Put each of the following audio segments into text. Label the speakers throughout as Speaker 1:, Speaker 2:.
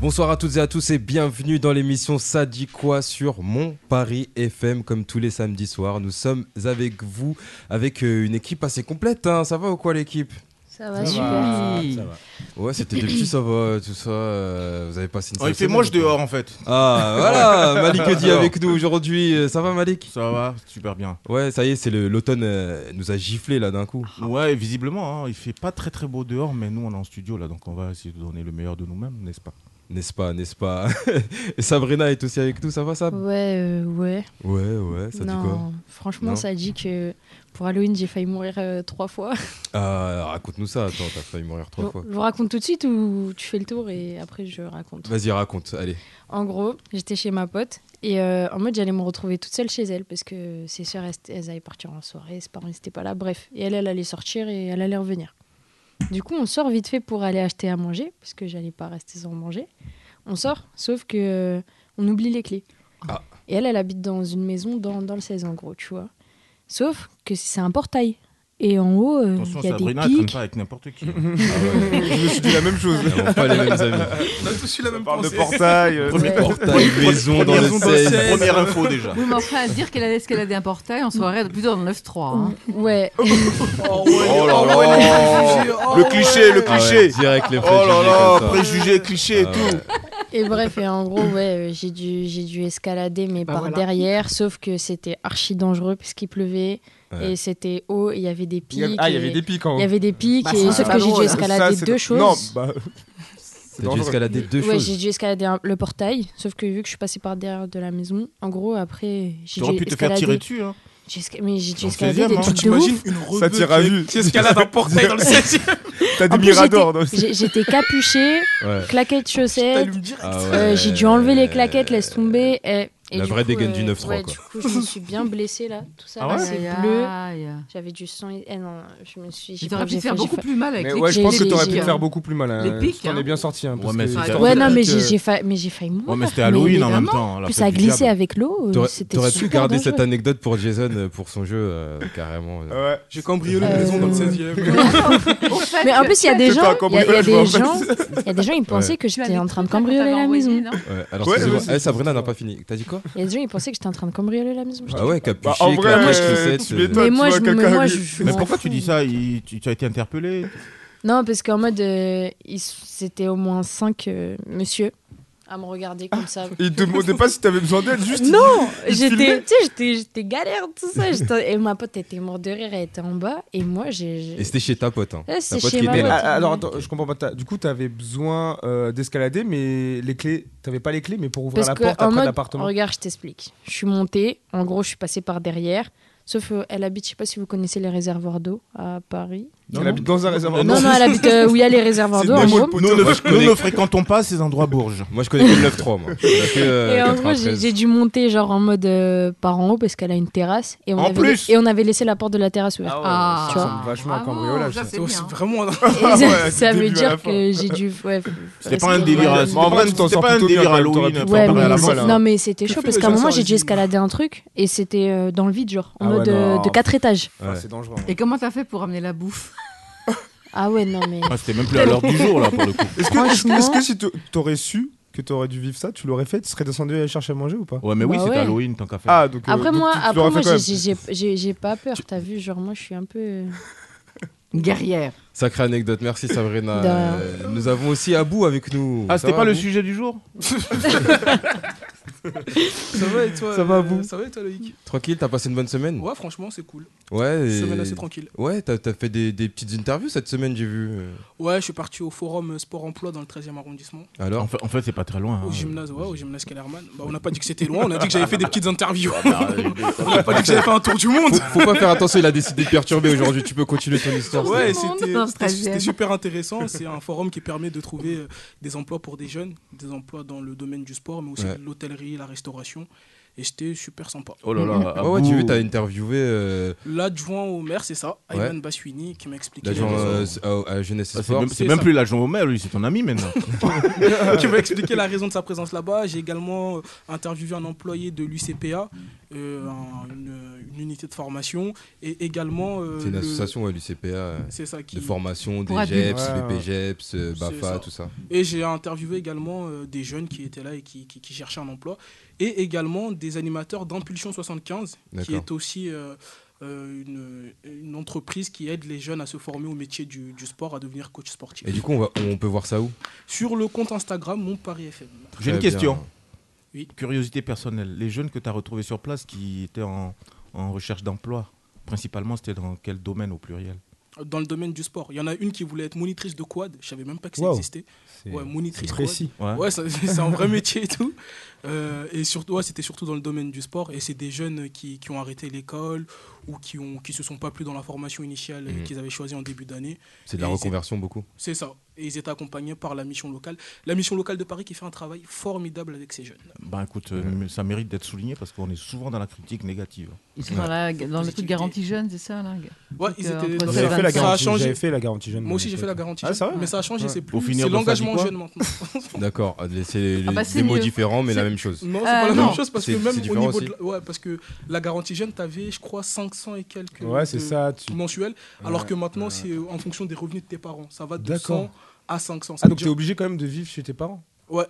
Speaker 1: Bonsoir à toutes et à tous et bienvenue dans l'émission Ça dit quoi sur Mon Paris FM comme tous les samedis soirs. Nous sommes avec vous avec euh, une équipe assez complète. hein. Ça va ou quoi l'équipe
Speaker 2: Ça va,
Speaker 3: Ça
Speaker 2: super.
Speaker 3: va, ça va.
Speaker 1: Ouais, c'était des petits ça va, tout ça. euh, vous avez passé une
Speaker 4: Ah,
Speaker 3: Oh, il
Speaker 1: sale
Speaker 3: fait
Speaker 1: semaine
Speaker 3: moche
Speaker 1: ou quoi
Speaker 5: euh.
Speaker 3: dehors en fait.
Speaker 1: Ah voilà, Malik dit avec nous aujourd'hui. Euh, Ça va Malik
Speaker 3: Ça va, super bien.
Speaker 1: Ouais, ça y est, c'est le- l'automne euh, nous a giflé là d'un coup.
Speaker 3: Ouais, et visiblement, hein, il fait pas très très beau dehors, mais nous on est en studio là, donc on va essayer de donner le meilleur de nous-mêmes, n'est-ce pas
Speaker 1: N'est-ce pas, n'est-ce pas Et Sabrina est aussi avec nous, ça va Sab
Speaker 6: Ouais, euh, ouais.
Speaker 1: Ouais, ouais, ça
Speaker 6: non,
Speaker 1: dit quoi
Speaker 6: franchement,
Speaker 1: Non
Speaker 6: ça dit que pour Halloween, j'ai failli mourir euh, trois fois.
Speaker 1: Ah, Raconte-nous ça, attends, t'as failli mourir
Speaker 6: Je,
Speaker 1: trois fois.
Speaker 6: je vous raconte tout de suite ou tu fais le tour et après je raconte.
Speaker 1: Vas-y, raconte, allez.
Speaker 6: En gros, j'étais chez ma pote et euh, en mode j'allais me retrouver toute seule chez elle parce que ses sœurs, elles, elles allaient partir en soirée, ses parents n'étaient pas là, bref. Et elle, elle allait sortir et elle allait revenir. Du coup, on sort vite fait pour aller acheter à manger parce que j'allais pas rester sans manger. On sort, sauf que euh, on oublie les clés.
Speaker 1: Ah.
Speaker 6: Et elle, elle habite dans une maison dans, dans le 16 en gros, tu vois. Sauf que c'est un portail. Et en haut, euh,
Speaker 3: Attention,
Speaker 6: il y a
Speaker 3: Sabrina,
Speaker 6: des
Speaker 3: elle traîne
Speaker 6: pics.
Speaker 3: pas avec n'importe qui. hein. Ah
Speaker 5: Je me suis dit la même chose.
Speaker 1: Elles vont pas les mêmes amis.
Speaker 5: On a tous eu la même pensée. De portail. euh,
Speaker 3: Premier
Speaker 6: Ouais.
Speaker 1: Portail, maison dans le
Speaker 3: Première,
Speaker 1: Seine.
Speaker 3: première info déjà.
Speaker 7: Oui, mais enfin, à dire qu'elle a escaladé un portail en soirée, elle est plutôt dans le 9-3. hein.
Speaker 6: Ouais,
Speaker 5: Oh ouais,
Speaker 3: là
Speaker 5: oh
Speaker 3: là.
Speaker 5: ouais, les préjugés, oh
Speaker 3: Le
Speaker 5: ouais.
Speaker 3: cliché, le
Speaker 1: Ah ouais,
Speaker 3: cliché.
Speaker 1: direct les
Speaker 3: Oh là là,
Speaker 1: préjugés
Speaker 3: préjugés, clichés et
Speaker 1: comme ça.
Speaker 3: tout.
Speaker 1: Ah ouais.
Speaker 6: Et bref, et en gros, ouais, euh, j'ai dû, j'ai dû escalader,
Speaker 5: Bah
Speaker 6: mais par derrière, sauf que c'était archi dangereux parce qu'il pleuvait
Speaker 1: Ouais.
Speaker 6: et c'était haut, et il y avait des pics.
Speaker 5: Il y avait- Ah, il y
Speaker 6: et-
Speaker 5: avait des pics en
Speaker 6: il y avait des pics,
Speaker 7: Bah,
Speaker 6: et
Speaker 7: c'est
Speaker 6: sauf
Speaker 7: pas
Speaker 6: que j'ai dû
Speaker 7: drôle.
Speaker 6: escalader
Speaker 5: Ça, c'est-
Speaker 6: deux choses.
Speaker 5: Non, bah. c'est
Speaker 1: T'as dû
Speaker 5: dangereux.
Speaker 1: escalader deux
Speaker 6: ouais, j'ai
Speaker 1: choses.
Speaker 6: dû escalader un- le portail, sauf que vu que je suis passée par derrière de la maison, en gros, après, j'ai
Speaker 3: Tu
Speaker 6: dû
Speaker 3: aurais pu te faire
Speaker 6: escalader.
Speaker 3: tirer dessus. Hein.
Speaker 6: J'ai esca- Mais j'ai dû
Speaker 3: Dans le
Speaker 6: escalader
Speaker 3: 16e,
Speaker 6: des
Speaker 3: hein.
Speaker 6: trucs de
Speaker 5: T'imagines
Speaker 6: ouf.
Speaker 5: une rebeu
Speaker 4: Ça tire à vue.
Speaker 5: qui escalade un portail dans le 16
Speaker 4: T'as
Speaker 6: En
Speaker 4: des
Speaker 6: plus, j'étais-
Speaker 4: miradors dans le
Speaker 6: j'ai- J'étais capuchée,
Speaker 1: Ouais.
Speaker 6: claquettes chaussettes,
Speaker 5: T'allumes direct.
Speaker 1: Ah
Speaker 6: Euh,
Speaker 1: ouais.
Speaker 6: j'ai dû enlever les claquettes, laisse tomber. Et, et
Speaker 1: La
Speaker 6: du
Speaker 1: vraie
Speaker 6: coup,
Speaker 1: dégaine du
Speaker 6: euh,
Speaker 1: 9-3,
Speaker 6: ouais,
Speaker 1: quoi.
Speaker 6: Du coup, je me suis bien blessée là. Tout ça,
Speaker 3: Ah
Speaker 6: là,
Speaker 3: ouais
Speaker 6: c'est
Speaker 7: Aïe,
Speaker 6: bleu.
Speaker 7: aïe.
Speaker 6: J'avais du sang. et- eh non, je me suis. j'ai
Speaker 7: Il aurait
Speaker 6: pas-
Speaker 7: pu te
Speaker 6: j'ai
Speaker 7: faire
Speaker 6: fait- j'ai
Speaker 7: beaucoup
Speaker 6: fait-
Speaker 7: plus mal avec
Speaker 4: Mais
Speaker 7: les
Speaker 4: ouais, je
Speaker 6: j'ai-
Speaker 4: pense que
Speaker 6: j'ai-
Speaker 4: t'aurais pu
Speaker 6: j'ai-
Speaker 4: te faire beaucoup plus mal. hein.
Speaker 7: Les pics,
Speaker 4: T'en
Speaker 7: hein.
Speaker 4: es bien sorti. hein, parce
Speaker 3: mais
Speaker 4: que
Speaker 3: c'est
Speaker 4: t'as-
Speaker 3: direct.
Speaker 6: Ouais, non, mais
Speaker 4: t'as-
Speaker 6: j'ai j'ai failli, mais j'ai failli mourir.
Speaker 3: Ouais, mais c'était Halloween en même
Speaker 7: évidemment.
Speaker 3: temps.
Speaker 6: En
Speaker 3: la
Speaker 6: plus,
Speaker 3: fête
Speaker 6: ça
Speaker 3: du
Speaker 6: glissait
Speaker 3: diable.
Speaker 6: avec l'eau. euh,
Speaker 1: T'aurais
Speaker 6: C'était
Speaker 1: t'aurais pu
Speaker 6: super
Speaker 1: garder
Speaker 6: dangereux.
Speaker 1: cette anecdote pour Jason euh, pour son jeu, euh, carrément. euh.
Speaker 4: Ouais.
Speaker 5: J'ai cambriolé une
Speaker 6: Euh,
Speaker 5: maison dans le 16 e
Speaker 7: Au fait,
Speaker 6: Mais en plus, il y a des
Speaker 4: C'est
Speaker 6: gens,
Speaker 4: pas un
Speaker 6: il y a- il y a
Speaker 4: cambriolage, moi, en
Speaker 6: des
Speaker 4: fait.
Speaker 6: gens, il y a des gens, ils pensaient que
Speaker 7: tu as
Speaker 6: j'étais
Speaker 7: des
Speaker 6: en train de
Speaker 7: trucs là qu'on t'avait
Speaker 6: cambrioler la
Speaker 7: envoyé, hein.
Speaker 6: maison.
Speaker 7: non
Speaker 1: Ouais, alors
Speaker 4: Ouais,
Speaker 1: excusez-moi,
Speaker 4: vas-y.
Speaker 1: Eh, Sabrina n'a pas fini. T'as dit quoi
Speaker 6: Il y a des gens, ils pensaient que j'étais en train de cambrioler la maison.
Speaker 1: Ah ouais,
Speaker 4: Bah,
Speaker 1: capuché,
Speaker 4: en vrai,
Speaker 1: claquettes,
Speaker 4: euh,
Speaker 1: chaussettes,
Speaker 4: tu
Speaker 1: euh,
Speaker 4: m'étonnes,
Speaker 6: Mais
Speaker 4: tu
Speaker 6: moi,
Speaker 4: vois
Speaker 6: je-
Speaker 4: quelqu'un
Speaker 6: mais moi,
Speaker 4: avec-
Speaker 6: je- je
Speaker 3: Mais
Speaker 6: m'en
Speaker 3: pourquoi
Speaker 6: fous.
Speaker 3: tu dis ça Il- Tu tu as été interpellé
Speaker 6: Non, parce qu'en mode, euh, ils- c'était au moins cinq euh, monsieur à me regarder comme ça.
Speaker 4: Il te demandait pas si t'avais besoin d'aide, juste.
Speaker 6: Non,
Speaker 4: il
Speaker 6: j'étais,
Speaker 4: filmait.
Speaker 6: tu sais, j'étais, j'étais galère, tout ça. J'étais- et ma pote était morte de rire, elle était en bas. Et moi, j'ai. j'ai-
Speaker 1: Et c'était chez ta pote. Hein.
Speaker 6: Ouais, Eh, c'est
Speaker 1: Ta pote
Speaker 6: chez
Speaker 1: qui
Speaker 6: ma
Speaker 1: était
Speaker 4: Mais,
Speaker 1: là.
Speaker 6: pote.
Speaker 4: ah, alors, attends, je comprends pas. t'as- Du coup, t'avais besoin euh, d'escalader, mais les clés, t'avais pas les clés, mais pour ouvrir
Speaker 6: Parce
Speaker 4: la
Speaker 6: que,
Speaker 4: porte
Speaker 6: en
Speaker 4: après
Speaker 6: mode,
Speaker 4: l'appartement.
Speaker 6: regarde, je t'explique. Je suis montée, en gros, je suis passée par derrière. Sauf euh, elle habite, je sais pas si vous connaissez les réservoirs d'eau à Paris.
Speaker 3: Non,
Speaker 4: Elle
Speaker 3: non.
Speaker 4: habite dans un réservoir.
Speaker 3: Non,
Speaker 6: Non, non, elle habite euh, où il y a les réservoirs
Speaker 4: C'est
Speaker 6: d'eau en
Speaker 4: Nemo le
Speaker 6: Drôme.
Speaker 3: Nous ne-
Speaker 1: Moi, je
Speaker 3: nous ne
Speaker 1: connais-
Speaker 3: fréquentons pas ces endroits bourges.
Speaker 1: Moi, je connais que le 9-3, moi. Je connais que, euh,
Speaker 6: Et en gros,
Speaker 1: 93.
Speaker 6: j'ai j'ai dû monter genre en mode euh, par en haut parce qu'elle a une terrasse. Et on,
Speaker 3: En
Speaker 6: avait,
Speaker 3: plus
Speaker 6: et on avait laissé la porte de la terrasse ouverte.
Speaker 7: Ah,
Speaker 6: Tu vois.
Speaker 4: ressemble vachement à
Speaker 7: bravo,
Speaker 4: cambriolage,
Speaker 7: ça,
Speaker 4: ça.
Speaker 7: c'est bien.
Speaker 5: vraiment.
Speaker 6: Et ça-
Speaker 4: Ah ouais,
Speaker 6: ça
Speaker 4: du
Speaker 6: veut
Speaker 4: début à la
Speaker 6: dire
Speaker 4: fin.
Speaker 6: que j'ai dû. ouais,
Speaker 3: C'était pas un
Speaker 6: rester-
Speaker 3: délire.
Speaker 4: Ouais,
Speaker 3: c'était
Speaker 4: mais en
Speaker 3: pas-
Speaker 4: vrai, tu t'en
Speaker 3: c'était
Speaker 4: sors
Speaker 3: pas un
Speaker 4: plutôt bien,
Speaker 3: délire
Speaker 4: quand même, t'aurais
Speaker 3: Halloween.
Speaker 4: pu-
Speaker 3: préparé
Speaker 6: Ouais,
Speaker 4: Enfin,
Speaker 6: mais
Speaker 3: à la
Speaker 4: c'est-
Speaker 3: menthe.
Speaker 6: non, mais c'était chaud
Speaker 4: hein. fais
Speaker 6: parce
Speaker 4: les
Speaker 6: qu'à un moment
Speaker 4: assassins,
Speaker 6: j'ai dû
Speaker 4: ils-
Speaker 6: escalader un truc et c'était euh, dans le vide, genre en
Speaker 4: Ah ouais,
Speaker 6: mode euh,
Speaker 4: non.
Speaker 6: de 4 étages.
Speaker 4: Ah, C'est dangereux.
Speaker 7: Et comment t'as fait pour amener la bouffe
Speaker 6: Ah ouais, non, mais
Speaker 3: Ah, C'était même plus à l'heure du jour là pour le coup.
Speaker 4: Est-ce que, est-ce que-
Speaker 6: Franchement-
Speaker 4: est-ce que si t'- t'aurais su que t'aurais dû vivre ça, tu l'aurais fait Tu serais descendu aller chercher à manger ou pas
Speaker 3: Ouais, mais oui,
Speaker 6: Bah
Speaker 3: c'était
Speaker 6: ouais.
Speaker 3: Halloween tant qu'à faire.
Speaker 4: Ah, donc. euh,
Speaker 6: après
Speaker 4: donc
Speaker 6: moi,
Speaker 4: tu- tu
Speaker 6: après
Speaker 4: l'aurais
Speaker 6: moi,
Speaker 4: fait quand
Speaker 6: j'ai- j'ai j'ai- j'ai pas peur, t'as vu, genre moi je suis un peu.
Speaker 7: Une guerrière.
Speaker 1: Sacrée anecdote, merci Sabrina.
Speaker 6: De-
Speaker 1: Euh, nous avons aussi Abou avec nous.
Speaker 3: Ah,
Speaker 1: Ça
Speaker 3: c'était
Speaker 1: va,
Speaker 3: pas le
Speaker 1: Abou
Speaker 3: sujet du jour
Speaker 5: Ça va et toi
Speaker 4: Ça va,
Speaker 5: euh,
Speaker 4: vous
Speaker 5: Ça va et toi, Loïc
Speaker 1: Tranquille, t'as passé une bonne semaine
Speaker 5: Ouais, franchement, c'est cool.
Speaker 1: Hmm. Ouais. et-
Speaker 5: Semaine assez tranquille.
Speaker 1: Ouais, t'as t'as fait des, des petites interviews cette semaine, j'ai vu. Euh,
Speaker 5: Ouais, je suis parti au forum euh, sport emploi dans le 13e arrondissement,
Speaker 3: En
Speaker 1: Alors
Speaker 3: fait, en fait, c'est pas très
Speaker 1: Ah.
Speaker 3: loin. hein.
Speaker 5: au gymnase, ouais, au gymnase Kellerman. Bah, on n'a pas dit que c'était loin, on a dit que j'avais fait des petites interviews.
Speaker 1: Ah
Speaker 3: ah,
Speaker 1: bah,
Speaker 5: on n'a pas dit que j'avais fait un tour du monde.
Speaker 1: Faut pas faire attention, il a décidé de perturber aujourd'hui. Tu peux continuer ton histoire.
Speaker 5: Ouais,
Speaker 7: Tout le monde
Speaker 5: c'était-
Speaker 7: dans le
Speaker 5: c'était
Speaker 7: 13e.
Speaker 5: c'était super intéressant. C'est un forum qui permet de trouver euh, des emplois pour des jeunes, des emplois dans le domaine du sport, mais aussi
Speaker 1: Ouais.
Speaker 5: de l'hôtellerie, la restauration. Et c'était super sympa.
Speaker 1: Oh là là, ah ouais, tu veux, t'as interviewé euh,
Speaker 5: L'adjoint au maire, c'est ça,
Speaker 1: Ouais.
Speaker 5: Ayman Baswini, qui m'a expliqué.
Speaker 1: l'agent
Speaker 5: les raisons.
Speaker 1: euh, s- à- à Jeunesse et
Speaker 3: Ah, c'est
Speaker 1: Sport.
Speaker 3: même, c'est
Speaker 5: c'est
Speaker 3: même
Speaker 5: ça.
Speaker 3: plus l'agent Omer, lui, c'est ton ami maintenant.
Speaker 5: qui m'a expliqué la raison de sa présence là-bas. J'ai également euh, interviewé un employé de l'UCPA, euh, un- une, une unité de formation, et également. euh,
Speaker 1: C'est une
Speaker 5: le-
Speaker 1: association, ouais, l'UCPA, euh,
Speaker 5: C'est ça qui.
Speaker 1: de formation des E
Speaker 7: Pour adultes.
Speaker 1: GEPS,
Speaker 4: Ouais, ouais.
Speaker 1: BPGEPS, euh,
Speaker 5: C'est
Speaker 1: BAFA,
Speaker 5: ça.
Speaker 1: tout ça.
Speaker 5: Et j'ai interviewé également euh, des jeunes qui étaient là et qui, qui- qui cherchaient un emploi, et également des animateurs d'Impulsion 75, qui
Speaker 1: D'accord.
Speaker 5: est aussi euh, euh, une, une entreprise qui aide les jeunes à se former au métier du, du sport, à devenir coach sportif.
Speaker 1: Et du coup, on, va- on peut voir ça où
Speaker 5: Sur le compte Instagram Mon Paris FM.
Speaker 3: J'ai une
Speaker 1: Très bien.
Speaker 3: question.
Speaker 5: Oui.
Speaker 3: Curiosité personnelle. Les jeunes que tu as retrouvés sur place qui étaient en, en recherche d'emploi, principalement, c'était dans quel domaine au pluriel
Speaker 5: Dans le domaine du sport, il y en a une qui voulait être monitrice de quad, je savais même pas que ça
Speaker 4: Wow.
Speaker 5: existait. Ouais, monitrice quad.
Speaker 4: précis.
Speaker 3: Ouais.
Speaker 5: Ouais, ça- c'est un vrai métier et tout. Euh, et surtout, ouais, c'était surtout dans le domaine du sport. Et c'est des jeunes qui, qui ont arrêté l'école ou qui ont qui se sont pas plus dans la formation initiale euh,
Speaker 1: Mhm.
Speaker 5: qu'ils avaient choisie en début d'année.
Speaker 1: C'est de la
Speaker 5: Et c'est-
Speaker 1: reconversion beaucoup.
Speaker 5: C'est ça. Et ils étaient accompagnés par la mission locale. La mission locale de Paris qui fait un travail formidable avec ces jeunes.
Speaker 3: Bah écoute, euh, mais ça mérite d'être souligné parce qu'on est souvent dans la critique négative.
Speaker 7: Ils sont dans, la, dans le truc
Speaker 5: Positivité.
Speaker 7: garantie jeune, c'est ça là
Speaker 5: Ouais,
Speaker 7: Donc,
Speaker 5: ils
Speaker 7: euh,
Speaker 5: étaient
Speaker 7: entre Ça
Speaker 5: dans-
Speaker 4: J'avais fait, la
Speaker 5: ça a
Speaker 4: garantie-
Speaker 5: changé.
Speaker 4: j'avais fait la garantie jeune.
Speaker 5: Moi aussi, j'ai fait la garantie.
Speaker 4: Ah,
Speaker 5: jeune,
Speaker 4: c'est vrai
Speaker 5: mais ça a changé.
Speaker 4: Ouais.
Speaker 5: C'est
Speaker 3: Au
Speaker 5: plus.
Speaker 3: finir dans
Speaker 5: C'est
Speaker 3: sa
Speaker 5: l'engagement
Speaker 3: vie, quoi.
Speaker 5: jeune maintenant.
Speaker 1: D'accord, euh, c'est
Speaker 7: Ah bah,
Speaker 1: des
Speaker 7: c'est
Speaker 1: mots
Speaker 7: mieux.
Speaker 1: différents, mais la
Speaker 7: C'est-
Speaker 1: même chose.
Speaker 5: Non, c'est
Speaker 7: Euh,
Speaker 5: pas la
Speaker 7: non.
Speaker 5: même chose parce que
Speaker 1: C'est- c'est
Speaker 5: même au
Speaker 1: différent
Speaker 5: niveau de la- ouais, parce que la garantie jeune, t'avais, je crois, 500 et quelques.
Speaker 4: Ouais, c'est
Speaker 5: de-
Speaker 4: ça. tu-
Speaker 5: mensuel, alors que maintenant
Speaker 4: ouais.
Speaker 5: c'est en fonction des revenus de tes parents. Ça va de
Speaker 4: D'accord.
Speaker 5: 100 à 500. Ça
Speaker 4: Ah,
Speaker 5: veut
Speaker 4: donc t'es
Speaker 5: dire-
Speaker 4: obligé quand même de vivre chez tes parents
Speaker 5: Ouais,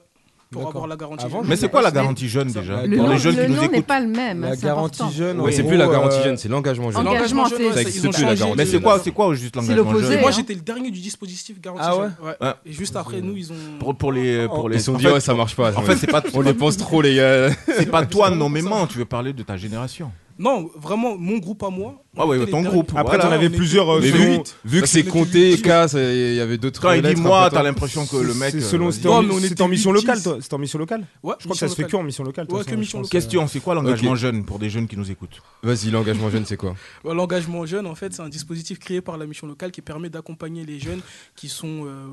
Speaker 5: pour
Speaker 4: D'accord.
Speaker 5: avoir la garantie.
Speaker 4: Avant,
Speaker 5: jeune.
Speaker 3: Mais c'est quoi la
Speaker 4: Mais-
Speaker 3: garantie jeune déjà
Speaker 4: Le
Speaker 7: Le
Speaker 3: Pour
Speaker 4: nom-
Speaker 7: nom,
Speaker 3: les jeunes qui nous
Speaker 7: n'est
Speaker 3: écoutent.
Speaker 7: pas le même.
Speaker 4: La garantie jeune. en
Speaker 1: Ouais, c'est
Speaker 4: gros,
Speaker 1: plus la garantie
Speaker 4: euh,
Speaker 1: jeune, c'est l'engagement jeune.
Speaker 7: engagement
Speaker 5: L'engagement
Speaker 7: jeune,
Speaker 5: jeune,
Speaker 1: ça
Speaker 5: ouais,
Speaker 1: existe
Speaker 5: ils ont
Speaker 1: plus, la
Speaker 5: changé
Speaker 1: garantie
Speaker 5: de-
Speaker 3: Mais c'est quoi, c'est quoi juste
Speaker 7: C'est
Speaker 3: l'engagement
Speaker 7: l'opposé.
Speaker 3: jeune
Speaker 5: Moi
Speaker 7: hein.
Speaker 5: j'étais le dernier du dispositif garantie
Speaker 4: Ah
Speaker 5: jeune. Ouais.
Speaker 3: Ouais.
Speaker 5: Et juste après nous, ils ont.
Speaker 3: pour, pour les, pour les...
Speaker 1: Oh, Ils se sont
Speaker 3: en
Speaker 1: dit,
Speaker 3: fait,
Speaker 1: ouais, ça marche pas.
Speaker 3: en fait, c'est pas,
Speaker 1: on les pense trop, les gars.
Speaker 3: c'est pas toi nommément, tu veux parler de ta génération.
Speaker 5: Non, vraiment, mon groupe à moi. on
Speaker 3: Ah ouais,
Speaker 5: était
Speaker 3: ouais,
Speaker 5: les
Speaker 3: ton
Speaker 5: derniers.
Speaker 3: groupe.
Speaker 4: Après,
Speaker 3: Voilà.
Speaker 4: t'en avais
Speaker 5: Mais-
Speaker 4: plusieurs. euh,
Speaker 1: mais
Speaker 4: selon-
Speaker 1: vu- Vu que
Speaker 5: Parce
Speaker 1: c'est
Speaker 5: que
Speaker 1: compté,
Speaker 5: j'étais-
Speaker 1: casse, et il y avait d'autres.
Speaker 3: Quand il dit
Speaker 1: lettres,
Speaker 3: moi,
Speaker 1: en fait,
Speaker 3: t'as
Speaker 1: hein.
Speaker 3: l'impression que le mec.
Speaker 4: C'est
Speaker 3: euh,
Speaker 4: selon.
Speaker 3: vas-y.
Speaker 4: C'était en,
Speaker 5: Ouais, mais on
Speaker 4: c'était
Speaker 5: était
Speaker 4: en mission
Speaker 5: 8-10.
Speaker 4: locale, toi. C'était en mission locale.
Speaker 5: Ouais,
Speaker 4: Je crois que ça se fait que
Speaker 5: mission
Speaker 4: en mission locale.
Speaker 5: Ouais,
Speaker 4: toi,
Speaker 5: que
Speaker 4: ça, je
Speaker 5: mission
Speaker 4: pense,
Speaker 5: locale.
Speaker 4: euh,
Speaker 3: Question, c'est quoi l'engagement
Speaker 1: Ok.
Speaker 3: jeune pour des jeunes qui nous écoutent
Speaker 1: Vas-y, l'engagement jeune, c'est quoi
Speaker 5: Ouais, Bah, L'engagement jeune, en fait, c'est un dispositif créé par la mission locale qui permet d'accompagner les jeunes qui sont euh,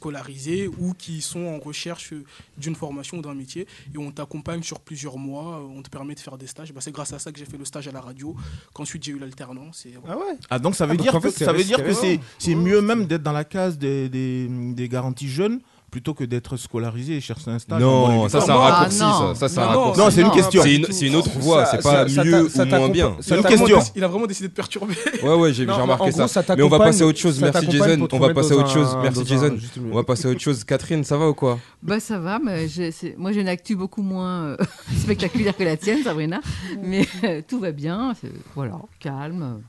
Speaker 5: déscolarisés ou qui sont en recherche euh, d'une formation ou d'un métier. Et on t'accompagne sur plusieurs mois, euh, on te permet de faire des stages. Bah, c'est grâce à ça que j'ai fait le stage à la radio, qu'ensuite j'ai eu l'alternance. Et, voilà.
Speaker 4: Ah ouais.
Speaker 3: Ah, donc ça veut
Speaker 4: Ah, donc
Speaker 3: dire
Speaker 4: en
Speaker 3: que,
Speaker 4: fait, c'est Oh,
Speaker 3: ça veut
Speaker 4: vrai,
Speaker 3: dire
Speaker 4: c'est
Speaker 3: que
Speaker 4: vrai.
Speaker 3: c'est c'est mieux même d'être dans la case des, des, des garanties jeunes plutôt que d'être scolarisé et chercher un stage. en bonne et
Speaker 1: Non,
Speaker 3: due
Speaker 1: ça,
Speaker 3: forme.
Speaker 1: c'est un
Speaker 7: Ah,
Speaker 1: raccourci, ça.
Speaker 7: non.
Speaker 1: Ça, c'est un
Speaker 5: Non,
Speaker 1: raccourci.
Speaker 3: Non, c'est une
Speaker 7: Non.
Speaker 3: question.
Speaker 1: C'est une, c'est une autre voie,
Speaker 4: Ça-
Speaker 1: c'est
Speaker 4: ça-
Speaker 1: pas
Speaker 4: ça
Speaker 1: mieux
Speaker 4: t'a- ça
Speaker 1: ou moins
Speaker 4: t'accompa-
Speaker 1: bien.
Speaker 4: ça
Speaker 3: Une
Speaker 4: t'accompa-
Speaker 3: question.
Speaker 5: Il a vraiment décidé de perturber.
Speaker 1: Ouais, ouais, j'ai j'ai
Speaker 4: Non, en
Speaker 1: remarqué
Speaker 4: gros,
Speaker 1: ça. Mais on va passer à autre chose,
Speaker 4: ça
Speaker 1: merci
Speaker 4: t'accompagne
Speaker 1: Jason.
Speaker 4: pour te
Speaker 1: On va
Speaker 4: mettre
Speaker 1: passer à
Speaker 4: dans
Speaker 1: autre chose,
Speaker 4: un-
Speaker 1: merci
Speaker 4: dans un-
Speaker 1: Jason.
Speaker 4: juste-
Speaker 1: On va passer à autre chose. Catherine, ça va ou quoi
Speaker 7: Bah ça va, mais j'ai- c'est- moi j'ai une actu beaucoup moins euh, spectaculaire que la tienne, Sabrina. Mais euh, tout va bien, c'est- voilà, calme.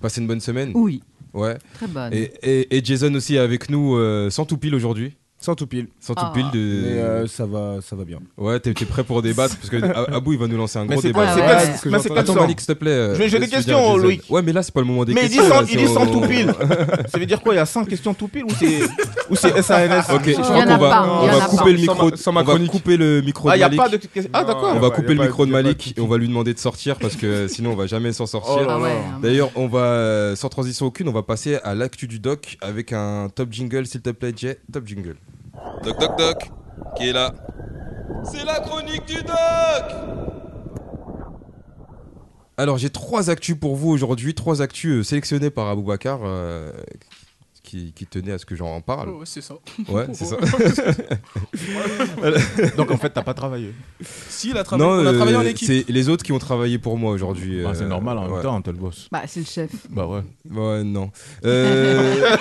Speaker 1: Passez une bonne semaine
Speaker 7: Oui,
Speaker 1: Ouais.
Speaker 7: très bonne.
Speaker 1: Et, et, et Jason aussi est avec nous euh, sans tout pile aujourd'hui.
Speaker 4: Sans tout pile.
Speaker 1: Sans tout
Speaker 7: Ah.
Speaker 1: pile de.
Speaker 4: Mais euh, ça va, ça va bien.
Speaker 1: Ouais, t'es t'es prêt pour débattre parce que A- Abou il va nous lancer un
Speaker 3: Mais
Speaker 1: gros
Speaker 3: c'est quoi
Speaker 1: débat.
Speaker 3: c'est
Speaker 7: Ah
Speaker 3: quoi-
Speaker 7: ouais.
Speaker 3: c'est- mais c'est
Speaker 4: Attends,
Speaker 3: quoi
Speaker 1: Attends,
Speaker 3: ça
Speaker 1: Malik, s'il te plaît. euh,
Speaker 3: Je- j'ai des
Speaker 1: laisse le
Speaker 3: questions,
Speaker 1: dire à Jason.
Speaker 3: Loïc.
Speaker 1: Ouais, mais là, c'est pas le moment des
Speaker 3: Mais il dit
Speaker 1: questions.
Speaker 3: sans,
Speaker 1: là,
Speaker 3: il
Speaker 1: c'est
Speaker 3: dit sans
Speaker 1: au-
Speaker 3: tout pile. Ça veut dire quoi Il y a 5 questions tout pile ou c'est ou c'est SANS
Speaker 1: Ok, je
Speaker 7: en
Speaker 1: crois
Speaker 7: a
Speaker 1: qu'on va,
Speaker 7: pas,
Speaker 1: on
Speaker 7: il y en
Speaker 1: va
Speaker 7: a
Speaker 1: couper
Speaker 7: pas.
Speaker 1: le micro.
Speaker 4: Sans ma- sans ma
Speaker 1: on va
Speaker 4: chronique.
Speaker 1: couper le micro
Speaker 3: Ah,
Speaker 1: de
Speaker 3: il y a
Speaker 1: Malik.
Speaker 3: pas de questions. Ah,
Speaker 1: On
Speaker 3: d'accord.
Speaker 1: va
Speaker 4: Y a
Speaker 1: couper
Speaker 4: pas-
Speaker 1: le micro de
Speaker 4: y a pas de
Speaker 1: Malik et
Speaker 4: critique.
Speaker 1: on va lui demander de sortir parce que sinon on va jamais s'en
Speaker 3: Oh
Speaker 1: sortir.
Speaker 3: là
Speaker 7: Ah ouais,
Speaker 3: là.
Speaker 7: hein.
Speaker 1: D'ailleurs, on va, euh, sans transition aucune, on va passer à l'actu du doc avec un top jingle, s'il te plaît, Jay. Top jingle. Doc, doc, doc, qui est là C'est la chronique du doc Alors, j'ai trois actus pour vous aujourd'hui, trois actus euh, sélectionnées par Aboubacar. euh, qui, qui tenait à ce que j'en parle.
Speaker 5: Ouais, Oh, c'est ça.
Speaker 1: Ouais, c'est ça.
Speaker 3: Donc en fait, t'as pas travaillé.
Speaker 5: si, il a travaillé, on a
Speaker 1: euh,
Speaker 5: travaillé en équipe.
Speaker 1: c'est les autres qui ont travaillé pour moi aujourd'hui.
Speaker 3: Bah, c'est
Speaker 1: euh,
Speaker 3: normal en
Speaker 1: ouais.
Speaker 3: même temps, t'es le boss.
Speaker 7: Bah c'est le chef.
Speaker 3: Bah ouais.
Speaker 1: Ouais, non. Euh,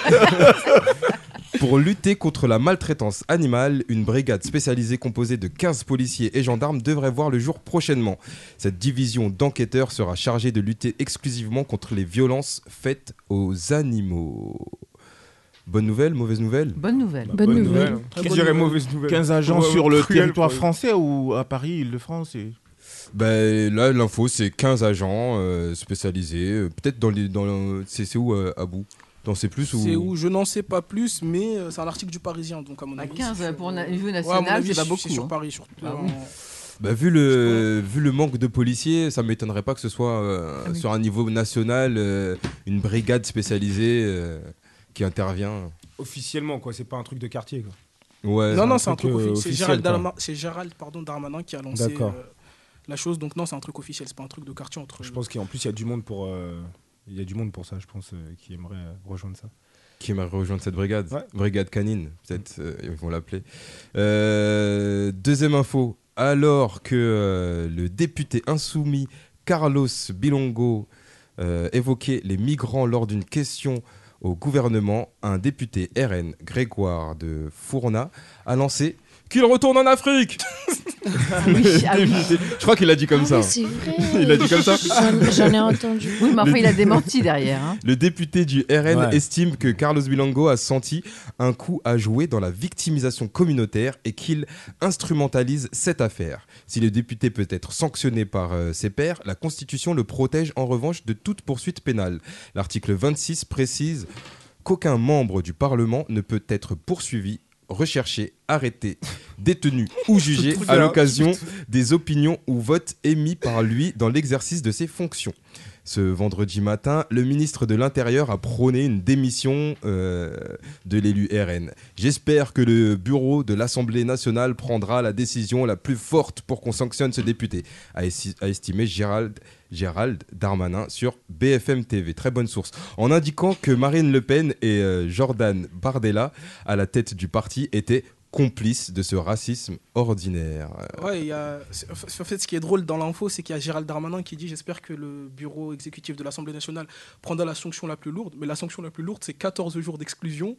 Speaker 1: Pour lutter contre la maltraitance animale, une brigade spécialisée composée de 15 policiers et gendarmes devrait voir le jour prochainement. Cette division d'enquêteurs sera chargée de lutter exclusivement contre les violences faites aux animaux. Bonne nouvelle, mauvaise nouvelle
Speaker 7: Bonne nouvelle.
Speaker 6: Bonne nouvelle.
Speaker 5: Très
Speaker 4: Je
Speaker 5: bonne
Speaker 4: dirais
Speaker 5: nouvelle.
Speaker 4: mauvaise nouvelle.
Speaker 3: 15 agents
Speaker 4: Ouais,
Speaker 3: sur le
Speaker 4: cruel,
Speaker 3: territoire
Speaker 4: quoi.
Speaker 3: français ou à Paris, Île-de-France et...
Speaker 1: Ben, Là, l'info, c'est 15 agents euh, spécialisés. euh, Peut-être dans les. Dans le- c'est c'est où, euh, à bout T'en sais plus ou...
Speaker 5: C'est où Je n'en sais pas plus, mais euh, c'est un article du Parisien, donc à mon
Speaker 7: Bah,
Speaker 5: avis.
Speaker 7: 15,
Speaker 5: c'est sur- euh,
Speaker 7: pour un niveau
Speaker 5: Ouais, à mon
Speaker 7: national,
Speaker 5: avis,
Speaker 7: c'est pas
Speaker 5: c'est- C'est
Speaker 7: beaucoup,
Speaker 5: sur
Speaker 7: hein.
Speaker 5: Paris, surtout.
Speaker 7: Ah
Speaker 5: en-
Speaker 1: Bah, vu, le, vu le manque de policiers, ça m'étonnerait pas que ce soit euh,
Speaker 7: Ah oui.
Speaker 1: sur un niveau national euh, une brigade spécialisée euh, qui intervient.
Speaker 4: Officiellement, quoi. C'est pas un truc de quartier. quoi.
Speaker 1: Ouais,
Speaker 5: non, non, c'est un truc
Speaker 4: euh,
Speaker 5: officiel. C'est Gérald,
Speaker 4: officiel, quoi.
Speaker 5: Darma- c'est Gérald, pardon, Darmanin qui a lancé
Speaker 4: D'accord.
Speaker 5: euh, la chose. Donc non, c'est un truc officiel, c'est pas un truc de quartier entre. euh,
Speaker 4: Je pense qu'en plus, il y a du monde pour. euh, Il y a du monde pour ça, je pense, euh, qui aimerait euh, rejoindre ça.
Speaker 1: qui m'a rejoint cette brigade.
Speaker 4: Ouais.
Speaker 1: Brigade canine, peut-être euh, ils vont l'appeler. Euh, deuxième info, alors que euh, le député insoumis Carlos Bilongo euh, évoquait les migrants lors d'une question au gouvernement, un député RN Grégoire de Fourna a lancé qu'il retourne en Afrique.
Speaker 6: ah oui.
Speaker 1: Je crois qu'il a dit comme
Speaker 6: Ah
Speaker 1: ça.
Speaker 6: oui, c'est vrai.
Speaker 1: Il a dit comme ça.
Speaker 6: J'en- J'en ai entendu.
Speaker 7: Oui, mais enfin,
Speaker 1: Les-
Speaker 7: il a démenti derrière. hein.
Speaker 1: Le député du RN
Speaker 4: Ouais.
Speaker 1: estime que Carlos Bilango a senti un coup à jouer dans la victimisation communautaire et qu'il instrumentalise cette affaire. Si le député peut être sanctionné par euh, ses pairs, la Constitution le protège en revanche de toute poursuite pénale. L'article 26 précise qu'aucun membre du Parlement ne peut être poursuivi recherché, arrêté, détenu ou jugé à l'occasion des opinions ou votes émis par lui dans l'exercice de ses fonctions. Ce vendredi matin, le ministre de l'Intérieur a prôné une démission euh, de l'élu RN. J'espère que le bureau de l'Assemblée nationale prendra la décision la plus forte pour qu'on sanctionne ce député, a, esti- a estimé Gérald, Gérald Darmanin sur BFM TV. Très bonne source. En indiquant que Marine Le Pen et euh, Jordan Bardella, à la tête du parti, étaient complices de ce racisme ordinaire. Euh,
Speaker 5: Ouais, il y a... c'est- en fait- en fait, ce qui est drôle dans l'info, c'est qu'il y a Gérald Darmanin qui dit J'espère que le bureau exécutif de l'Assemblée nationale prendra la sanction la plus lourde. Mais la sanction la plus lourde, c'est 14 jours d'exclusion,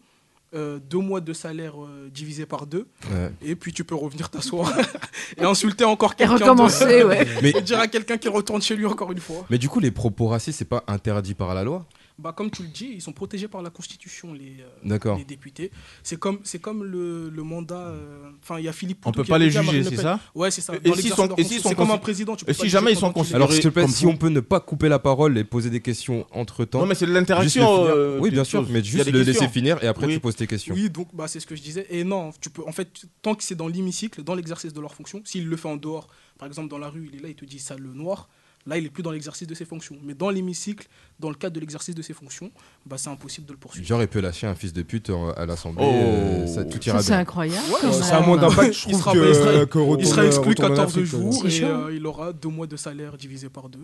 Speaker 5: 2 mois de salaire euh, divisé par 2,
Speaker 1: ouais.
Speaker 5: et puis tu peux revenir t'asseoir et insulter encore
Speaker 7: Et
Speaker 5: quelqu'un. de-
Speaker 7: recommencer, ouais.
Speaker 1: Mais,
Speaker 5: Et dire à quelqu'un qui retourne chez lui encore une fois.
Speaker 1: mais du coup, les propos racistes, c'est pas interdit par la loi
Speaker 5: Bah, comme tu le dis, ils sont protégés par la Constitution, les, euh,
Speaker 1: D'accord.
Speaker 5: les députés. C'est comme, c'est comme le, le mandat. euh, Enfin, il y a Philippe.
Speaker 3: On
Speaker 5: Poutou
Speaker 3: peut
Speaker 5: qui
Speaker 3: pas
Speaker 5: a
Speaker 3: les
Speaker 5: piqué à
Speaker 3: juger,
Speaker 5: Marine Le
Speaker 3: c'est
Speaker 5: Pen.
Speaker 3: ça
Speaker 5: Ouais, c'est ça.
Speaker 3: Et
Speaker 5: Dans
Speaker 3: s'ils
Speaker 5: l'exercice
Speaker 3: sont-
Speaker 5: de leur
Speaker 3: et s'ils
Speaker 5: fonction.
Speaker 3: sont
Speaker 5: C'est comme un
Speaker 3: consi-
Speaker 5: président. tu peux
Speaker 3: et
Speaker 5: pas
Speaker 3: si
Speaker 5: le
Speaker 3: jamais
Speaker 5: juger
Speaker 3: ils sont
Speaker 5: pendant qu'il est-
Speaker 3: considérés-
Speaker 1: Alors, s'il te plaît,
Speaker 3: comme
Speaker 1: si on peut ne pas couper la parole et poser des questions entre temps.
Speaker 3: Non, mais c'est de
Speaker 1: Juste le
Speaker 3: l'interaction.
Speaker 1: finir.
Speaker 3: euh,
Speaker 1: oui,
Speaker 3: des
Speaker 1: bien sûr,
Speaker 3: choses.
Speaker 1: mais
Speaker 3: Il y a
Speaker 1: juste
Speaker 3: des
Speaker 1: le
Speaker 3: questions.
Speaker 1: laisser finir et après
Speaker 3: Oui.
Speaker 1: tu poses tes questions.
Speaker 5: Oui, donc bah, c'est ce que je disais. Et non, tu peux, en fait, tant que c'est dans l'hémicycle, dans l'exercice de leur fonction, s'il le fait en dehors, par exemple dans la rue, il est là, il te dit ça le noir, là, il est plus dans l'exercice de ses fonctions. Mais dans l'hémicycle, dans le cadre de l'exercice de ses fonctions, bah, c'est impossible de le poursuivre.
Speaker 1: Genre, il peut lâcher un fils de pute en- à l'Assemblée,
Speaker 3: Oh.
Speaker 1: euh, ça, tout
Speaker 7: Ça,
Speaker 1: ira
Speaker 7: c'est
Speaker 1: bien.
Speaker 7: incroyable.
Speaker 5: Ouais,
Speaker 7: quand
Speaker 4: C'est
Speaker 7: même.
Speaker 4: un moins d'impact, je
Speaker 5: Il
Speaker 4: trouve,
Speaker 5: sera
Speaker 4: que,
Speaker 5: pas
Speaker 1: euh,
Speaker 5: extrait.
Speaker 4: que
Speaker 5: Il sera
Speaker 4: retourne-
Speaker 5: exclu
Speaker 4: retourne en
Speaker 5: 14
Speaker 4: Afrique,
Speaker 5: jours
Speaker 6: C'est
Speaker 5: et
Speaker 6: chaud.
Speaker 5: euh, il aura deux mois de salaire divisé par deux.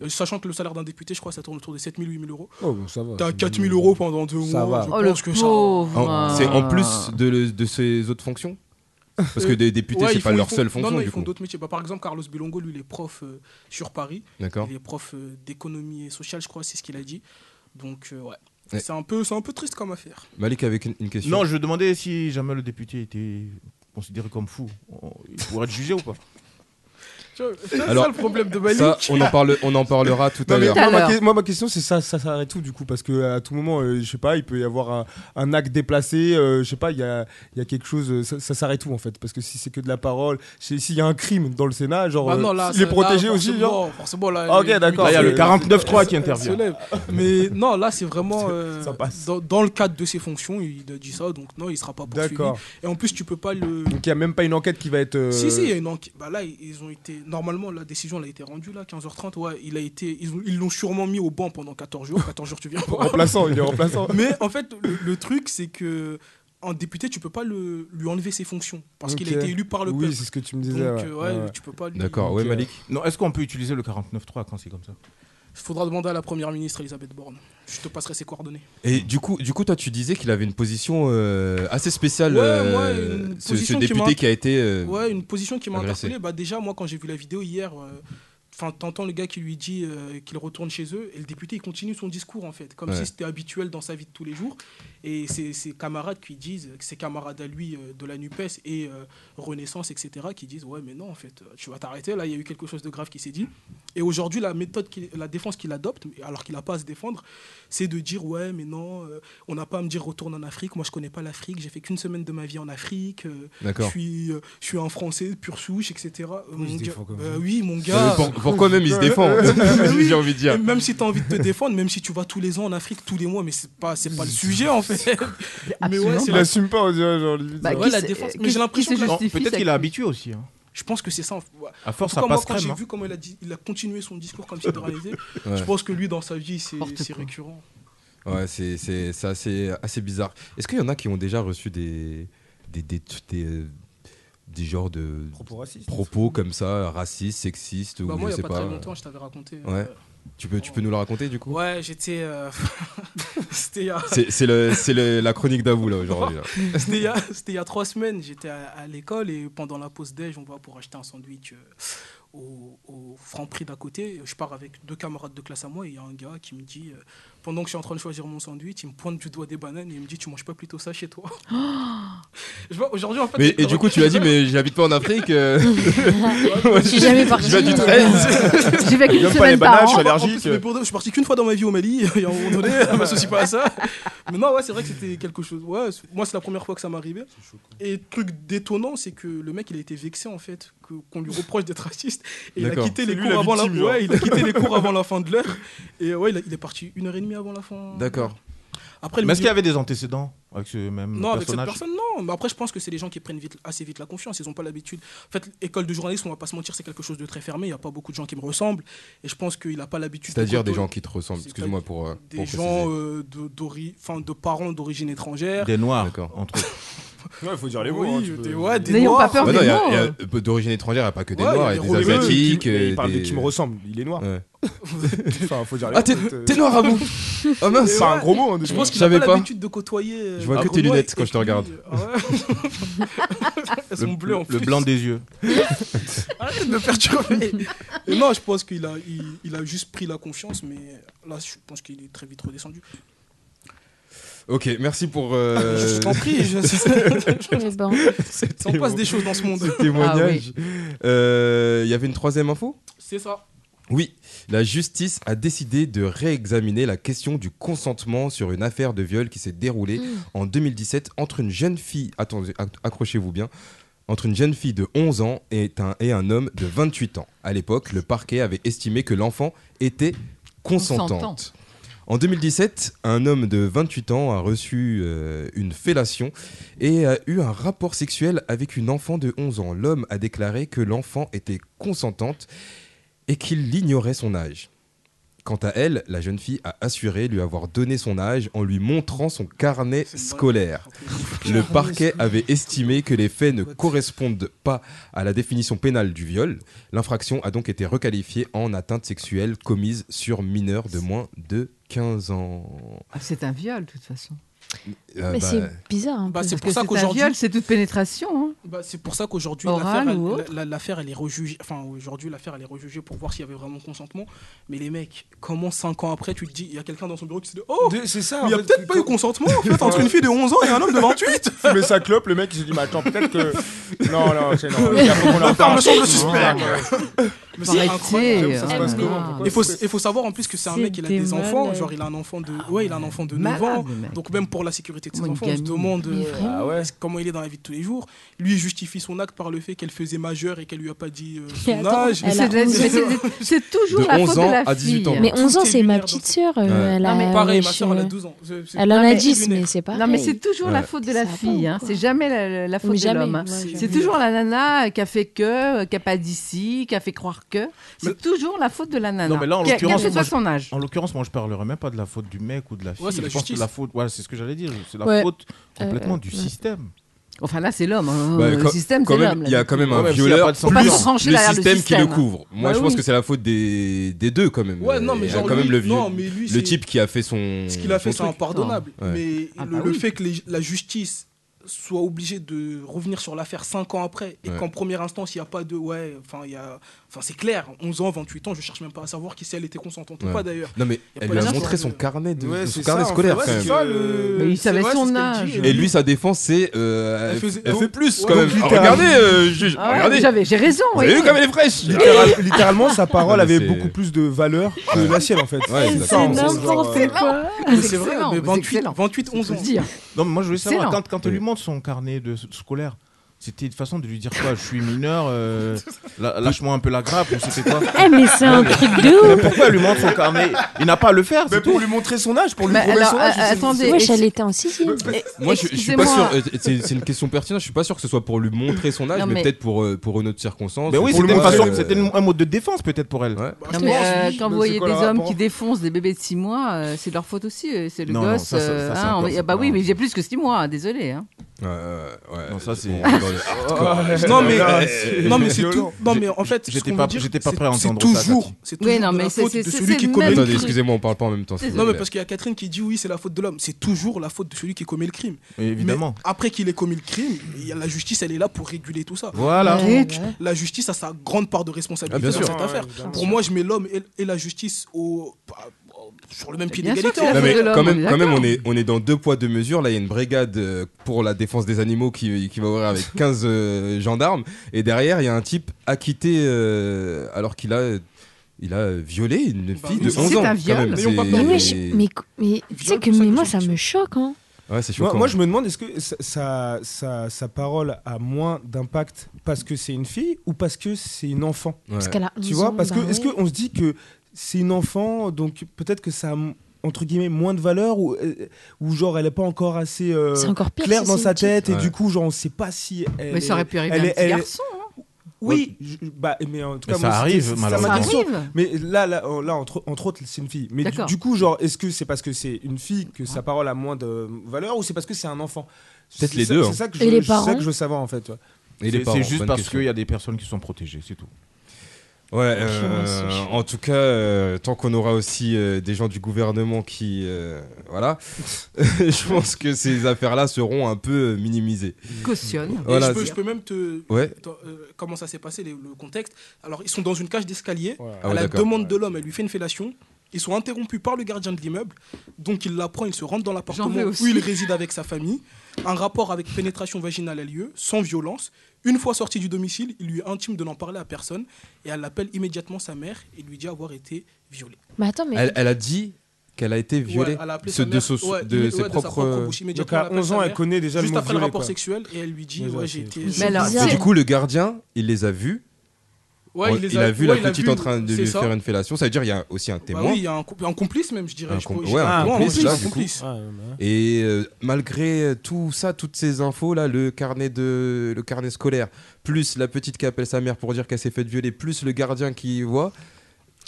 Speaker 5: Et- et sachant que le salaire d'un député, je crois, ça tourne autour des 7 000, 8 000 euros.
Speaker 4: Oh, bon, ça va.
Speaker 5: T'as
Speaker 4: c'est
Speaker 5: 4
Speaker 4: bon.
Speaker 5: 000 euros pendant deux
Speaker 4: Ça
Speaker 5: mois.
Speaker 4: va.
Speaker 5: Je
Speaker 7: Oh,
Speaker 5: pense
Speaker 7: le
Speaker 5: que ça.
Speaker 7: pauvre.
Speaker 1: En- C'est en plus de, le- de ses autres fonctions Parce que
Speaker 5: Euh,
Speaker 1: des députés,
Speaker 5: Ouais,
Speaker 1: c'est
Speaker 5: ils
Speaker 1: pas
Speaker 5: font-
Speaker 1: leur
Speaker 5: ils font-
Speaker 1: seule
Speaker 5: non,
Speaker 1: fonction,
Speaker 5: non,
Speaker 1: du
Speaker 5: ils font
Speaker 1: coup.
Speaker 5: d'autres métiers. Bah, par exemple, Carlos Bilongo, lui, il est prof euh, sur Paris.
Speaker 1: D'accord
Speaker 5: Il est prof euh, d'économie et sociale, je crois, c'est ce qu'il a dit. Donc, euh, ouais.
Speaker 1: Ouais.
Speaker 5: C'est un, peu, c'est un peu triste comme affaire.
Speaker 1: Malik avec une, une question.
Speaker 3: Non, je demandais si jamais le député était considéré comme fou. On- Il pourrait être jugé ou pas
Speaker 5: C'est
Speaker 1: Alors,
Speaker 5: ça le problème de Malik.
Speaker 1: ça, on en, parle, on en parlera tout
Speaker 4: Non,
Speaker 1: à
Speaker 4: mais
Speaker 1: l'heure.
Speaker 4: moi, ma
Speaker 7: Alors.
Speaker 4: que- moi, ma question, c'est ça, ça s'arrête tout du coup Parce que à tout moment, euh, je sais pas, il peut y avoir un, un acte déplacé, euh, je sais pas, il y a, il y a quelque chose, euh, ça, ça s'arrête tout en fait Parce que si c'est que de la parole, si- s'il y a un crime dans le Sénat, genre,
Speaker 5: Bah
Speaker 4: euh,
Speaker 5: non, là,
Speaker 4: il est
Speaker 5: ça-
Speaker 4: protégé
Speaker 5: là,
Speaker 4: aussi, genre.
Speaker 5: forcément, forcément, là,
Speaker 4: Ah, ok,
Speaker 5: les-
Speaker 4: d'accord.
Speaker 3: Là, il y a le
Speaker 4: c'est-
Speaker 3: 49-3 qui
Speaker 5: Elle se
Speaker 3: intervient.
Speaker 5: lève. euh, Mais non, là, c'est vraiment euh,
Speaker 4: Ça passe.
Speaker 5: dans, dans le cadre de ses fonctions, il a dit ça, donc non, il sera pas poursuivi.
Speaker 4: D'accord.
Speaker 5: Et en plus, tu peux pas le.
Speaker 4: Donc il y a même pas une enquête qui va être. euh,
Speaker 5: Si, si, il y a une enquête. Bah là, ils ont été. Normalement, la décision elle a été rendue là, 15h30. Ouais, il a été. Ils ont- ils l'ont sûrement mis au banc pendant 14 jours. 14 jours, tu viens pas.
Speaker 4: Remplaçant, il est remplaçant.
Speaker 5: Mais en fait, le, le truc, c'est que en député, tu peux pas le, lui enlever ses fonctions parce qu'il a
Speaker 4: Ok.
Speaker 5: été élu par le
Speaker 4: oui,
Speaker 5: peuple.
Speaker 4: c'est ce que tu me
Speaker 5: Donc,
Speaker 4: disais. ouais.
Speaker 5: euh, ouais,
Speaker 4: Ouais, ouais.
Speaker 5: tu peux pas lui.
Speaker 1: D'accord, ouais,
Speaker 4: Ok.
Speaker 1: Malik.
Speaker 3: Non, est-ce qu'on peut utiliser le 49-3 quand c'est comme ça
Speaker 5: Faudra demander à la première ministre Elisabeth Borne. Je te passerai ses coordonnées.
Speaker 1: Et du coup, du coup, toi, tu disais qu'il avait une position euh, assez spéciale,
Speaker 5: Ouais,
Speaker 1: euh,
Speaker 5: ouais, une
Speaker 1: ce- ce,
Speaker 5: position qui
Speaker 1: député
Speaker 5: m'a-
Speaker 1: qui a été. euh,
Speaker 5: Ouais, une position qui m'a
Speaker 1: agressé.
Speaker 5: interpellé. Bah déjà, moi, quand j'ai vu la vidéo hier, euh, enfin, t'entends le gars qui lui dit euh, qu'il retourne chez eux, et le député, il continue son discours en fait, comme
Speaker 1: Ouais.
Speaker 5: si c'était habituel dans sa vie de tous les jours. Et ses, ses camarades qui disent, ses camarades à lui euh, de la Nupes et euh, Renaissance, etc., qui disent ouais, mais non, en fait, euh, tu vas t'arrêter. Là, il y a eu quelque chose de grave qui s'est dit. Et aujourd'hui, la méthode, qu'il- la défense qu'il adopte, alors qu'il n'a pas à se défendre, c'est de dire ouais, mais non, euh, on n'a pas à me dire retourne en Afrique. Moi, je connais pas l'Afrique. J'ai fait qu'une semaine de ma vie en Afrique. euh, je
Speaker 1: D'accord.
Speaker 5: suis, euh, je suis un Français pur souche, etc. Euh,
Speaker 4: il se
Speaker 5: mon gars-
Speaker 4: défend comme
Speaker 5: euh,
Speaker 4: ça
Speaker 5: oui, mon
Speaker 1: Non,
Speaker 5: gars. euh,
Speaker 1: mais pour- pourquoi même il se défend J'ai envie de
Speaker 5: Et
Speaker 1: dire.
Speaker 5: même si tu as envie de te défendre, même si tu vas tous les ans en Afrique, tous les mois, mais c'est pas, c'est pas le sujet en fait. Mais ouais,
Speaker 7: Absolument
Speaker 5: c'est
Speaker 4: Il
Speaker 5: la-
Speaker 4: assume pas, on dirait, genre, limite.
Speaker 7: Bah,
Speaker 5: Ouais,
Speaker 7: qui
Speaker 5: la
Speaker 7: se-
Speaker 5: défense.
Speaker 7: euh,
Speaker 5: Mais
Speaker 7: qui-
Speaker 5: j'ai l'impression
Speaker 7: qui se
Speaker 5: que là-
Speaker 3: Non,
Speaker 7: justifie,
Speaker 3: Peut-être
Speaker 7: ça
Speaker 3: qu'il est habitué aussi. hein.
Speaker 5: Je pense que c'est ça. en fait. Ouais.
Speaker 3: À
Speaker 5: En
Speaker 3: force,
Speaker 5: tout
Speaker 3: ça
Speaker 5: cas, moi,
Speaker 3: passe
Speaker 5: quand
Speaker 3: crème.
Speaker 5: j'ai
Speaker 3: hein.
Speaker 5: vu comment il a, dit, il a continué son discours comme si de rien n'était, je
Speaker 1: Ouais.
Speaker 5: pense que lui, dans sa vie, c'est
Speaker 7: N'importe
Speaker 5: c'est
Speaker 7: quoi.
Speaker 5: récurrent.
Speaker 1: Ouais, c'est c'est- c'est assez, assez bizarre. Est-ce qu'il y en a qui ont déjà reçu des, des, des, des, euh, des genres de
Speaker 4: Propos racistes.
Speaker 1: propos comme ça, racistes, sexistes,
Speaker 5: Bah,
Speaker 1: ou
Speaker 5: moi, il
Speaker 1: je
Speaker 5: n'y a
Speaker 1: sais
Speaker 5: pas,
Speaker 1: pas.
Speaker 5: très longtemps, je t'avais raconté. euh,
Speaker 1: Ouais. Tu peux, tu peux nous le raconter du coup
Speaker 5: Ouais, j'étais. euh, C'était il y a-
Speaker 1: C'est c'est le- c'est le- la chronique d'Abou là aujourd'hui. là.
Speaker 5: C'était il, y a- c'était il y a trois semaines, j'étais à, à l'école et pendant la pause déj, on va pour acheter un sandwich euh, au, au Franprix d'à côté. Je pars avec deux camarades de classe à moi et il y a un gars qui me dit, euh, pendant que je suis en train de choisir mon sandwich, il me pointe du doigt des bananes et il me dit, tu manges pas plutôt ça chez toi Je vois, Aujourd'hui, en fait...
Speaker 1: Mais,
Speaker 5: j'ai
Speaker 1: et du coup, tu l'as dit, mais j'habite pas en Afrique. euh.
Speaker 6: Je suis jamais partie. euh,
Speaker 1: Je vais du 13.
Speaker 7: J'y vais qu'une
Speaker 3: J'aime pas les
Speaker 7: semaine par
Speaker 3: bananes, je
Speaker 7: an.
Speaker 3: suis
Speaker 5: En plus,
Speaker 3: allergique.
Speaker 5: mais pour de- je suis parti qu'une fois dans ma vie au Mali, et à un moment donné, je m'associe pas à ça. Mais non, ouais, c'est vrai que c'était quelque chose. Ouais, c'est- moi, c'est la première fois que ça m'arrivait. Et truc détonnant, c'est que le mec, il a été vexé en fait, que- qu'on lui reproche d'être raciste. Et il a
Speaker 1: D'accord.
Speaker 5: quitté
Speaker 3: C'est
Speaker 5: les
Speaker 3: lui
Speaker 5: cours
Speaker 3: la
Speaker 5: avant la
Speaker 3: victime, genre.
Speaker 5: ouais, il a quitté les cours avant la fin de l'heure. Et ouais, il, a- il est parti une heure et demie avant la fin.
Speaker 1: D'accord.
Speaker 5: Après, le
Speaker 3: Mais est-ce
Speaker 5: midi-
Speaker 3: qu'il y avait des antécédents avec ce même
Speaker 5: non, avec cette
Speaker 3: personnage
Speaker 5: personne, non. Mais après, je pense que c'est les gens qui prennent vite, assez vite la confiance. Ils n'ont pas l'habitude. En fait, l'école de journalisme, on va pas se mentir, c'est quelque chose de très fermé. Il n'y a pas beaucoup de gens qui me ressemblent. Et je pense qu'il n'a pas l'habitude. de
Speaker 1: C'est-à-dire des
Speaker 5: côtoyer-
Speaker 1: gens qui te ressemblent. Excuse-moi pour. euh,
Speaker 5: des
Speaker 1: pour
Speaker 5: gens euh, de, d'ori- enfin, de parents d'origine étrangère.
Speaker 3: Des noirs,
Speaker 1: D'accord.
Speaker 3: entre autres.
Speaker 4: Ouais, faut dire les
Speaker 5: Oui,
Speaker 4: mots. hein, tu peux-
Speaker 5: des- ouais, des
Speaker 7: N'ayons pas
Speaker 5: noirs.
Speaker 7: peur
Speaker 1: préciser.
Speaker 7: des
Speaker 1: Ouais, Bah non,
Speaker 7: mots.
Speaker 1: il y a-
Speaker 4: hein.
Speaker 7: euh.
Speaker 1: il y a- D'origine étrangère, il n'y a pas que des
Speaker 5: Ouais,
Speaker 1: noirs,
Speaker 5: il
Speaker 1: il y a
Speaker 5: y a
Speaker 1: des
Speaker 5: des Romains,
Speaker 1: asiatiques.
Speaker 4: Et
Speaker 1: euh,
Speaker 4: Il parle de
Speaker 1: des-
Speaker 4: qui me ressemble, il est noir.
Speaker 1: Ouais.
Speaker 4: Enfin, faut dire les
Speaker 1: Ah, t'es
Speaker 4: mots, euh,
Speaker 1: t'es noir à vous Oh mince
Speaker 4: C'est un gros mot. hein, déjà.
Speaker 5: Ah, Je pense
Speaker 1: Je
Speaker 5: qu'il n'a
Speaker 1: savais
Speaker 5: pas
Speaker 1: pas.
Speaker 5: l'habitude de côtoyer. euh,
Speaker 1: Je vois que
Speaker 5: un
Speaker 1: tes
Speaker 5: Renoir
Speaker 1: lunettes
Speaker 5: et
Speaker 1: quand je te
Speaker 5: puis,
Speaker 1: regarde.
Speaker 5: euh, ah ouais. Elles sont bleues en plus.
Speaker 3: Le blanc des yeux.
Speaker 5: Arrête de me perturber. Et non, je pense qu'il a, il, il a juste pris la confiance, mais là, je pense qu'il est très vite redescendu.
Speaker 1: Ok, merci pour. euh,
Speaker 5: Ah, Je t'en prie, je-
Speaker 6: Eh ben, Ah
Speaker 5: on passe des choses dans ce monde.
Speaker 1: ce témoignage. Euh, Il y avait une troisième info
Speaker 5: C'est ça.
Speaker 1: Oui, la justice a décidé de réexaminer la question du consentement sur une affaire de viol qui s'est déroulée
Speaker 6: Hmm.
Speaker 1: en 2017 entre une jeune fille, attendez, ac- accrochez-vous bien, entre une jeune fille de 11 ans et un, et un homme de 28 ans. À l'époque, le parquet avait estimé que l'enfant était consentante.
Speaker 7: Consentante.
Speaker 1: En 2017, un homme de 28 ans a reçu euh, une fellation et a eu un rapport sexuel avec une enfant de 11 ans. L'homme a déclaré que l'enfant était consentante et qu'il ignorait son âge. Quant à elle, la jeune fille a assuré lui avoir donné son âge en lui montrant son carnet
Speaker 5: C'est une bonne-
Speaker 1: scolaire. Le parquet avait estimé que les faits ne correspondent pas à la définition pénale du viol. L'infraction a donc été requalifiée en atteinte sexuelle commise sur mineur de moins de 15 ans.
Speaker 7: Ah, C'est un viol, de toute façon.
Speaker 1: Euh,
Speaker 6: mais
Speaker 1: bah,
Speaker 6: c'est bizarre. hein.
Speaker 5: Bah, c'est
Speaker 7: Parce
Speaker 5: pour
Speaker 7: que
Speaker 5: ça
Speaker 7: c'est un
Speaker 5: qu'aujourd'hui,
Speaker 7: viol, c'est toute pénétration. hein.
Speaker 5: Bah, c'est pour ça qu'aujourd'hui
Speaker 7: Oral
Speaker 5: l'affaire
Speaker 7: ou
Speaker 5: elle,
Speaker 7: autre
Speaker 5: la- la- l'affaire, elle est rejugée enfin aujourd'hui l'affaire elle est rejugée pour voir s'il y avait vraiment consentement mais les mecs comment 5 ans après tu te dis il y a quelqu'un dans son bureau qui se dit oh
Speaker 4: Des- C'est ça.
Speaker 5: mais il n'y a
Speaker 4: en fait,
Speaker 5: peut-être pas eu consentement en fait, entre une fille de 11 ans et un homme de 28
Speaker 4: fumer sa clope, le mec il se dit, mais attends, peut-être que. Non, non, c'est non. Il faut qu'on leur parle.
Speaker 5: me semble suspect. mais
Speaker 7: Faut
Speaker 5: c'est incroyable
Speaker 7: Arrêter.
Speaker 4: Ça se
Speaker 7: euh,
Speaker 4: passe
Speaker 7: ah,
Speaker 4: comment,
Speaker 7: non.
Speaker 4: pourquoi
Speaker 5: il faut, il faut savoir en plus que c'est un
Speaker 6: C'est
Speaker 5: mec, il a
Speaker 6: des
Speaker 5: des enfants,
Speaker 6: malades.
Speaker 5: genre il a un enfant de, ouais, il a un enfant de 9 ans,
Speaker 7: Ah Malade, le mec.
Speaker 5: donc même pour la sécurité de ses
Speaker 7: Une
Speaker 5: enfants, on se
Speaker 7: gamine.
Speaker 5: demande
Speaker 6: Mais
Speaker 5: euh,
Speaker 6: vraiment.
Speaker 4: Ah ouais.
Speaker 5: est-ce- comment il est dans la vie de tous les jours. Lui il justifie son acte par le fait qu'elle faisait majeure et qu'elle lui a pas dit euh,
Speaker 6: Mais
Speaker 5: son
Speaker 6: attends,
Speaker 5: âge.
Speaker 7: Mais
Speaker 6: Elle
Speaker 7: c'est
Speaker 6: a
Speaker 7: de la-
Speaker 6: 11
Speaker 7: mais c'est- c'est- C'est toujours
Speaker 1: De
Speaker 7: la
Speaker 1: 11
Speaker 7: faute de
Speaker 1: ans
Speaker 7: la
Speaker 1: à 18 ans.
Speaker 7: fille.
Speaker 6: Mais 11 ans,
Speaker 5: Tout est
Speaker 6: c'est ma
Speaker 5: lunaire
Speaker 6: petite
Speaker 5: dans-
Speaker 6: sœur. euh,
Speaker 1: Ouais.
Speaker 6: Elle a,
Speaker 7: Non, mais
Speaker 5: Pareil,
Speaker 6: je-
Speaker 5: ma soeur elle a 12 ans. C'est- c'est-
Speaker 6: elle en
Speaker 7: Non,
Speaker 6: a
Speaker 7: mais
Speaker 6: 10,
Speaker 5: lunaire.
Speaker 6: mais c'est pas.
Speaker 7: Non, mais c'est toujours la
Speaker 1: Ouais.
Speaker 7: faute de la
Speaker 6: Ça va
Speaker 7: fille.
Speaker 6: ou
Speaker 7: hein.
Speaker 6: quoi
Speaker 7: C'est jamais la, la faute de
Speaker 6: jamais.
Speaker 7: l'homme. hein.
Speaker 6: ouais,
Speaker 5: C'est
Speaker 6: jamais.
Speaker 7: C'est toujours la nana euh, qui a fait que, euh, qui a pas d'ici, qui a fait croire que.
Speaker 3: Mais-
Speaker 7: C'est toujours la faute de la nana.
Speaker 3: Non, mais là, en
Speaker 7: Quel-
Speaker 3: l'occurrence,
Speaker 7: quel que
Speaker 3: moi,
Speaker 7: soit son âge.
Speaker 3: En l'occurrence, moi, je parlerai même pas de la faute du mec ou de la fille.
Speaker 5: Ouais, c'est la
Speaker 3: je pense que
Speaker 5: justice.
Speaker 3: la faute, voilà, c'est ce que j'allais dire. C'est la
Speaker 6: Ouais.
Speaker 3: faute complètement
Speaker 6: Euh,
Speaker 3: du
Speaker 6: ouais.
Speaker 3: système.
Speaker 7: Enfin, là, c'est l'homme. hein.
Speaker 1: Bah,
Speaker 7: le
Speaker 1: quand-
Speaker 7: système,
Speaker 1: quand
Speaker 7: c'est
Speaker 1: même,
Speaker 7: l'homme.
Speaker 1: il y a
Speaker 7: là.
Speaker 1: quand même un
Speaker 3: Ouais, même s'il y a
Speaker 1: violeur
Speaker 3: pas de
Speaker 1: plus
Speaker 3: Faut pas
Speaker 1: le
Speaker 3: se
Speaker 7: trancher derrière le
Speaker 1: système, qui le
Speaker 7: système.
Speaker 1: couvre. Moi,
Speaker 7: Bah
Speaker 1: je pense
Speaker 7: oui.
Speaker 1: que c'est la faute des, des deux quand même.
Speaker 5: Ouais, non,
Speaker 1: Euh,
Speaker 5: mais
Speaker 1: il y a
Speaker 5: genre
Speaker 1: quand même
Speaker 5: lui-
Speaker 1: le vieux-
Speaker 5: non, mais lui,
Speaker 1: le
Speaker 5: c'est-
Speaker 1: type qui a fait son.
Speaker 5: ce qu'il a fait,
Speaker 1: son
Speaker 5: c'est
Speaker 1: truc.
Speaker 5: impardonnable.
Speaker 1: Ouais.
Speaker 5: Mais
Speaker 7: Ah
Speaker 5: le,
Speaker 7: bah
Speaker 5: le
Speaker 7: oui.
Speaker 5: fait que les- la justice soit obligée de revenir sur l'affaire 5 ans après et
Speaker 1: Ouais.
Speaker 5: qu'en première instance, il n'y a pas de. Ouais, enfin, il y a. Enfin, c'est clair, 11 ans, 28 ans, je cherche même pas à savoir qui si elle était consentante
Speaker 1: Ouais.
Speaker 5: ou pas d'ailleurs.
Speaker 1: Non, mais
Speaker 5: Y a
Speaker 1: elle
Speaker 5: pas
Speaker 1: lui
Speaker 5: de
Speaker 1: a
Speaker 5: raison.
Speaker 1: montré son carnet, de,
Speaker 4: Ouais,
Speaker 1: son
Speaker 4: c'est
Speaker 1: carnet
Speaker 4: ça, en
Speaker 1: scolaire
Speaker 4: fait,
Speaker 1: quand
Speaker 4: ouais,
Speaker 1: même.
Speaker 4: c'est ça, le-
Speaker 7: Mais il
Speaker 5: C'est
Speaker 7: savait
Speaker 5: vrai, c'est
Speaker 7: son
Speaker 5: ce qu'elle
Speaker 7: âge.
Speaker 5: dit,
Speaker 7: Et
Speaker 5: euh,
Speaker 1: Et lui, sa défense, c'est. euh,
Speaker 5: Elle
Speaker 1: elle,
Speaker 5: faisait-
Speaker 1: elle fait plus
Speaker 5: Ouais,
Speaker 1: quand même.
Speaker 5: donc,
Speaker 1: Ah,
Speaker 4: littéralement.
Speaker 1: regardez, euh, juge,
Speaker 7: Ah ouais,
Speaker 1: regardez.
Speaker 7: j'avais- J'ai raison.
Speaker 1: Vous
Speaker 7: oui.
Speaker 1: avez vu comme elle est fraîche
Speaker 4: Littéral- littéralement, sa
Speaker 1: Non,
Speaker 4: parole
Speaker 1: mais
Speaker 4: avait
Speaker 1: c'est-
Speaker 4: beaucoup plus de valeur que
Speaker 1: Ouais.
Speaker 4: la sienne en fait.
Speaker 1: Ouais,
Speaker 4: C'est
Speaker 1: exactement.
Speaker 4: ça, en
Speaker 1: C'est
Speaker 4: gros, genre, euh,
Speaker 6: quoi.
Speaker 7: Ah, C'est
Speaker 5: C'est vrai,
Speaker 7: excellent,
Speaker 5: mais
Speaker 7: c'est
Speaker 5: 28,
Speaker 7: excellent.
Speaker 5: 28 11
Speaker 7: Faut
Speaker 5: ans.
Speaker 7: le dire.
Speaker 3: Non, mais moi, je voulais savoir,
Speaker 7: Excellent.
Speaker 3: quand, quand on
Speaker 1: Oui.
Speaker 3: lui montre son carnet de s- scolaire, c'était une façon de lui dire quoi Je suis mineur, euh, la- lâche-moi un peu la grappe, ou c'était quoi
Speaker 6: Eh, mais c'est un truc de
Speaker 3: Mais
Speaker 6: ouf.
Speaker 3: pourquoi elle lui montre son carnet Il n'a pas à le faire,
Speaker 4: Mais
Speaker 3: c'est
Speaker 4: pour
Speaker 3: tout.
Speaker 4: lui montrer son âge, pour lui
Speaker 7: Mais
Speaker 4: prouver
Speaker 7: alors,
Speaker 4: son âge.
Speaker 7: euh,
Speaker 4: c'est-
Speaker 7: attendez.
Speaker 6: Wesh, elle était en 6
Speaker 1: Moi, je, je suis pas sûr. euh, C'est c'est une question pertinente. Je suis pas sûr que ce soit pour lui montrer son âge,
Speaker 7: Non,
Speaker 1: mais,
Speaker 7: mais-
Speaker 1: peut-être pour, euh, pour une autre circonstance.
Speaker 3: Mais oui,
Speaker 1: Pour
Speaker 3: c'était
Speaker 1: lui
Speaker 3: une
Speaker 1: montrer,
Speaker 3: façon,
Speaker 1: euh,
Speaker 3: c'était une- un mode de défense peut-être pour elle.
Speaker 1: ouais.
Speaker 7: Non, mais euh,
Speaker 4: oui,
Speaker 7: quand
Speaker 4: mais
Speaker 7: vous voyez
Speaker 4: c'est
Speaker 7: des
Speaker 4: quoi le
Speaker 7: hommes
Speaker 4: rapport
Speaker 7: qui défoncent des bébés de 6 mois, euh, c'est de leur faute aussi. euh, c'est le
Speaker 3: Non, non,
Speaker 7: gosse.
Speaker 3: ça, ça- ça,
Speaker 7: euh,
Speaker 3: c'est
Speaker 7: hein,
Speaker 3: encore-
Speaker 7: on- ah bah oui, mais j'ai plus que 6 mois, hein, désolé. hein.
Speaker 1: Euh, ouais.
Speaker 3: Non, ça, c'est-
Speaker 1: Bon, dans les-
Speaker 5: Non mais,
Speaker 3: Là,
Speaker 5: euh, non mais c'est
Speaker 3: violent.
Speaker 5: tout. Non mais en fait,
Speaker 3: J'étais
Speaker 5: ce qu'on
Speaker 3: pas-
Speaker 5: veut dire,
Speaker 3: j'étais pas
Speaker 5: c'est-
Speaker 3: prêt à
Speaker 5: C'est
Speaker 3: entendre ça,
Speaker 5: toujours,
Speaker 3: Tati.
Speaker 5: c'est
Speaker 7: Oui,
Speaker 5: toujours
Speaker 7: non,
Speaker 5: de
Speaker 7: mais
Speaker 5: la
Speaker 7: c'est-
Speaker 5: faute
Speaker 7: c'est-
Speaker 5: de
Speaker 7: c'est
Speaker 5: celui
Speaker 7: le
Speaker 5: qui
Speaker 7: même
Speaker 5: commet le
Speaker 1: Attendez,
Speaker 5: crime.
Speaker 1: excusez-moi, on parle pas en même temps. s'il vous
Speaker 5: Non mais
Speaker 1: plaît.
Speaker 5: parce qu'il y a Catherine qui dit oui, c'est la faute de l'homme. C'est toujours la faute de celui qui commet le crime.
Speaker 3: Et Évidemment.
Speaker 5: Mais après qu'il ait commis le crime, il y a la justice, elle est là pour réguler tout ça.
Speaker 3: Voilà.
Speaker 6: Ouais,
Speaker 5: Donc,
Speaker 6: bah ouais.
Speaker 5: la justice a sa grande part de
Speaker 1: Ah,
Speaker 5: responsabilité
Speaker 1: bien sûr.
Speaker 5: dans cette affaire. Pour moi, je mets l'homme et, et la justice au, bah, sur le même pied
Speaker 7: Bien sûr
Speaker 5: d'égalité.
Speaker 7: que
Speaker 5: en
Speaker 7: c'est
Speaker 1: Non,
Speaker 5: fait.
Speaker 1: mais
Speaker 7: faute de l'homme,
Speaker 1: quand
Speaker 7: on
Speaker 1: même,
Speaker 7: est
Speaker 1: quand même, on
Speaker 7: d'accord.
Speaker 1: est, on est dans deux poids, deux mesures. Là, il y a une brigade euh, pour la défense des animaux qui, qui va ouvrir avec 15 euh, gendarmes. Et derrière, il y a un type acquitté euh, alors qu'il a, il a violé une
Speaker 5: Bah
Speaker 1: fille
Speaker 5: oui,
Speaker 1: de
Speaker 5: c'est
Speaker 1: 11 ans.
Speaker 7: un
Speaker 1: Quand
Speaker 7: viol.
Speaker 1: même.
Speaker 5: Mais on parle pas
Speaker 6: Mais,
Speaker 5: de-
Speaker 1: c'est-
Speaker 6: ouais, je- mais, mais tu sais
Speaker 5: Viol,
Speaker 6: que
Speaker 5: tout ça,
Speaker 6: mais moi,
Speaker 5: c'est
Speaker 6: ça me
Speaker 5: une
Speaker 6: choque. Hein.
Speaker 1: Ouais, c'est choquant.
Speaker 4: Moi, moi, je me demande, est-ce que sa, sa, sa- sa parole a moins d'impact parce que c'est une fille ou parce que c'est une enfant
Speaker 1: Ouais.
Speaker 6: Parce qu'elle a 11
Speaker 4: Tu vois
Speaker 6: ans,
Speaker 4: Parce que
Speaker 6: bah
Speaker 4: est-ce
Speaker 6: ouais.
Speaker 4: qu'on se dit que c'est une enfant, donc peut-être que ça a entre guillemets moins de valeur ou, euh, ou genre elle est pas encore assez euh,
Speaker 6: C'est encore pire.
Speaker 4: claire
Speaker 6: si
Speaker 4: dans
Speaker 6: c'est
Speaker 4: sa
Speaker 6: une petite.
Speaker 4: tête et
Speaker 1: Ouais.
Speaker 4: du coup genre on sait pas si elle
Speaker 7: Mais ça aurait
Speaker 4: est-
Speaker 7: pu arriver
Speaker 4: elle
Speaker 7: à un
Speaker 4: est-
Speaker 7: petit
Speaker 4: elle est-
Speaker 7: garçon. hein.
Speaker 4: oui je- je- bah, mais en tout
Speaker 3: Mais
Speaker 4: cas
Speaker 3: ça
Speaker 4: moi,
Speaker 3: arrive,
Speaker 4: c'était-
Speaker 7: Ça
Speaker 3: malheureusement.
Speaker 4: m'a déçu.
Speaker 7: arrive.
Speaker 4: mais là, là, euh, là, entre, entre autres, c'est une fille. Mais du,
Speaker 7: D'accord.
Speaker 4: du coup, genre, est-ce que c'est parce que c'est une fille que sa parole a moins de valeur ou c'est parce que c'est un enfant
Speaker 1: Peut-être
Speaker 4: C'est
Speaker 1: les
Speaker 4: ça-
Speaker 1: deux, hein.
Speaker 4: C'est ça que je,
Speaker 6: Et les
Speaker 4: c'est ça
Speaker 6: parents
Speaker 4: que je veux savoir en fait. ouais.
Speaker 1: Et les
Speaker 3: C'est-
Speaker 1: parents,
Speaker 3: C'est juste
Speaker 1: bonne
Speaker 3: parce
Speaker 1: question.
Speaker 3: qu'il y a des personnes qui sont protégées, c'est tout.
Speaker 1: Ouais,
Speaker 6: Purée,
Speaker 1: euh,
Speaker 6: c'est chaud.
Speaker 1: en tout cas, euh, tant qu'on aura aussi euh, des gens du gouvernement qui. euh, voilà. je pense que ces affaires-là seront un peu euh, minimisées.
Speaker 7: Cautionne.
Speaker 5: Et
Speaker 1: Voilà,
Speaker 5: je, peux,
Speaker 1: c'est-
Speaker 5: je peux même te.
Speaker 1: Ouais.
Speaker 5: te- euh, comment ça s'est passé, les- le contexte Alors, ils sont dans une cage d'escalier.
Speaker 1: Ah
Speaker 5: à
Speaker 1: ouais,
Speaker 5: la
Speaker 1: d'accord.
Speaker 5: demande de l'homme, elle lui fait une fellation. Ils sont interrompus par le gardien de l'immeuble. Donc il la prend, il se rentre dans
Speaker 7: J'en
Speaker 5: l'appartement
Speaker 7: veux
Speaker 5: où
Speaker 7: aussi.
Speaker 5: il réside avec sa famille. Un rapport avec pénétration vaginale a lieu, sans violence. Une fois sorti du domicile, il lui intime de n'en parler à personne. Et elle appelle immédiatement sa mère et lui dit avoir été violée.
Speaker 6: Mais attends, mais
Speaker 1: Elle, elle a dit qu'elle a été violée
Speaker 5: Ouais, elle a appelé
Speaker 1: ce-
Speaker 5: sa
Speaker 1: de,
Speaker 5: mère,
Speaker 1: so-
Speaker 5: ouais,
Speaker 1: de
Speaker 5: immé- ouais,
Speaker 1: ses
Speaker 5: sa
Speaker 1: propres.
Speaker 5: propre bouche.
Speaker 4: Donc
Speaker 5: Immédiatement, elle
Speaker 4: à
Speaker 5: appelle
Speaker 4: 11
Speaker 5: sa
Speaker 4: ans, elle
Speaker 5: mère,
Speaker 4: connaît déjà
Speaker 5: Juste
Speaker 4: le mot
Speaker 5: après le
Speaker 4: violer,
Speaker 5: rapport
Speaker 4: quoi.
Speaker 5: sexuel, et elle lui dit
Speaker 4: Déjà,
Speaker 5: Ouais,
Speaker 4: c'est-
Speaker 5: j'ai été.
Speaker 6: Mais
Speaker 7: Mais alors,
Speaker 1: Et
Speaker 6: bizarre.
Speaker 1: du coup, le gardien, il les a vus.
Speaker 5: Ouais,
Speaker 1: il,
Speaker 5: les
Speaker 1: a vu
Speaker 5: ouais, il
Speaker 1: la petite
Speaker 5: vu,
Speaker 1: en train de
Speaker 5: c'est
Speaker 1: lui
Speaker 5: ça.
Speaker 1: faire une fellation. Ça veut dire qu'il y a aussi un
Speaker 5: Bah
Speaker 1: témoin.
Speaker 5: oui, il y a un, co- un complice même, je dirais.
Speaker 1: Un
Speaker 5: je pourrais-
Speaker 1: com-
Speaker 5: je-
Speaker 1: ouais, un
Speaker 5: un
Speaker 4: complice,
Speaker 5: complice,
Speaker 4: là,
Speaker 5: un
Speaker 1: du coup.
Speaker 5: complice.
Speaker 4: Ouais, ouais.
Speaker 1: Et euh, malgré tout ça, toutes ces infos là, le carnet de le carnet scolaire, plus la petite qui appelle sa mère pour dire qu'elle s'est faite violer, plus le gardien qui voit.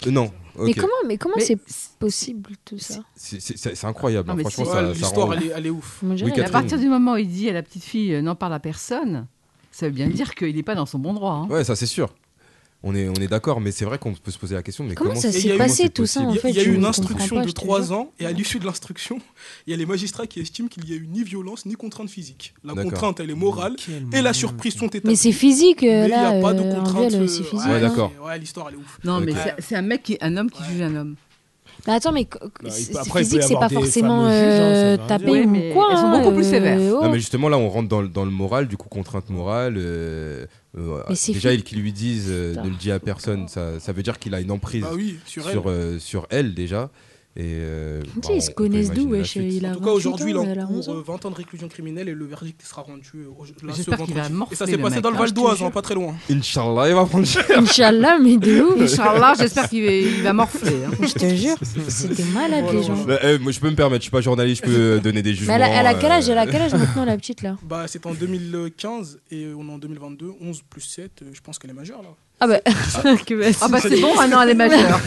Speaker 1: Euh, non.
Speaker 6: mais
Speaker 1: ok.
Speaker 6: comment, mais comment
Speaker 7: Mais
Speaker 6: c'est possible tout ça
Speaker 1: C'est- C'est c'est- c'est incroyable.
Speaker 7: Non,
Speaker 1: hein.
Speaker 7: mais
Speaker 1: Franchement,
Speaker 7: c'est-
Speaker 1: ça- ça,
Speaker 5: Ouais, L'histoire,
Speaker 1: rend-
Speaker 5: elle, est- elle est ouf.
Speaker 6: Moi, je dirais,
Speaker 1: Oui,
Speaker 7: À
Speaker 6: elle a-
Speaker 1: Catherine.
Speaker 7: partir du moment où il dit à la petite fille euh, n'en parle à personne, ça veut bien dire qu'il n'est pas dans son bon droit. hein.
Speaker 1: Ouais, ça c'est sûr. On est on est d'accord, mais c'est vrai qu'on peut se poser la question. Mais
Speaker 6: Comment
Speaker 1: comment
Speaker 6: ça
Speaker 1: c'est-
Speaker 5: il y a
Speaker 6: s'est
Speaker 5: eu-
Speaker 6: passé
Speaker 1: c'est
Speaker 6: tout ça
Speaker 1: possible
Speaker 6: en
Speaker 5: Il y a-
Speaker 6: fait
Speaker 5: il y a
Speaker 6: je
Speaker 5: eu une
Speaker 6: comprends
Speaker 5: instruction
Speaker 6: pas,
Speaker 5: de
Speaker 6: je te
Speaker 5: 3
Speaker 6: jure.
Speaker 5: ans et à l'issue de l'instruction, il y a les magistrats qui estiment qu'il n'y a eu ni violence ni contrainte physique. La
Speaker 1: D'accord.
Speaker 5: contrainte, elle est morale et la surprise sont établies.
Speaker 6: Mais c'est physique
Speaker 5: Mais
Speaker 6: euh,
Speaker 5: il n'y
Speaker 6: là.
Speaker 5: a pas de
Speaker 6: euh, un
Speaker 5: contrainte.
Speaker 6: viol,
Speaker 5: euh,
Speaker 6: c'est physique.
Speaker 1: Ouais,
Speaker 6: hein.
Speaker 1: d'accord.
Speaker 5: c'est- Ouais, l'histoire, elle est ouf.
Speaker 7: Non, mais
Speaker 1: Ok.
Speaker 7: c'est- c'est un mec qui, un homme qui
Speaker 5: Ouais.
Speaker 7: juge un homme. Bah,
Speaker 6: Mais attends, mais co-
Speaker 1: Bah,
Speaker 4: il
Speaker 6: c'est-
Speaker 4: peut- après, il peut y
Speaker 6: physique, c'est
Speaker 4: avoir
Speaker 6: pas
Speaker 4: des
Speaker 6: forcément
Speaker 4: fameux juges, hein, ça
Speaker 6: euh,
Speaker 4: veut rien dire.
Speaker 6: taper
Speaker 7: Ouais,
Speaker 6: ou
Speaker 7: mais
Speaker 6: quoi.
Speaker 7: elles sont
Speaker 6: hein,
Speaker 7: beaucoup plus
Speaker 6: euh,
Speaker 7: sévères.
Speaker 6: oh.
Speaker 1: Non mais justement là on rentre dans, le- dans le moral, du coup contrainte morale. euh, euh,
Speaker 6: Mais c'est
Speaker 1: déjà
Speaker 6: fi-
Speaker 1: il qu'ils lui disent euh,
Speaker 6: Putain.
Speaker 1: ne le dis à personne, ça, ça veut dire qu'il a une emprise
Speaker 5: Bah oui, sur elle.
Speaker 1: sur, euh, sur elle déjà. Et euh,
Speaker 6: Tu
Speaker 1: bah,
Speaker 6: sais,
Speaker 1: on-
Speaker 6: ils se
Speaker 1: on peut
Speaker 6: connaissent
Speaker 1: imaginer
Speaker 6: d'où,
Speaker 1: la
Speaker 6: wesh, euh,
Speaker 1: suite.
Speaker 6: il a
Speaker 5: En tout
Speaker 6: 28
Speaker 5: cas, aujourd'hui, il
Speaker 6: ans, elle a
Speaker 5: encourt
Speaker 6: 11 ans.
Speaker 5: euh, 20 ans de réclusion criminelle et le verdict qui sera rendu euh, au- là, ce
Speaker 7: J'espère qu'il va
Speaker 5: vendredi. Et ça
Speaker 7: morfler,
Speaker 5: s'est
Speaker 7: le
Speaker 5: passé
Speaker 7: mec,
Speaker 5: dans le
Speaker 6: Ah,
Speaker 7: hein,
Speaker 5: Val
Speaker 7: je te
Speaker 5: d'Oise, hein,
Speaker 7: jure.
Speaker 5: pas très loin.
Speaker 1: Inch'Allah, il va prendre cher.
Speaker 6: Inch'Allah, mais de ouf.
Speaker 7: Inch'Allah, j'espère qu'il va- il va morfler. hein.
Speaker 6: Je te jure, c'était malade les gens.
Speaker 1: Bah, eh, moi, je peux me permettre, je suis pas journaliste, je peux euh, donner des
Speaker 6: Mais
Speaker 1: jugements.
Speaker 6: elle a, elle a quel âge
Speaker 1: euh,
Speaker 6: Elle a quel âge maintenant la petite là
Speaker 5: Bah, c'était en 2015 et on est en 2022. 11 plus 7, euh, je pense qu'elle est majeure là.
Speaker 6: Ah bah,
Speaker 7: Ah bah c'est bon, ah non, elle est majeure.
Speaker 5: Ah,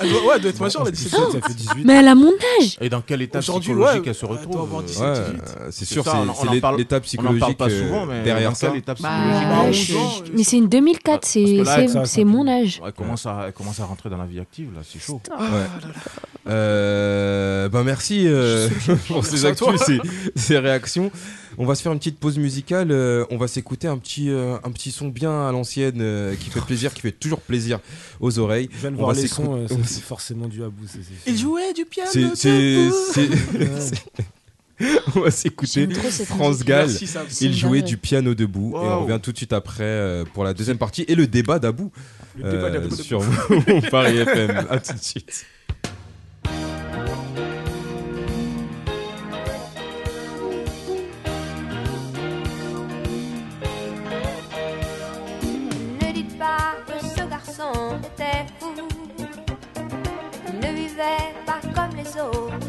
Speaker 5: Elle doit, ouais, elle doit être majeure, elle a 17 ans.
Speaker 4: Ça fait 18.
Speaker 6: mais elle a mon âge.
Speaker 3: Et dans quel état
Speaker 5: Aujourd'hui,
Speaker 3: psychologique
Speaker 5: ouais,
Speaker 3: elle se
Speaker 5: elle doit
Speaker 3: retrouve
Speaker 5: avoir
Speaker 3: euh,
Speaker 5: 17
Speaker 1: Ouais,
Speaker 5: c'est vite.
Speaker 1: euh, c'est
Speaker 3: C'est
Speaker 1: sûr,
Speaker 3: ça, on en-
Speaker 1: c'est
Speaker 3: on en
Speaker 1: l'é-
Speaker 3: parle-
Speaker 1: l'état
Speaker 3: On n'en
Speaker 1: psychologique
Speaker 3: parle pas
Speaker 1: euh,
Speaker 3: souvent, mais
Speaker 1: derrière
Speaker 3: dans
Speaker 1: ça.
Speaker 3: quel état
Speaker 7: Bah,
Speaker 3: psychologique elle
Speaker 5: ouais,
Speaker 3: est
Speaker 5: je-
Speaker 3: aujourd'hui
Speaker 5: je-
Speaker 6: Ah, mais c'est une 2004, c'est
Speaker 3: Parce que là,
Speaker 6: c'est-
Speaker 4: ça, ça
Speaker 6: c'est mon âge.
Speaker 3: Elle commence, à, elle commence à rentrer dans la vie active, là, c'est chaud.
Speaker 1: Ouais.
Speaker 7: oh
Speaker 1: Euh, bah merci euh, pour ces
Speaker 5: Merci à toi.
Speaker 1: actus, ces, ces réactions. On va se faire une petite pause musicale. euh, on va s'écouter un petit euh, un petit son bien à l'ancienne euh, qui fait plaisir, qui fait toujours plaisir aux oreilles.
Speaker 4: Je viens de
Speaker 1: On
Speaker 4: voir
Speaker 1: va
Speaker 4: les
Speaker 1: s'écouter-
Speaker 4: sons, euh,
Speaker 1: on va
Speaker 4: c'est
Speaker 1: s-
Speaker 4: c'est forcément du Abou. c'est- c'est-
Speaker 5: Il jouait du piano.
Speaker 1: C'est c'est
Speaker 5: debout.
Speaker 1: c'est- c'est- on va s'écouter
Speaker 6: J'aime trop cette
Speaker 1: France
Speaker 6: musique.
Speaker 1: Gall.
Speaker 5: Merci, Sam.
Speaker 6: C'est
Speaker 1: Il
Speaker 6: une
Speaker 1: jouait
Speaker 6: dinguerie.
Speaker 1: du piano debout et on
Speaker 3: Wow.
Speaker 1: revient tout de suite après euh, pour la deuxième partie et le débat d'Abou
Speaker 4: Le débat
Speaker 1: euh,
Speaker 4: d'Abou.
Speaker 1: sur mon Paris FM. À tout de suite.
Speaker 8: Ne dites pas que ce garçon était fou. Il ne vivait pas comme les autres,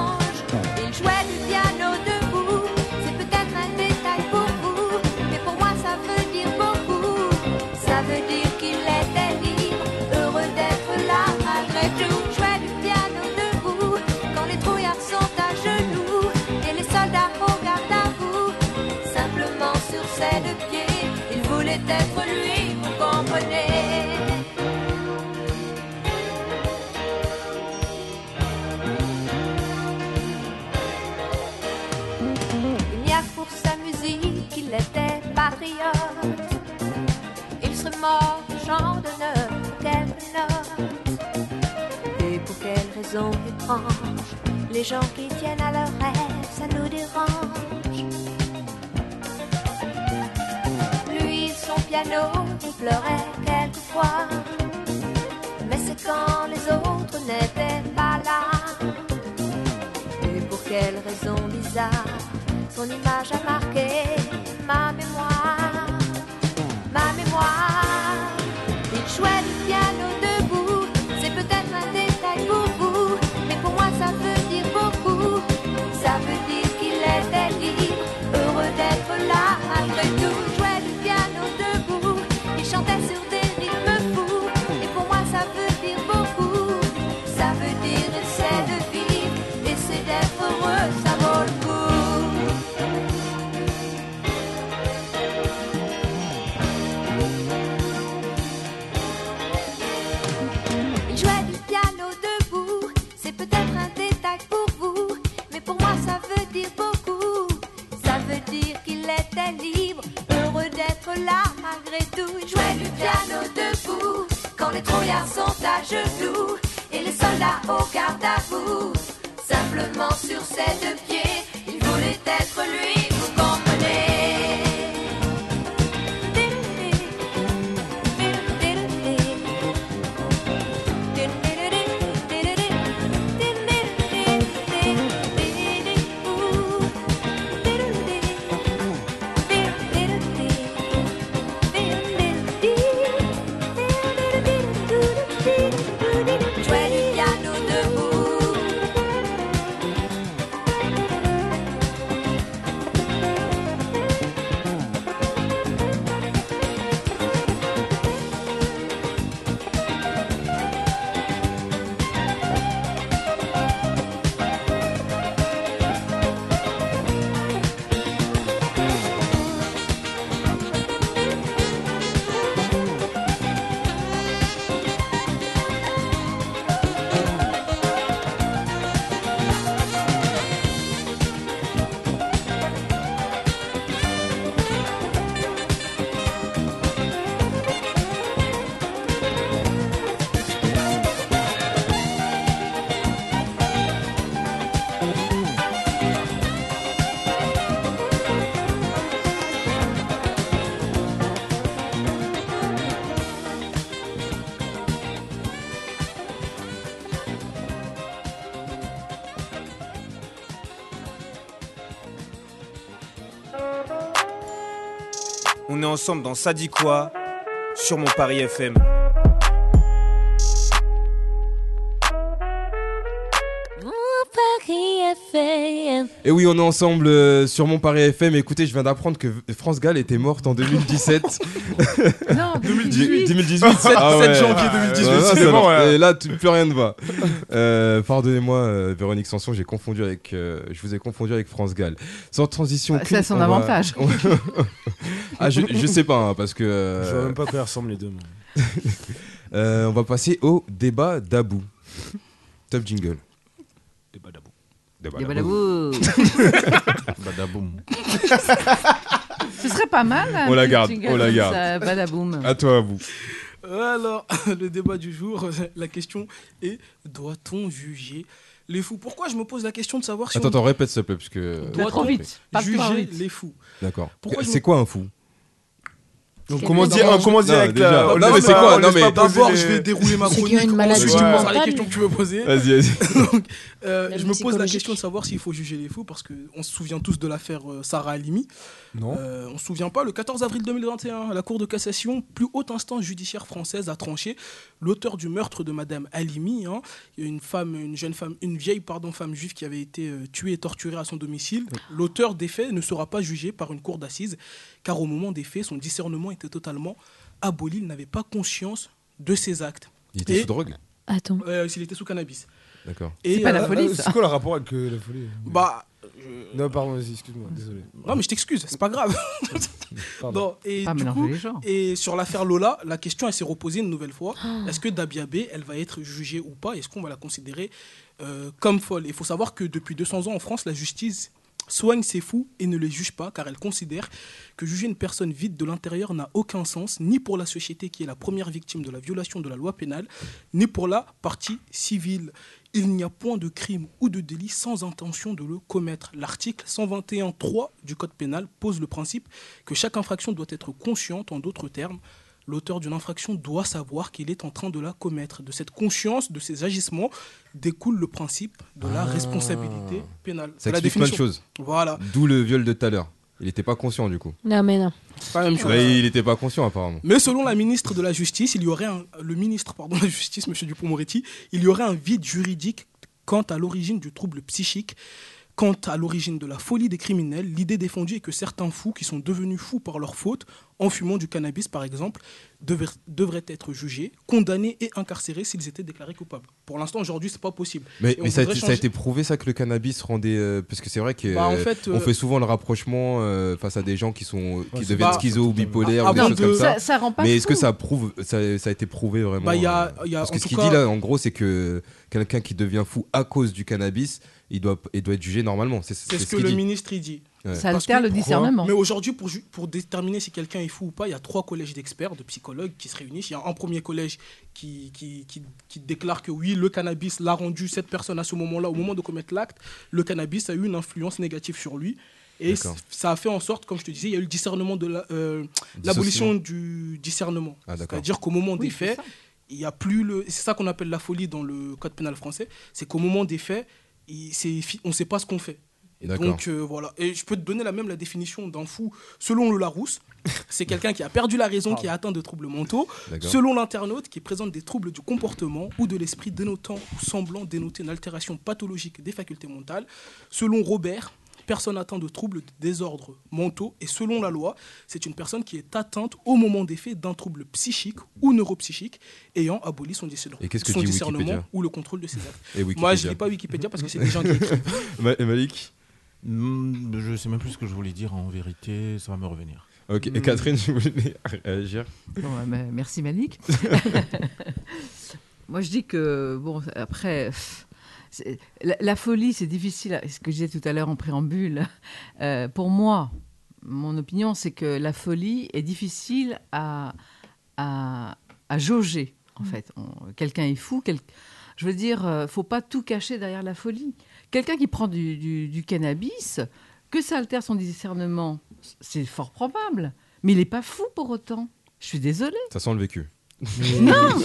Speaker 8: Ils jouaient du piano debout, c'est peut-être un détail pour vous, mais pour moi ça veut dire beaucoup. Ça veut dire qu'il était libre, heureux d'être là malgré tout. Jouait du piano debout, quand les trouillards sont à genoux, et les soldats regardent à vous, simplement sur ses deux pieds. Il voulait être lui, vous comprenez. Il n'y a que pour sa musique qu'il était patriote. Il serait mort du genre de neuf, quelle note. Et pour quelle raison étrange, les gens qui tiennent à leurs rêves, ça nous dérange. Lui, son piano, il pleurait quelquefois. Mais c'est quand les autres n'étaient pas là. Et pour quelle raison bizarre son image a marqué ma mémoire, ma mémoire. Il jouait du piano debout, c'est peut-être un détail pour vous, mais pour moi ça veut dire beaucoup. Ça veut dire qu'il était libre, heureux d'être là malgré tout. Il jouait du piano debout, il chantait sur des rythmes fous, et pour moi ça veut dire beaucoup. Ça veut dire c'est de vivre, et c'est d'être heureux, ça vaut le coup. Il jouait du piano debout, c'est peut-être un détail pour vous, mais pour moi ça veut dire beaucoup. Ça veut dire qu'il était libre, heureux d'être là malgré tout. Il jouait du piano debout, quand les trouillards sont à genoux et les soldats au garde à vous. Simplement sur ses deux pieds, il voulait être lui, vous comprenez. Jouer du piano debout.
Speaker 9: On est ensemble dans Ça dit quoi sur mon Paris FM.
Speaker 2: Paris FM.
Speaker 1: Et oui, on est ensemble euh, sur mon Paris FM. Écoutez, je viens d'apprendre que V- France Gall était morte en 2017.
Speaker 7: Non,
Speaker 1: 2018,
Speaker 7: 2018.
Speaker 1: 7,
Speaker 4: Ah janvier 2018,
Speaker 1: c'est
Speaker 4: c'est
Speaker 1: mort.
Speaker 4: bon, ouais.
Speaker 1: Et là, tu- plus rien ne va. Euh, Pardonnez-moi, euh, Véronique Sanson, j'ai confondu avec, euh, je vous ai confondu avec France Gall. Sans transition,
Speaker 7: Bah, ça,
Speaker 1: aucune,
Speaker 7: c'est son
Speaker 1: on va-
Speaker 7: avantage.
Speaker 1: ah, je, je sais pas, hein, parce que
Speaker 4: Je
Speaker 1: euh,
Speaker 4: vois même pas à quoi ils ressemblent les deux. moi.
Speaker 1: euh, on va passer au débat d'Abou. Top jingle. Débat
Speaker 7: Et
Speaker 1: d'Abou.
Speaker 7: voilà, vous.
Speaker 3: Badaboum.
Speaker 7: Ce serait pas mal. un
Speaker 1: On la
Speaker 7: petit Ah, bah,
Speaker 1: garde,
Speaker 7: jingle
Speaker 1: on la
Speaker 7: comme
Speaker 1: garde.
Speaker 7: ça, Badaboum.
Speaker 1: À toi,
Speaker 3: Bah,
Speaker 1: Abou.
Speaker 5: Alors, le débat du jour, la question est doit-on juger les fous Pourquoi je me pose la question de savoir si
Speaker 1: Attends,
Speaker 5: on
Speaker 1: attends, répète s'il te plaît, parce que.
Speaker 5: Doit-
Speaker 7: Pas trop vite. Pas trop
Speaker 5: juger
Speaker 7: vite.
Speaker 5: les fous
Speaker 1: D'accord.
Speaker 5: Pourquoi je
Speaker 1: C'est
Speaker 5: me-
Speaker 1: quoi un fou
Speaker 4: Donc
Speaker 6: Quel
Speaker 4: comment
Speaker 6: est
Speaker 4: dire,
Speaker 5: euh,
Speaker 6: le
Speaker 4: comment dire
Speaker 1: Non,
Speaker 4: avec
Speaker 1: déjà.
Speaker 4: la. on
Speaker 1: Non,
Speaker 4: laisse
Speaker 1: mais c'est
Speaker 4: pas-
Speaker 1: quoi
Speaker 4: on
Speaker 1: Non,
Speaker 4: laisse
Speaker 1: mais-
Speaker 4: pas poser
Speaker 5: D'abord,
Speaker 4: les-
Speaker 5: je vais dérouler ma
Speaker 6: C'est qu'il y a
Speaker 5: chronique.
Speaker 6: une
Speaker 5: ensuite,
Speaker 6: maladie
Speaker 5: tu me poseras la
Speaker 6: mentale.
Speaker 5: question que tu veux poser.
Speaker 1: Vas-y, vas-y.
Speaker 5: Donc, euh,
Speaker 6: Même
Speaker 5: je me pose la
Speaker 6: psychologique.
Speaker 5: question de savoir s'il faut juger les faux, parce qu'on se souvient tous de l'affaire euh, Sarah Halimi.
Speaker 4: Non.
Speaker 5: Euh, on se souvient pas, le 14 avril 2021, la Cour de cassation, plus haute instance judiciaire française, a tranché l'auteur du meurtre de Madame Halimi, hein, une femme, une jeune femme, une vieille pardon femme juive qui avait été euh, tuée et torturée à son domicile. L'auteur des faits ne sera pas jugé par une cour d'assises, car au moment des faits, son discernement était totalement aboli. Il n'avait pas conscience de ses actes.
Speaker 1: Il était
Speaker 5: Et-
Speaker 1: sous drogue
Speaker 6: Attends.
Speaker 5: Euh, S'il était sous cannabis.
Speaker 1: D'accord.
Speaker 5: Et,
Speaker 7: pas la
Speaker 5: euh,
Speaker 7: folie,
Speaker 4: Ah,
Speaker 7: ça.
Speaker 4: C'est quoi le rapport avec euh, la folie
Speaker 5: Bah,
Speaker 4: Non, pardon, vas-y, excuse-moi, désolé.
Speaker 5: non mais je t'excuse, c'est pas grave.
Speaker 4: Pardon.
Speaker 5: Non, et
Speaker 7: Pas
Speaker 5: du
Speaker 7: mélanger
Speaker 5: coup,
Speaker 7: les genres.
Speaker 5: Et sur l'affaire Lola, la question elle s'est reposée une nouvelle fois. Est-ce que Dabia B, elle va être jugée ou pas Est-ce qu'on va la considérer euh, comme folle Il faut savoir que depuis 200 ans en France, la justice soigne ses fous et ne les juge pas car elle considère que juger une personne vide de l'intérieur n'a aucun sens, ni pour la société qui est la première victime de la violation de la loi pénale, ni pour la partie civile. Il n'y a point de crime ou de délit sans intention de le commettre. L'article 121.3 du Code pénal pose le principe que chaque infraction doit être consciente, en d'autres termes, l'auteur d'une infraction doit savoir qu'il est en train de la commettre. De cette conscience, de ses agissements, découle le principe de la
Speaker 1: Ah.
Speaker 5: responsabilité pénale.
Speaker 1: Ça
Speaker 5: C'est la
Speaker 1: explique plein de
Speaker 5: définition.
Speaker 1: choses.
Speaker 5: Voilà.
Speaker 1: D'où le viol de tout à l'heure. Il était pas conscient du coup.
Speaker 6: Non, mais non.
Speaker 5: C'est pas la même chose.
Speaker 1: Ouais, Bah, il était pas conscient apparemment.
Speaker 5: Mais selon la ministre de la Justice, il y aurait un, le ministre pardon, de la Justice, M. Dupont-Moretti, il y aurait un vide juridique quant à l'origine du trouble psychique, quant à l'origine de la folie des criminels. L'idée défendue est que certains fous qui sont devenus fous par leur faute, en fumant du cannabis par exemple, devraient, devraient être jugés, condamnés et incarcérés s'ils étaient déclarés coupables. Pour l'instant, aujourd'hui, c'est pas possible.
Speaker 1: Mais,
Speaker 5: Et on
Speaker 1: mais ça, a
Speaker 5: voudrait
Speaker 1: été, ça a
Speaker 5: changer-
Speaker 1: été prouvé ça que le cannabis rendait euh, parce que c'est vrai que
Speaker 5: Bah, en
Speaker 1: euh,
Speaker 5: fait,
Speaker 1: on
Speaker 5: euh,
Speaker 1: fait souvent le rapprochement euh, face à des gens qui sont qui
Speaker 4: c'est
Speaker 1: deviennent
Speaker 5: pas- Ah,
Speaker 1: schizo ou bipolaires ou des
Speaker 5: avant
Speaker 1: choses
Speaker 5: de-
Speaker 1: comme ça.
Speaker 6: Ça, ça rend pas
Speaker 1: Mais est-ce que
Speaker 6: fou.
Speaker 1: ça prouve ça, ça a été prouvé vraiment
Speaker 5: Bah, il y a-
Speaker 1: euh,
Speaker 5: il y a-
Speaker 1: Parce
Speaker 5: en
Speaker 1: que ce
Speaker 5: tout
Speaker 1: qu'il
Speaker 5: cas-
Speaker 1: dit là en gros c'est que quelqu'un qui devient fou à cause du cannabis, il doit il doit être jugé normalement. C'est
Speaker 5: C'est
Speaker 1: c'est
Speaker 5: ce que
Speaker 1: qu'il
Speaker 5: le
Speaker 1: dit.
Speaker 5: ministre il dit.
Speaker 1: Ouais.
Speaker 7: Ça
Speaker 5: Parce que-
Speaker 7: altère le discernement.
Speaker 5: Mais aujourd'hui, pour, ju- pour déterminer si quelqu'un est fou ou pas, il y a trois collèges d'experts, de psychologues qui se réunissent. Il y a un premier collège qui, qui, qui- qui déclare que oui, le cannabis l'a rendu cette personne à ce moment-là, au moment de commettre l'acte, le cannabis a eu une influence négative sur lui. Et
Speaker 1: D'accord.
Speaker 5: c- ça a fait en sorte, comme je te disais, il y a eu le discernement de la- euh,
Speaker 1: Dissociement.
Speaker 5: l'abolition du discernement.
Speaker 1: Ah, d'accord.
Speaker 5: C'est-à-dire qu'au moment
Speaker 7: Oui,
Speaker 5: des faits, il y a plus le. C'est ça qu'on appelle la folie dans le code pénal français. C'est qu'au moment des faits, il- c'est fi- on ne sait pas ce qu'on fait. Et
Speaker 1: D'accord.
Speaker 5: donc euh, voilà. Et je peux te donner la même la définition d'un fou selon le Larousse. C'est quelqu'un qui a perdu la raison, qui est atteint de troubles mentaux.
Speaker 1: Ah. D'accord.
Speaker 5: Selon l'internaute, qui présente des troubles du comportement ou de l'esprit dénotant ou semblant dénoter une altération pathologique des facultés mentales. Selon Robert, personne atteinte de troubles de désordres mentaux. Et selon la loi, c'est une personne qui est atteinte au moment des faits d'un trouble psychique ou neuropsychique ayant aboli son, discernement-
Speaker 1: Et qu'est-ce que
Speaker 5: son
Speaker 1: dit
Speaker 5: discernement
Speaker 1: Wikipédia
Speaker 5: ou le contrôle de ses actes.
Speaker 1: Et
Speaker 5: Moi, je
Speaker 1: Wikipédia.
Speaker 5: ne lis pas Wikipédia parce que c'est des gens qui écrivent.
Speaker 1: Ma- Malik.
Speaker 3: Hmm, Je sais même plus ce que je voulais dire en vérité, ça va me revenir.
Speaker 1: Ok. Et
Speaker 7: Hmm.
Speaker 4: Mm.
Speaker 1: Catherine, je voulais réagir.
Speaker 7: Bon, bah, bah, merci Malik. Moi, je dis que, bon, après, pff, c'est- la, la folie, c'est difficile, à- ce que je disais tout à l'heure en préambule. Euh, pour moi, mon opinion, c'est que la folie est difficile à, à, à jauger, en fait. On- Quelqu'un est fou, quel- je veux dire, euh, faut pas tout cacher derrière la folie. Quelqu'un qui prend du, du- du cannabis, que ça altère son discernement, c'est fort probable, mais il n'est pas fou pour autant. Je suis désolée.
Speaker 1: Ça sent le vécu.
Speaker 7: Non, non, non, euh,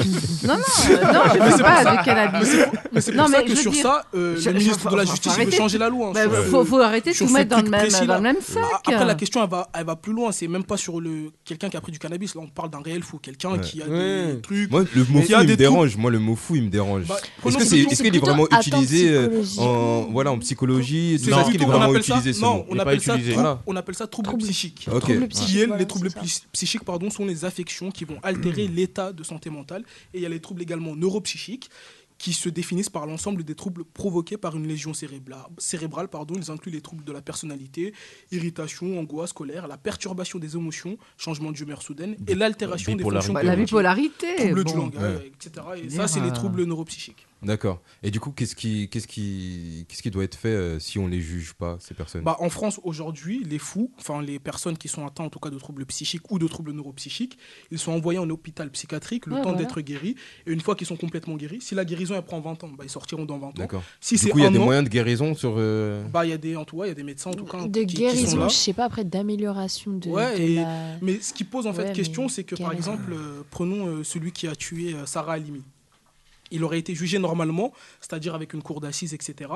Speaker 7: non, je ne pas du cannabis.
Speaker 5: Mais c'est
Speaker 7: Non,
Speaker 5: pour ça
Speaker 7: mais
Speaker 5: que
Speaker 7: je veux
Speaker 5: sur
Speaker 7: dire-
Speaker 5: ça, euh,
Speaker 7: je-
Speaker 5: le ministre
Speaker 7: faut-
Speaker 5: de la
Speaker 7: faut
Speaker 5: Justice il veut
Speaker 7: arrêter.
Speaker 5: changer la loi. hein,
Speaker 7: Bah,
Speaker 5: sur, euh,
Speaker 7: faut, faut arrêter de
Speaker 5: sur
Speaker 7: tout
Speaker 5: ce
Speaker 7: mettre dans le
Speaker 5: truc
Speaker 7: même,
Speaker 5: précis,
Speaker 7: dans
Speaker 5: là.
Speaker 7: le même sac.
Speaker 5: Ah, Après, la question, elle va, elle va plus loin. C'est même pas sur le quelqu'un qui a pris du cannabis. Là, on parle d'un réel fou, quelqu'un
Speaker 1: Ouais.
Speaker 5: qui a
Speaker 4: Ouais.
Speaker 6: Hmm.
Speaker 5: des trucs.
Speaker 1: Moi, le mot
Speaker 5: Il y
Speaker 1: fou,
Speaker 5: a
Speaker 1: il me
Speaker 5: des
Speaker 1: dérange. Moi, le mot fou, il me dérange.
Speaker 5: Bah,
Speaker 1: Est-ce
Speaker 5: prenons
Speaker 1: que c'est,
Speaker 5: plutôt-
Speaker 1: est-ce qu'il est
Speaker 2: plutôt
Speaker 1: vraiment
Speaker 2: attente
Speaker 1: utilisé euh, en
Speaker 2: psychologique.
Speaker 1: voilà en psychologie et tout
Speaker 5: c'est
Speaker 1: ça, Est-ce
Speaker 5: plutôt-
Speaker 1: qu'il est
Speaker 5: on
Speaker 1: vraiment
Speaker 5: appelle ça-
Speaker 1: utilisé ce
Speaker 5: Non,
Speaker 1: mot
Speaker 5: on
Speaker 3: pas
Speaker 5: appelle, ça
Speaker 3: utilisé.
Speaker 5: trouble-
Speaker 1: Voilà.
Speaker 5: on appelle ça trouble,
Speaker 6: Trouble.
Speaker 5: psychique.
Speaker 1: Ok.
Speaker 6: Trouble
Speaker 1: Ouais.
Speaker 6: psychique,
Speaker 5: Qui, elles,
Speaker 6: voilà,
Speaker 5: les troubles
Speaker 6: c'est ça.
Speaker 5: pli- psychiques pardon, sont les affections qui vont altérer
Speaker 1: Mm.
Speaker 5: l'état de santé mentale. Et il y a les troubles également neuropsychiques qui se définissent par l'ensemble des troubles provoqués par une lésion cérébra- cérébrale. Pardon. Ils incluent les troubles de la personnalité, irritation, angoisse, colère, la perturbation des émotions, changement d'humeur soudaine et l'altération des
Speaker 3: Bipolarité.
Speaker 5: fonctions
Speaker 7: Bah, la
Speaker 5: cognitives,
Speaker 7: bipolarité.
Speaker 5: troubles du
Speaker 7: bon.
Speaker 5: langage, etc. Et
Speaker 7: veux
Speaker 5: ça,
Speaker 7: dire,
Speaker 5: c'est les
Speaker 7: euh,
Speaker 5: troubles neuropsychiques.
Speaker 1: D'accord. Et du coup, qu'est-ce qui, qu'est-ce qui, qu'est-ce qui doit être fait euh, si on les juge pas ces personnes
Speaker 5: Bah, en France, aujourd'hui, les fous, enfin les personnes qui sont atteintes en tout cas de troubles psychiques ou de troubles neuropsychiques, ils sont envoyés en hôpital psychiatrique le
Speaker 6: Ouais,
Speaker 5: temps
Speaker 6: voilà.
Speaker 5: d'être guéris. Et une fois qu'ils sont complètement guéris, si la guérison elle prend 20 ans, bah, ils sortiront dans 20 ans.
Speaker 1: D'accord.
Speaker 5: Si
Speaker 1: du
Speaker 5: c'est
Speaker 1: coup, il y a
Speaker 5: un
Speaker 1: des
Speaker 5: an-
Speaker 1: moyens de guérison sur. euh,
Speaker 5: Bah, il y a des, en tout cas, il y a des médecins en tout cas
Speaker 6: de
Speaker 5: qui- qui sont
Speaker 6: guérison,
Speaker 5: là.
Speaker 6: je sais pas, après d'amélioration de,
Speaker 5: Ouais,
Speaker 6: de
Speaker 5: et-
Speaker 6: la-
Speaker 5: Mais ce qui pose en fait
Speaker 6: Ouais,
Speaker 5: question,
Speaker 6: mais
Speaker 5: c'est que par
Speaker 6: carrément.
Speaker 5: exemple, euh, prenons euh, celui qui a tué euh, Sarah Halimi. Il aurait été jugé normalement, c'est-à-dire avec une cour d'assises, etc.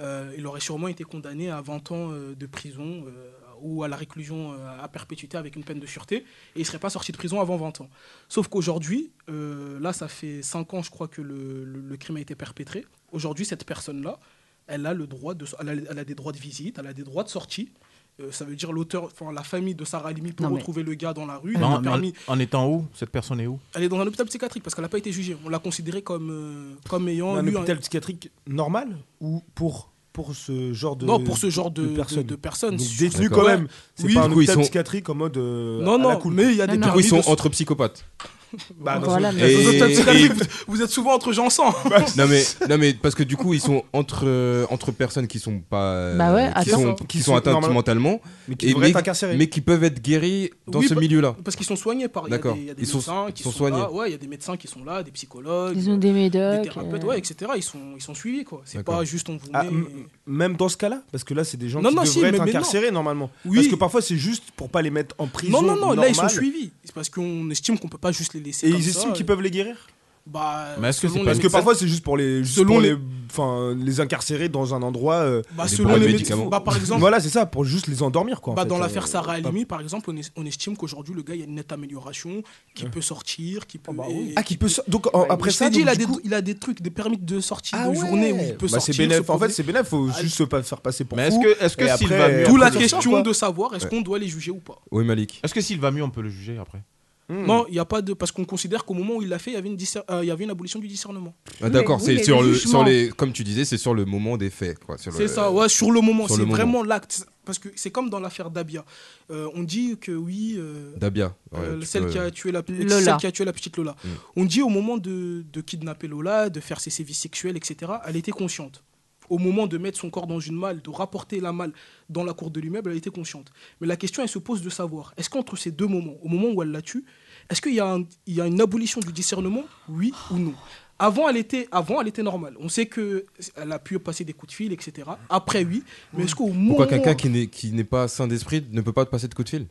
Speaker 5: Euh, il aurait sûrement été condamné à 20 ans euh, de prison euh, ou à la réclusion euh, à perpétuité avec une peine de sûreté, et il ne serait pas sorti de prison avant 20 ans. Sauf qu'aujourd'hui, euh, là, ça fait 5 ans, je crois, que le, le- le crime a été perpétré. Aujourd'hui, cette personne-là, elle a, le droit de, elle, a, elle a des droits de visite, elle a des droits de sortie. Euh, ça veut dire l'auteur, enfin la famille de Sarah Halimi peut
Speaker 7: Non, mais-
Speaker 5: retrouver le gars dans la rue.
Speaker 3: Non,
Speaker 5: elle, a
Speaker 3: mais en-
Speaker 5: permis-
Speaker 3: en, étant où Cette personne est où
Speaker 5: elle est dans un hôpital psychiatrique parce qu'elle n'a pas été jugée. On l'a considérée comme, euh, comme ayant
Speaker 4: Un
Speaker 5: eu un-
Speaker 4: hôpital psychiatrique normal ou pour, pour ce genre de.
Speaker 5: Non, pour ce genre de, de- de personnes.
Speaker 4: personnes. Donc détenu
Speaker 1: D'accord.
Speaker 4: quand même. C'est
Speaker 5: Oui.
Speaker 4: pas un
Speaker 1: Du coup, ils
Speaker 4: hôpital
Speaker 1: sont-
Speaker 4: psychiatrique en mode. euh, à
Speaker 5: Non,
Speaker 4: la
Speaker 5: non,
Speaker 4: cool.
Speaker 5: mais il y a des
Speaker 6: Non,
Speaker 1: Du
Speaker 6: non.
Speaker 1: coup, ils
Speaker 5: permis
Speaker 1: sont
Speaker 5: de so-
Speaker 1: entre psychopathes.
Speaker 4: Bah, dans
Speaker 6: Voilà,
Speaker 4: ce-
Speaker 6: mais-
Speaker 1: Et-
Speaker 5: Dans un hôpital
Speaker 1: et-
Speaker 5: psychiatrique, vous, vous êtes souvent entre gens sans.
Speaker 1: Non mais, non mais parce que du coup ils sont entre euh, entre personnes qui sont pas euh,
Speaker 6: Bah ouais,
Speaker 1: qui
Speaker 6: attends.
Speaker 1: sont qui sont atteintes
Speaker 4: normalement-
Speaker 1: mentalement
Speaker 4: Mais
Speaker 1: Et
Speaker 4: qui devrait
Speaker 1: mais-
Speaker 4: être incarcéré.
Speaker 1: mais qui peuvent être guéries dans
Speaker 5: Oui,
Speaker 1: ce
Speaker 5: bah-
Speaker 1: milieu là.
Speaker 5: Parce qu'ils sont soignés par. il y a
Speaker 1: D'accord.
Speaker 5: des- Il y a des
Speaker 1: Ils sont-
Speaker 5: médecins qui
Speaker 1: ils sont
Speaker 5: sont,
Speaker 1: soignés.
Speaker 5: là. Ouais, il y a des médecins qui sont là, des psychologues,
Speaker 6: Ils ont des
Speaker 5: des
Speaker 6: médocs.
Speaker 5: thérapeutes,
Speaker 6: euh,
Speaker 5: ouais, etc. Ils sont, ils sont suivis quoi. C'est
Speaker 1: D'accord.
Speaker 5: pas juste on vous met. euh,
Speaker 4: Ah, m- Même dans ce cas-là, parce que là, c'est des gens
Speaker 5: Non,
Speaker 4: qui
Speaker 5: non, si,
Speaker 4: devraient
Speaker 5: mais-
Speaker 4: être
Speaker 5: mais non.
Speaker 4: incarcérés normalement.
Speaker 5: Oui.
Speaker 4: Parce que parfois, c'est juste pour pas les mettre en prison.
Speaker 5: non, non, non, là ils sont
Speaker 4: normale.
Speaker 5: suivis. C'est parce qu'on estime qu'on peut pas juste les laisser.
Speaker 4: Et
Speaker 5: comme
Speaker 4: ils
Speaker 5: ça,
Speaker 4: estiment qu'ils
Speaker 5: et-
Speaker 4: peuvent les guérir
Speaker 5: Bah,
Speaker 3: Mais est-ce que
Speaker 5: selon
Speaker 3: c'est
Speaker 5: les
Speaker 3: pas-
Speaker 4: Parce que
Speaker 5: médecins-
Speaker 4: parfois, c'est juste pour les, juste
Speaker 5: Selon
Speaker 4: pour
Speaker 5: les-
Speaker 4: les... enfin, les incarcérer dans un endroit. euh,
Speaker 5: Bah,
Speaker 1: Des
Speaker 5: selon
Speaker 1: bons
Speaker 5: les
Speaker 1: médicaments.
Speaker 5: médecins. Bah, par exemple,
Speaker 4: Voilà, c'est ça, pour juste les endormir. Quoi, en
Speaker 5: bah,
Speaker 4: fait,
Speaker 5: dans
Speaker 4: euh,
Speaker 5: l'affaire Sarah
Speaker 4: pas-
Speaker 5: Halimi, par exemple, on, est- on estime qu'aujourd'hui, le gars, il y a une nette amélioration, qui peut sortir, qui peut. et-
Speaker 4: Ah, qui peut. so- Donc, en- après
Speaker 5: je
Speaker 4: ça.
Speaker 5: t'ai dit,
Speaker 4: donc,
Speaker 5: il a,
Speaker 4: du
Speaker 5: des,
Speaker 4: coup-
Speaker 5: il a des trucs, des permis de sortie
Speaker 4: Ah
Speaker 5: de
Speaker 4: ouais.
Speaker 5: journée où il peut
Speaker 4: Bah,
Speaker 5: sortir.
Speaker 4: C'est bénéf.
Speaker 5: se
Speaker 4: En fait,
Speaker 5: poser.
Speaker 4: c'est bénéf. Faut juste se pas faire passer pour.
Speaker 3: Mais est-ce
Speaker 4: fou.
Speaker 3: que est-ce que
Speaker 4: Et
Speaker 3: s'il
Speaker 4: après,
Speaker 3: va mieux
Speaker 4: euh,
Speaker 5: D'où la
Speaker 4: Après, ça
Speaker 5: question
Speaker 4: sort,
Speaker 5: de savoir est-ce
Speaker 1: hein. Ouais.
Speaker 5: qu'on doit les juger ou pas.
Speaker 1: Oui Malik.
Speaker 3: Est-ce que s'il va mieux, on peut le juger après
Speaker 4: Hmm.
Speaker 5: Non, il n'y a pas de. Parce qu'on considère qu'au moment où il l'a fait, il y avait une, discer- euh, il y avait une abolition du discernement.
Speaker 1: Ah, D'accord,
Speaker 6: oui,
Speaker 1: c'est
Speaker 6: mais
Speaker 1: sur
Speaker 6: le
Speaker 1: le
Speaker 6: jugement.
Speaker 1: sur les comme tu disais c'est sur le moment des faits quoi. sur le-
Speaker 5: C'est ça, ouais, sur le moment.
Speaker 1: sur
Speaker 5: C'est
Speaker 1: le moment.
Speaker 5: vraiment l'acte. Parce que c'est comme dans l'affaire Dabia. Euh, on dit que oui. euh,
Speaker 1: Dabia. ouais,
Speaker 5: euh,
Speaker 1: tu
Speaker 5: celle,
Speaker 1: peux-
Speaker 5: qui a tué la,
Speaker 7: Lola.
Speaker 5: celle qui a tué la petite Lola.
Speaker 1: Mm.
Speaker 5: On dit au moment de, de kidnapper Lola, de faire ses sévices sexuels, etc., elle était consciente. Au moment de mettre son corps dans une malle, de rapporter la malle dans la cour de l'immeuble, elle était consciente. Mais la question, elle se pose de savoir, est-ce qu'entre ces deux moments, au moment où elle la tue, est-ce qu'il y, a un- il y a une abolition du discernement, oui ou non avant elle, était, avant, elle était normale. On sait que elle a pu passer des coups de fil, etc. Après, oui. Mais est-ce qu'au moment...
Speaker 1: Pourquoi quelqu'un qui n'est qui n'est pas sain d'esprit ne peut pas te passer de coup de fil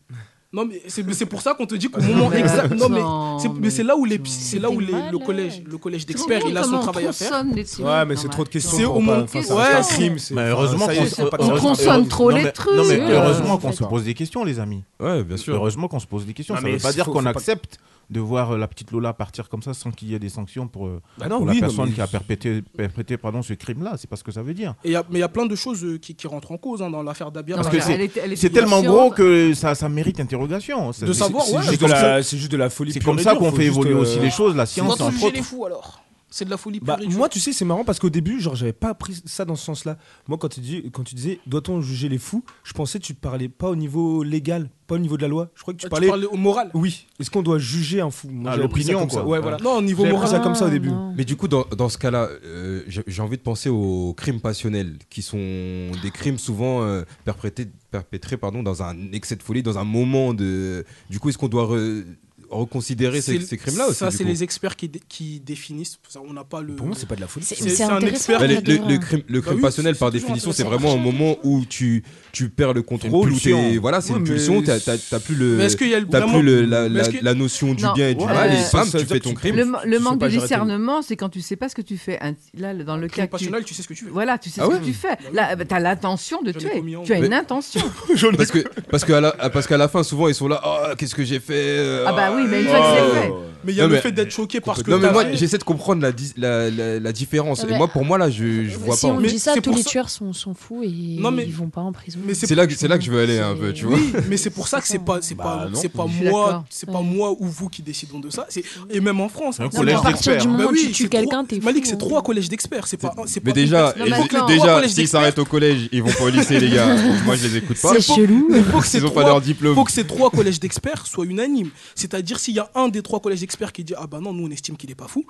Speaker 5: Non, mais c'est c'est pour ça qu'on te dit qu'au moment exact... Non, mais C'est- mais c'est là où les,
Speaker 7: tu-
Speaker 5: c'est là où
Speaker 6: T'es
Speaker 5: les- le
Speaker 6: malade.
Speaker 5: collège, le collège
Speaker 7: Tu te rends
Speaker 5: d'experts,
Speaker 7: compte
Speaker 5: il a son
Speaker 7: comment on
Speaker 5: travail à faire.
Speaker 7: tronçonne les trucs,
Speaker 4: Ouais, mais c'est
Speaker 7: quand
Speaker 4: trop de
Speaker 7: même.
Speaker 4: questions.
Speaker 5: C'est
Speaker 4: pour
Speaker 5: au
Speaker 4: pas-
Speaker 5: moins-
Speaker 4: enfin, ça
Speaker 5: ouais,
Speaker 4: reste un
Speaker 5: c'est-
Speaker 4: crime. c'est-
Speaker 3: Mais
Speaker 4: enfin,
Speaker 3: heureusement
Speaker 4: ça y
Speaker 3: qu'on
Speaker 4: est,
Speaker 3: se-
Speaker 4: c'est pas-
Speaker 7: On
Speaker 3: heureusement-
Speaker 7: tronçonne
Speaker 3: heureusement-
Speaker 7: trop
Speaker 3: non,
Speaker 7: les
Speaker 3: mais-
Speaker 7: trucs,
Speaker 3: Non, mais
Speaker 7: euh,
Speaker 3: heureusement qu'on se
Speaker 4: d'accord.
Speaker 3: pose des questions, les amis.
Speaker 1: Ouais bien sûr.
Speaker 3: Heureusement qu'on se pose des questions.
Speaker 4: Non,
Speaker 3: ça ne
Speaker 4: mais
Speaker 3: veut pas
Speaker 4: faut-
Speaker 3: dire
Speaker 4: faut
Speaker 3: qu'on
Speaker 4: pas-
Speaker 3: accepte de voir euh, la petite Lola partir comme ça sans qu'il y ait des sanctions pour, euh,
Speaker 4: Bah non,
Speaker 3: pour la
Speaker 4: oui, non,
Speaker 3: personne
Speaker 4: mais-
Speaker 3: qui a perpété, perpété, pardon, ce crime-là. C'est pas ce que ça veut dire.
Speaker 5: Et il y a- mais il y a plein de choses euh, qui, qui rentrent en cause hein, dans l'affaire Dabia.
Speaker 7: Non,
Speaker 3: Parce
Speaker 7: mais
Speaker 3: que c'est-
Speaker 7: elle était- elle était
Speaker 3: C'est tellement
Speaker 7: consciente.
Speaker 3: gros que ça, ça mérite interrogation. Ça-
Speaker 5: De
Speaker 3: c'est-
Speaker 5: savoir,
Speaker 3: c'est-
Speaker 5: ouais.
Speaker 3: c'est
Speaker 4: C'est
Speaker 3: juste
Speaker 4: de
Speaker 3: comme ça-
Speaker 4: la- c'est juste de la folie.
Speaker 3: C'est
Speaker 4: pure
Speaker 3: comme
Speaker 4: et
Speaker 3: ça
Speaker 4: dure,
Speaker 3: qu'on
Speaker 4: faut
Speaker 3: fait
Speaker 4: juste,
Speaker 3: évoluer
Speaker 4: euh,
Speaker 3: aussi les choses, la
Speaker 5: on
Speaker 3: science,
Speaker 5: va
Speaker 3: entre
Speaker 5: juger les
Speaker 3: autres.
Speaker 5: fous alors. C'est de la folie
Speaker 4: Bah,
Speaker 5: pure et dure.
Speaker 4: moi, tu sais, c'est marrant parce qu'au début, genre, j'avais pas appris ça dans ce sens-là. Moi, quand tu, dis, quand tu disais doit-on juger les fous, je pensais que tu parlais pas au niveau légal, pas au niveau de la loi. Je crois que
Speaker 3: Euh,
Speaker 4: tu
Speaker 5: tu
Speaker 4: parlais.
Speaker 5: parlais au moral.
Speaker 4: Oui. Est-ce qu'on doit juger un fou Moi,
Speaker 3: Ah,
Speaker 4: j'avais pris ça
Speaker 3: l'opinion,
Speaker 4: comme ça.
Speaker 3: quoi.
Speaker 4: Ouais, voilà.
Speaker 5: Non, au niveau
Speaker 4: J'avais pris
Speaker 5: moral.
Speaker 4: ça comme ça au début.
Speaker 6: non.
Speaker 1: Mais du coup, dans, dans ce cas-là, euh, j'ai j'ai envie de penser aux crimes passionnels, qui sont des crimes souvent euh, perprétés- perpétrés pardon, dans un excès de folie, dans un moment de... Du coup, est-ce qu'on doit re- reconsidérer ces,
Speaker 5: C'est-
Speaker 1: ces crimes-là aussi
Speaker 5: Ça,
Speaker 1: du
Speaker 5: c'est
Speaker 1: coup
Speaker 5: les experts qui, dé- qui définissent. Ça, on n'a pas le.
Speaker 4: Pour moi, c'est pas de la folie.
Speaker 6: C'est
Speaker 5: c'est-
Speaker 6: c'est
Speaker 5: c'est un
Speaker 6: intéressant.
Speaker 5: expert.
Speaker 1: Bah,
Speaker 5: on
Speaker 1: les-
Speaker 6: de
Speaker 1: le,
Speaker 6: voir.
Speaker 1: le crime, le crime
Speaker 5: oui,
Speaker 1: passionnel,
Speaker 5: c'est
Speaker 1: par
Speaker 5: toujours
Speaker 1: définition, c'est
Speaker 5: intéressant.
Speaker 1: vraiment un moment où tu, tu perds le contrôle ou
Speaker 3: Impulsion.
Speaker 1: t'es- voilà, c'est
Speaker 4: Ouais,
Speaker 1: une
Speaker 4: mais-
Speaker 1: pulsion, t'as t'as- t'as plus, le,
Speaker 5: Mais est-ce qu'il y a le-
Speaker 1: t'as
Speaker 5: vraiment-
Speaker 1: plus le- la,
Speaker 5: mais est-ce
Speaker 1: la-
Speaker 5: que-
Speaker 1: la notion du
Speaker 7: Non.
Speaker 1: bien et du
Speaker 4: Ouais,
Speaker 1: mal, et
Speaker 7: ça,
Speaker 1: bam,
Speaker 4: ça veut
Speaker 1: tu
Speaker 4: dire
Speaker 1: fais
Speaker 4: que
Speaker 1: ton
Speaker 4: tu-
Speaker 1: crime.
Speaker 7: Le,
Speaker 4: tu
Speaker 7: le
Speaker 4: sais
Speaker 7: manque
Speaker 4: pas
Speaker 7: de
Speaker 4: gérer tes-
Speaker 7: discernement, c'est quand tu sais pas ce que tu fais. Un- Là, dans le cas
Speaker 5: crime
Speaker 7: que tu-
Speaker 5: passionnel, tu sais ce que tu veux.
Speaker 7: Voilà, tu sais
Speaker 1: Ah
Speaker 7: ce
Speaker 1: ouais
Speaker 7: que tu fais. Là, bah, t'as l'intention de
Speaker 5: J'en ai
Speaker 7: tuer.
Speaker 5: commis un.
Speaker 7: Tu as
Speaker 1: Mais-
Speaker 7: une intention.
Speaker 1: Parce que parce qu'à la, parce qu'à la fin, souvent, ils sont là, oh, qu'est-ce que j'ai fait euh,
Speaker 7: ah bah oui, mais une
Speaker 1: oh.
Speaker 7: fois que c'est fait.
Speaker 5: Mais il y a
Speaker 1: Non,
Speaker 5: le
Speaker 1: mais-
Speaker 5: fait d'être choqué parce que.
Speaker 1: non mais
Speaker 5: t'as
Speaker 1: moi
Speaker 5: fait-
Speaker 1: j'essaie de comprendre la, dis- la, la- la différence
Speaker 6: Non,
Speaker 1: et
Speaker 6: mais-
Speaker 1: moi pour moi là je,
Speaker 7: euh,
Speaker 1: je vois
Speaker 6: si
Speaker 1: pas en
Speaker 6: on
Speaker 1: fait.
Speaker 5: Mais
Speaker 6: dit ça,
Speaker 5: c'est
Speaker 6: tous
Speaker 5: pour
Speaker 6: les
Speaker 5: ça-
Speaker 6: tueurs sont, sont fous et
Speaker 5: Non, mais-
Speaker 6: ils vont pas en prison.
Speaker 5: mais c'est
Speaker 1: c'est là que c'est là que je veux aller un peu tu vois
Speaker 5: Oui, mais c'est pour ça que c'est pas c'est pas
Speaker 3: Bah, non.
Speaker 5: c'est pas
Speaker 7: Je suis
Speaker 5: moi
Speaker 7: d'accord.
Speaker 5: c'est pas moi ou vous qui décidons de ça. C'est- Et même en France.
Speaker 3: Un
Speaker 5: hein, c'est
Speaker 3: collège
Speaker 5: pas-
Speaker 6: à partir
Speaker 3: d'experts.
Speaker 6: du moment
Speaker 5: Bah
Speaker 6: où
Speaker 5: oui,
Speaker 6: tu tues
Speaker 5: c'est
Speaker 6: quelqu'un,
Speaker 5: trois-
Speaker 6: t'es fou.
Speaker 5: Malik, c'est
Speaker 6: hein.
Speaker 5: trois collèges d'experts. C'est pas. un- c'est
Speaker 1: mais
Speaker 5: pas
Speaker 1: déjà
Speaker 5: complexe.
Speaker 7: Non,
Speaker 1: ils-
Speaker 7: mais attends.
Speaker 5: Trois
Speaker 1: déjà
Speaker 5: collèges
Speaker 1: s'ils s'arrêtent au collège ils vont pas au lycée les gars moi je les écoute pas
Speaker 6: C'est chelou.
Speaker 5: Il faut que ces
Speaker 1: ils ont pas
Speaker 5: trois-
Speaker 1: leur diplôme
Speaker 5: faut que ces trois collèges d'experts soient unanimes. C'est-à-dire s'il y a un des trois collèges d'experts qui dit ah bah non nous on estime qu'il est pas fou,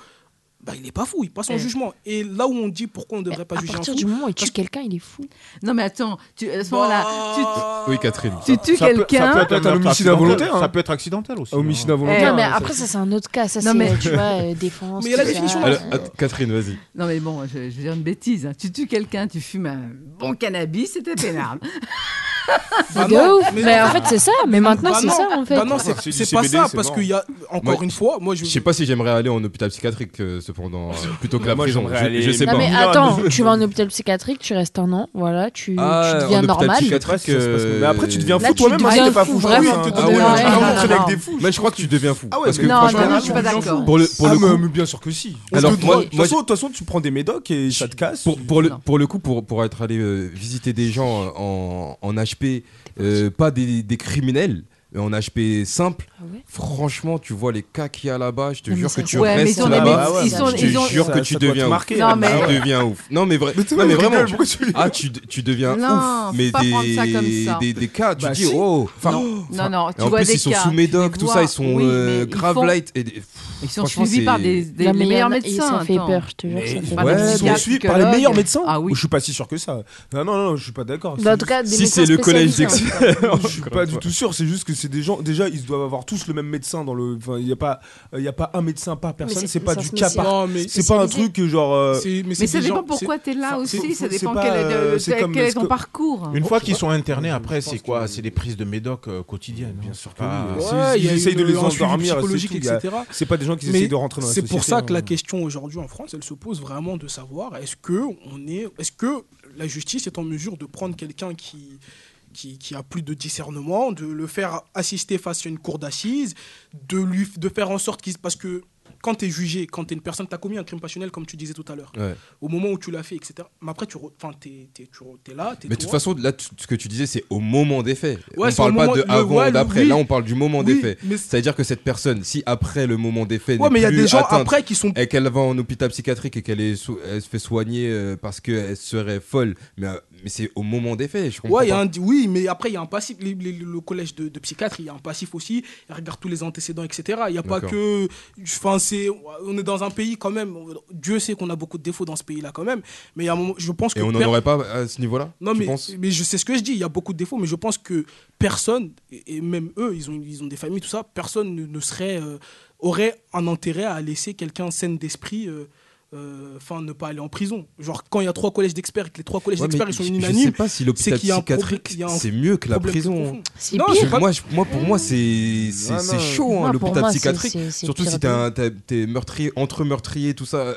Speaker 5: bah, il n'est pas fou, il passe en
Speaker 7: Ouais.
Speaker 5: jugement. Et là où on dit pourquoi on ne devrait pas
Speaker 6: à
Speaker 5: juger un
Speaker 6: partir
Speaker 5: fou,
Speaker 6: du moment où il tue quelqu'un, il est fou.
Speaker 7: Non, mais attends, tu, à ce moment-là,
Speaker 1: Oui, Catherine.
Speaker 7: tu, tu tues
Speaker 3: Ça peut- ça
Speaker 7: quelqu'un.
Speaker 3: peut être
Speaker 4: Peut-être un
Speaker 3: meurtre
Speaker 4: homicide
Speaker 3: accidentel,
Speaker 4: involontaire, hein.
Speaker 3: Ça peut être accidentel aussi.
Speaker 4: Homicide
Speaker 3: hein.
Speaker 4: involontaire.
Speaker 6: non, mais
Speaker 4: ça-
Speaker 6: après, ça, c'est un autre cas. Ça,
Speaker 7: Non,
Speaker 6: c'est,
Speaker 7: mais-
Speaker 6: tu vois, euh, défense.
Speaker 5: Mais il y a la
Speaker 6: tout ça.
Speaker 5: définition,
Speaker 1: Alors, att- Catherine, vas-y.
Speaker 7: Non, mais bon, je, je vais dire une bêtise. hein. Tu tues quelqu'un, tu fumes un bon cannabis, c'était pénal.
Speaker 5: bah
Speaker 6: C'est de
Speaker 5: non,
Speaker 6: ouf. Mais, en fait, c'est ça. Mais maintenant,
Speaker 5: Bah
Speaker 6: c'est
Speaker 5: non.
Speaker 6: ça, en fait.
Speaker 5: Bah non,
Speaker 7: Ah,
Speaker 3: C'est
Speaker 5: c'est
Speaker 3: du
Speaker 5: c'est pas
Speaker 3: CBD,
Speaker 5: ça,
Speaker 3: c'est
Speaker 5: parce
Speaker 3: mort.
Speaker 5: qu'il y a, encore
Speaker 1: Moi,
Speaker 5: une fois, moi je.
Speaker 1: Je sais pas si j'aimerais aller en hôpital psychiatrique, euh, cependant, euh, plutôt que la
Speaker 9: Moi,
Speaker 1: prison.
Speaker 9: j'aimerais
Speaker 1: Je-
Speaker 9: aller-
Speaker 1: Je sais
Speaker 6: Non,
Speaker 1: pas.
Speaker 6: mais
Speaker 3: Non,
Speaker 6: attends,
Speaker 3: mais-
Speaker 6: tu vas en hôpital psychiatrique, tu restes un an, voilà, tu,
Speaker 1: Ah,
Speaker 6: tu deviens
Speaker 1: en hôpital
Speaker 6: normal.
Speaker 1: psychiatrique,
Speaker 4: Ouais, ça se passe-
Speaker 1: euh,
Speaker 4: Mais après, tu deviens
Speaker 6: Là,
Speaker 4: fou
Speaker 6: tu
Speaker 4: toi-même, hein,
Speaker 6: deviens
Speaker 4: t'es pas
Speaker 6: fou,
Speaker 4: fou. je crois,
Speaker 6: vraiment.
Speaker 4: hein, t'es
Speaker 1: Ah
Speaker 4: dans
Speaker 1: ouais,
Speaker 4: des-
Speaker 1: ouais,
Speaker 4: vraiment,
Speaker 1: ouais,
Speaker 4: on traîne
Speaker 6: ouais,
Speaker 4: avec
Speaker 6: ouais.
Speaker 4: des fous.
Speaker 1: Mais je crois que tu deviens fou.
Speaker 4: Ah ouais,
Speaker 1: parce que
Speaker 4: mais-
Speaker 6: Non,
Speaker 1: franchement,
Speaker 6: non,
Speaker 4: franchement,
Speaker 6: non, je suis pas
Speaker 4: je m'en
Speaker 6: d'accord.
Speaker 1: pour le, pour le
Speaker 4: Ah, mais-
Speaker 1: coup,
Speaker 4: mais bien sûr que si.
Speaker 1: Alors,
Speaker 4: Parce que
Speaker 1: moi-
Speaker 4: de toute
Speaker 1: moi,
Speaker 4: façon- de toute façon, tu prends des médocs et ça te casse.
Speaker 1: pour, pour le,
Speaker 7: Non.
Speaker 1: pour le coup, pour, pour être allé euh, visiter des gens euh, en, en HP, euh, pas des, des criminels, euh, en HP simple,
Speaker 6: Ah ouais
Speaker 1: franchement, tu vois les cas qu'il y a là-bas, je te
Speaker 6: Non, mais
Speaker 1: jure que
Speaker 6: c'est
Speaker 1: tu
Speaker 7: Ouais, mais
Speaker 1: restes
Speaker 7: ils ont des
Speaker 1: là-bas.
Speaker 7: médecins- ils sont-
Speaker 1: Je te
Speaker 7: ils ont-
Speaker 1: jure que
Speaker 4: Ça-
Speaker 1: tu
Speaker 4: ça doit te
Speaker 1: deviens ouf.
Speaker 4: marquer. hein.
Speaker 7: Non, mais-
Speaker 1: Tu deviens ouf. Non, mais, vrai, non, mais vraiment. tu- Ah, tu, tu deviens
Speaker 7: Non,
Speaker 1: ouf.
Speaker 7: faut
Speaker 1: Mais
Speaker 7: pas prendre
Speaker 1: des,
Speaker 7: ça comme ça.
Speaker 1: des, des cas, tu
Speaker 4: Bah,
Speaker 1: dis,
Speaker 4: si.
Speaker 1: oh, enfin,
Speaker 7: Non, non, tu
Speaker 1: Et en
Speaker 7: vois
Speaker 1: plus,
Speaker 7: des
Speaker 1: ils sont
Speaker 7: cas,
Speaker 1: sous
Speaker 7: tu
Speaker 1: médoc,
Speaker 7: les
Speaker 1: tout
Speaker 7: vois,
Speaker 1: ça, ils sont
Speaker 7: oui,
Speaker 1: euh,
Speaker 7: mais ils
Speaker 1: grave
Speaker 7: font-
Speaker 1: light. Et des-
Speaker 7: Ils sont
Speaker 1: Franchement,
Speaker 7: suivis
Speaker 1: c'est-
Speaker 7: par des, des-
Speaker 6: Non,
Speaker 7: les
Speaker 6: mais il y
Speaker 7: meilleurs
Speaker 6: en a- et
Speaker 7: médecins.
Speaker 6: Ça fait
Speaker 7: attends.
Speaker 6: peur, je te jure.
Speaker 4: Mais
Speaker 6: ça fait
Speaker 4: ils
Speaker 7: pas
Speaker 1: Ouais,
Speaker 7: des
Speaker 1: mais-
Speaker 4: sont
Speaker 7: psychiatres,
Speaker 4: suivis par les meilleurs
Speaker 7: psychologues.
Speaker 4: médecins.
Speaker 7: Ah oui.
Speaker 4: Je suis pas si sûr que ça. Non, non, non, je suis pas d'accord.
Speaker 6: Bah, en tout cas, des
Speaker 1: Si
Speaker 6: médecins
Speaker 1: c'est le collège
Speaker 6: spécialisés, en tout cas.
Speaker 7: hein.
Speaker 1: d'excellence.
Speaker 4: Je suis pas du tout sûr, c'est juste que c'est des gens. Déjà, ils doivent avoir tous le même médecin dans le. Enfin, il n'y a, pas- euh, il y a pas un médecin par personne,
Speaker 6: c'est-
Speaker 4: c'est pas
Speaker 6: ça
Speaker 4: du
Speaker 6: se
Speaker 4: cas
Speaker 6: met-
Speaker 4: par.
Speaker 5: Non, mais
Speaker 4: C'est pas un
Speaker 6: spécialisé.
Speaker 4: truc euh, genre. euh,
Speaker 5: c'est- mais
Speaker 7: Mais
Speaker 5: c'est
Speaker 7: ça
Speaker 5: des
Speaker 7: dépend
Speaker 5: gens-
Speaker 7: pourquoi tu es là
Speaker 5: c'est-
Speaker 7: aussi,
Speaker 4: c'est-
Speaker 7: ça
Speaker 4: c'est
Speaker 7: dépend
Speaker 4: pas,
Speaker 7: quel est,
Speaker 4: euh,
Speaker 7: de-
Speaker 4: c'est
Speaker 7: quel-
Speaker 4: comme
Speaker 7: quel est
Speaker 4: ce
Speaker 7: ton
Speaker 4: que-
Speaker 7: parcours.
Speaker 3: Une fois
Speaker 4: Je
Speaker 3: qu'ils
Speaker 4: pense
Speaker 3: sont internés,
Speaker 4: que-
Speaker 3: après,
Speaker 4: je pense
Speaker 3: c'est quoi
Speaker 4: que-
Speaker 3: C'est des prises de médoc euh, quotidiennes.
Speaker 4: Bien
Speaker 3: hein.
Speaker 4: sûr que
Speaker 3: Pas-
Speaker 4: oui.
Speaker 3: c'est-
Speaker 4: c'est-
Speaker 5: Ouais, il y a
Speaker 4: ils essayent
Speaker 5: une-
Speaker 4: de les
Speaker 5: un suivi
Speaker 4: endormir, c'est
Speaker 5: psychologique,
Speaker 4: tout, il y a-
Speaker 5: etc.
Speaker 4: C'est pas des gens qui
Speaker 5: Mais
Speaker 4: essayent de rentrer dans la
Speaker 5: C'est pour
Speaker 4: société,
Speaker 5: ça que
Speaker 4: hein.
Speaker 5: la question aujourd'hui en France, elle se pose vraiment de savoir est-ce que on est, est-ce que la justice est en mesure de prendre quelqu'un qui qui, qui a plus de discernement, de le faire assister face à une cour d'assises, de lui de faire en sorte qu'il parce que quand tu es jugé, quand tu es une personne, tu as commis un crime passionnel, comme tu disais tout à l'heure,
Speaker 1: Ouais.
Speaker 5: au moment où tu l'as fait, etc. Mais après, tu es là, tu es
Speaker 1: Mais de toute façon, là, tu- ce que tu disais, c'est au moment des faits.
Speaker 5: Ouais,
Speaker 1: on
Speaker 5: c'est
Speaker 1: parle
Speaker 5: au
Speaker 1: pas
Speaker 5: moment-
Speaker 1: de
Speaker 5: le-
Speaker 1: avant
Speaker 5: ouais,
Speaker 1: ou
Speaker 5: le-
Speaker 1: d'après.
Speaker 5: oui.
Speaker 1: Là, on parle du moment des faits.
Speaker 5: mais
Speaker 1: C'est-à-dire que cette personne, si après le moment des faits,
Speaker 5: Ouais,
Speaker 1: n'est
Speaker 5: mais il y a
Speaker 1: plus
Speaker 5: des gens
Speaker 1: atteinte
Speaker 5: après qui sont
Speaker 1: et qu'elle va en hôpital psychiatrique et qu'elle est sou- elle se fait soigner euh, parce qu'elle serait folle, mais, euh, mais c'est au moment des faits, je comprends.
Speaker 5: Ouais, il y a
Speaker 1: pas.
Speaker 5: un- oui, mais après, il y a un passif. Les- les- le collège de, de psychiatre, il y a un passif aussi. Il regarde tous les antécédents, etc. Il n'y a pas
Speaker 1: D'accord.
Speaker 5: que. Enfin, c'est- on est dans un pays quand même. Dieu sait qu'on a beaucoup de défauts dans ce pays-là quand même. Mais il y a un moment, je pense que.
Speaker 1: Et on
Speaker 5: per-
Speaker 1: n'en aurait pas à ce niveau-là
Speaker 5: Non,
Speaker 1: tu
Speaker 5: mais,
Speaker 1: penses
Speaker 5: mais je sais ce que je dis. Il y a beaucoup de défauts, mais je pense que personne, et et même eux, ils ont, ils ont des familles, tout ça, personne ne, ne serait. euh, aurait un intérêt à laisser quelqu'un sain d'esprit. euh, euh, Enfin, ne pas aller en prison. Genre, quand il y a trois collèges d'experts et que les trois collèges
Speaker 1: Ouais, mais
Speaker 5: d'experts ils sont
Speaker 1: je-
Speaker 5: unanimes,
Speaker 1: Je sais pas si l'hôpital
Speaker 5: c'est qu'il y a un
Speaker 1: psychiatrique,
Speaker 5: problème- il y a un
Speaker 1: c'est mieux que la
Speaker 5: problème plus
Speaker 1: prison.
Speaker 5: profond.
Speaker 1: hein.
Speaker 6: C'est
Speaker 5: Non,
Speaker 6: pire.
Speaker 5: je-
Speaker 1: Je- moi, je- moi, pour moi, c'est c'est-
Speaker 4: Ah,
Speaker 1: c'est
Speaker 4: non.
Speaker 1: chaud, hein,
Speaker 6: Moi, pour
Speaker 1: l'hôpital
Speaker 6: moi, c'est-
Speaker 1: psychiatrique.
Speaker 6: c'est- c'est
Speaker 1: Surtout
Speaker 6: pire
Speaker 1: si t'es
Speaker 6: de-
Speaker 1: un- t'as- t'es meurtrier, entre meurtrier, tout ça. euh,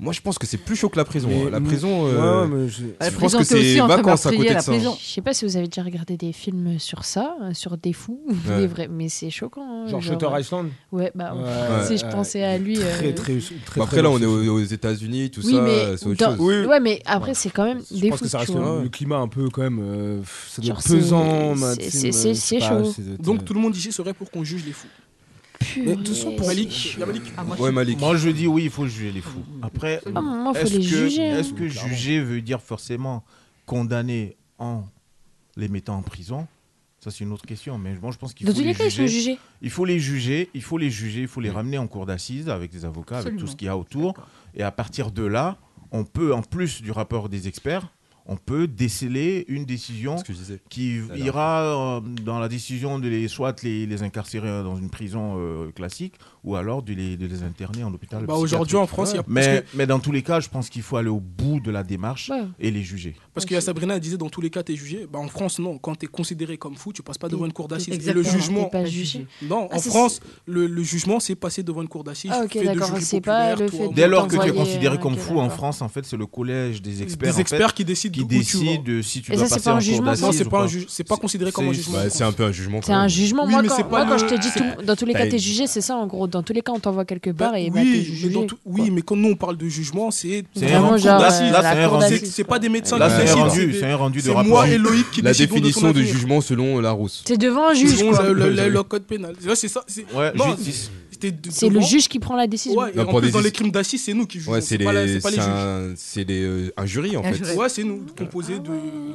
Speaker 1: Moi, je pense que c'est plus chaud que la prison.
Speaker 4: Mais-
Speaker 1: hein. La
Speaker 4: mais-
Speaker 1: prison.
Speaker 4: Ouais,
Speaker 1: euh,
Speaker 4: ouais, mais je-
Speaker 7: À la
Speaker 1: je pense
Speaker 7: prison,
Speaker 1: que
Speaker 7: t'es aussi
Speaker 1: c'est
Speaker 7: entre
Speaker 1: vacances à
Speaker 7: meurtrier
Speaker 1: côté
Speaker 7: et
Speaker 1: de
Speaker 7: la
Speaker 1: ça.
Speaker 7: prison.
Speaker 6: Je sais pas si vous avez déjà regardé des films sur ça, euh, sur des fous,
Speaker 1: Ouais.
Speaker 6: des vrais, mais c'est choquant. hein,
Speaker 4: Genre Shutter Island
Speaker 6: Ouais, bah ouais.
Speaker 4: Ouais,
Speaker 6: si je pensais à lui. euh,
Speaker 4: Très, très, très,
Speaker 1: Bah,
Speaker 4: très
Speaker 1: après, là, on est
Speaker 4: bon,
Speaker 1: aux, aux États-Unis, tout
Speaker 6: Oui,
Speaker 1: ça, euh,
Speaker 6: mais
Speaker 1: c'est autre
Speaker 6: dans-
Speaker 1: chose.
Speaker 4: Oui,
Speaker 6: Ouais, mais après c'est quand même
Speaker 4: Je
Speaker 6: des
Speaker 4: pense
Speaker 6: fous.
Speaker 4: que ça
Speaker 6: tu
Speaker 4: reste
Speaker 6: vois.
Speaker 4: le, le climat un peu quand même. euh, pff, ça doit
Speaker 6: Genre,
Speaker 4: être
Speaker 6: c'est-
Speaker 4: pesant,
Speaker 6: c'est-
Speaker 4: Maxime,
Speaker 6: c'est-
Speaker 4: euh,
Speaker 6: c'est-
Speaker 4: je
Speaker 6: c'est
Speaker 4: sais pas,
Speaker 6: chaud.
Speaker 4: c'est-
Speaker 5: Donc tout le monde ici serait pour qu'on juge les fous.
Speaker 6: Purée.
Speaker 4: Mais de toute façon,
Speaker 5: Pour
Speaker 4: Ouais,
Speaker 5: Malik, il y a hein. Malik.
Speaker 7: Ah, moi, je
Speaker 1: Ouais,
Speaker 7: suis-
Speaker 1: Malik.
Speaker 3: Moi, je dis oui, il faut juger les fous. Après,
Speaker 6: Ah, moi, faut
Speaker 3: est-ce
Speaker 6: les
Speaker 3: que,
Speaker 6: juger. hein.
Speaker 3: est-ce que
Speaker 4: Clairement.
Speaker 3: juger veut dire forcément condamner en les mettant en prison Ça, c'est une autre question. Mais moi, je pense qu'il
Speaker 6: Dans
Speaker 3: faut
Speaker 6: tous les
Speaker 3: les
Speaker 6: cas, ils sont
Speaker 3: juger.
Speaker 6: jugés.
Speaker 3: Il faut les juger, il faut les juger, il faut les ramener en cour d'assises avec des avocats, avec tout
Speaker 7: Absolument.
Speaker 3: ce qu'il y a autour. Et à partir de là, on peut, en plus du rapport des experts, on peut déceler une décision
Speaker 1: C'est ce que je disais.
Speaker 3: qui
Speaker 1: Alors.
Speaker 3: ira euh, dans la décision de les soit les, les incarcérer dans une prison euh, classique ou alors de les, de les interner en hôpital.
Speaker 5: Bah, aujourd'hui en France, il y a
Speaker 3: psychiatrique. mais,
Speaker 5: parce que-
Speaker 3: mais dans tous les cas, je pense qu'il faut aller au bout de la démarche
Speaker 6: Ouais.
Speaker 3: et les juger.
Speaker 5: parce qu'il y a Sabrina elle disait dans tous les cas t'es jugé. Bah en France non, quand t'es considéré comme fou, tu passes pas devant une cour d'assises. Et le
Speaker 7: Exactement.
Speaker 5: jugement,
Speaker 6: T'es pas jugé.
Speaker 5: non,
Speaker 6: Ah,
Speaker 5: en
Speaker 6: c'est-
Speaker 5: France le, le jugement c'est passer devant une cour d'assises.
Speaker 6: Ah, ok,
Speaker 5: fait de
Speaker 6: d'accord,
Speaker 5: jury
Speaker 6: c'est pas
Speaker 5: populaire,
Speaker 6: le
Speaker 5: toi,
Speaker 6: fait de-
Speaker 5: moi,
Speaker 3: Dès lors que tu es
Speaker 6: t'envoyer,
Speaker 3: considéré
Speaker 6: euh,
Speaker 3: comme
Speaker 6: ok,
Speaker 3: fou en
Speaker 6: d'accord.
Speaker 3: France, en fait, c'est le collège des experts, en
Speaker 5: des
Speaker 3: fait,
Speaker 5: experts qui décident
Speaker 3: qui
Speaker 5: d'où tu vas.
Speaker 3: décide de si tu
Speaker 6: Et
Speaker 3: dois
Speaker 6: ça, c'est
Speaker 3: passer
Speaker 6: pas un
Speaker 3: en cour
Speaker 6: jugement, ça
Speaker 3: d'assises.
Speaker 5: Non, c'est
Speaker 3: ou
Speaker 5: pas un ju- c'est pas considéré comme un
Speaker 3: C'est-
Speaker 5: jugement.
Speaker 1: Bah, c'est un peu un jugement.
Speaker 6: C'est
Speaker 1: quand
Speaker 6: un
Speaker 1: même.
Speaker 6: jugement.
Speaker 5: Oui,
Speaker 6: moi,
Speaker 5: mais
Speaker 6: quand,
Speaker 5: c'est
Speaker 6: moi,
Speaker 5: pas
Speaker 6: quand
Speaker 5: le-
Speaker 6: je te dis, tout- dans tous les
Speaker 1: T'as
Speaker 6: cas,
Speaker 1: une-
Speaker 6: t'es jugé, c'est ça en gros. Dans tous les cas, on t'envoie quelque part et bah, t'es
Speaker 5: oui, mais
Speaker 6: jugé.
Speaker 5: dans tout- oui, mais quand nous on parle de jugement, c'est
Speaker 3: C'est
Speaker 6: Vraiment,
Speaker 3: un cours
Speaker 6: genre,
Speaker 3: d'assises.
Speaker 6: euh,
Speaker 3: Là,
Speaker 6: la
Speaker 3: c'est un
Speaker 6: cour
Speaker 3: rendu-
Speaker 5: c'est c'est pas des médecins
Speaker 3: Là,
Speaker 5: qui
Speaker 1: Ouais.
Speaker 3: c'est un
Speaker 5: décident.
Speaker 3: rendu,
Speaker 5: c'est
Speaker 3: c'est
Speaker 5: des-
Speaker 3: un rendu de
Speaker 5: C'est moi
Speaker 3: rapport.
Speaker 5: et Loïc qui
Speaker 1: La
Speaker 5: décidons de
Speaker 1: définition
Speaker 5: son
Speaker 1: du
Speaker 5: avenir.
Speaker 1: jugement selon Larousse.
Speaker 6: T'es devant un juge,
Speaker 5: Selon
Speaker 6: quoi.
Speaker 5: le- le le- le code pénal. Tu vois, C'est ça. c'est-
Speaker 3: Ouais,
Speaker 5: Non,
Speaker 3: justice.
Speaker 5: t'es de-
Speaker 6: C'est le
Speaker 5: devant.
Speaker 6: juge qui prend la décision.
Speaker 5: Ouais, et
Speaker 1: Non,
Speaker 5: en
Speaker 1: pour
Speaker 5: plus,
Speaker 1: des
Speaker 5: dans les
Speaker 1: décis-
Speaker 5: crimes d'assises, c'est nous qui jugeons.
Speaker 1: Ouais, c'est
Speaker 5: pas, la-
Speaker 1: les,
Speaker 5: pas les
Speaker 1: c'est
Speaker 5: juges.
Speaker 1: un, c'est des, euh, un jury en
Speaker 7: Un
Speaker 1: fait,
Speaker 7: jury.
Speaker 5: Ouais, c'est nous, composé de.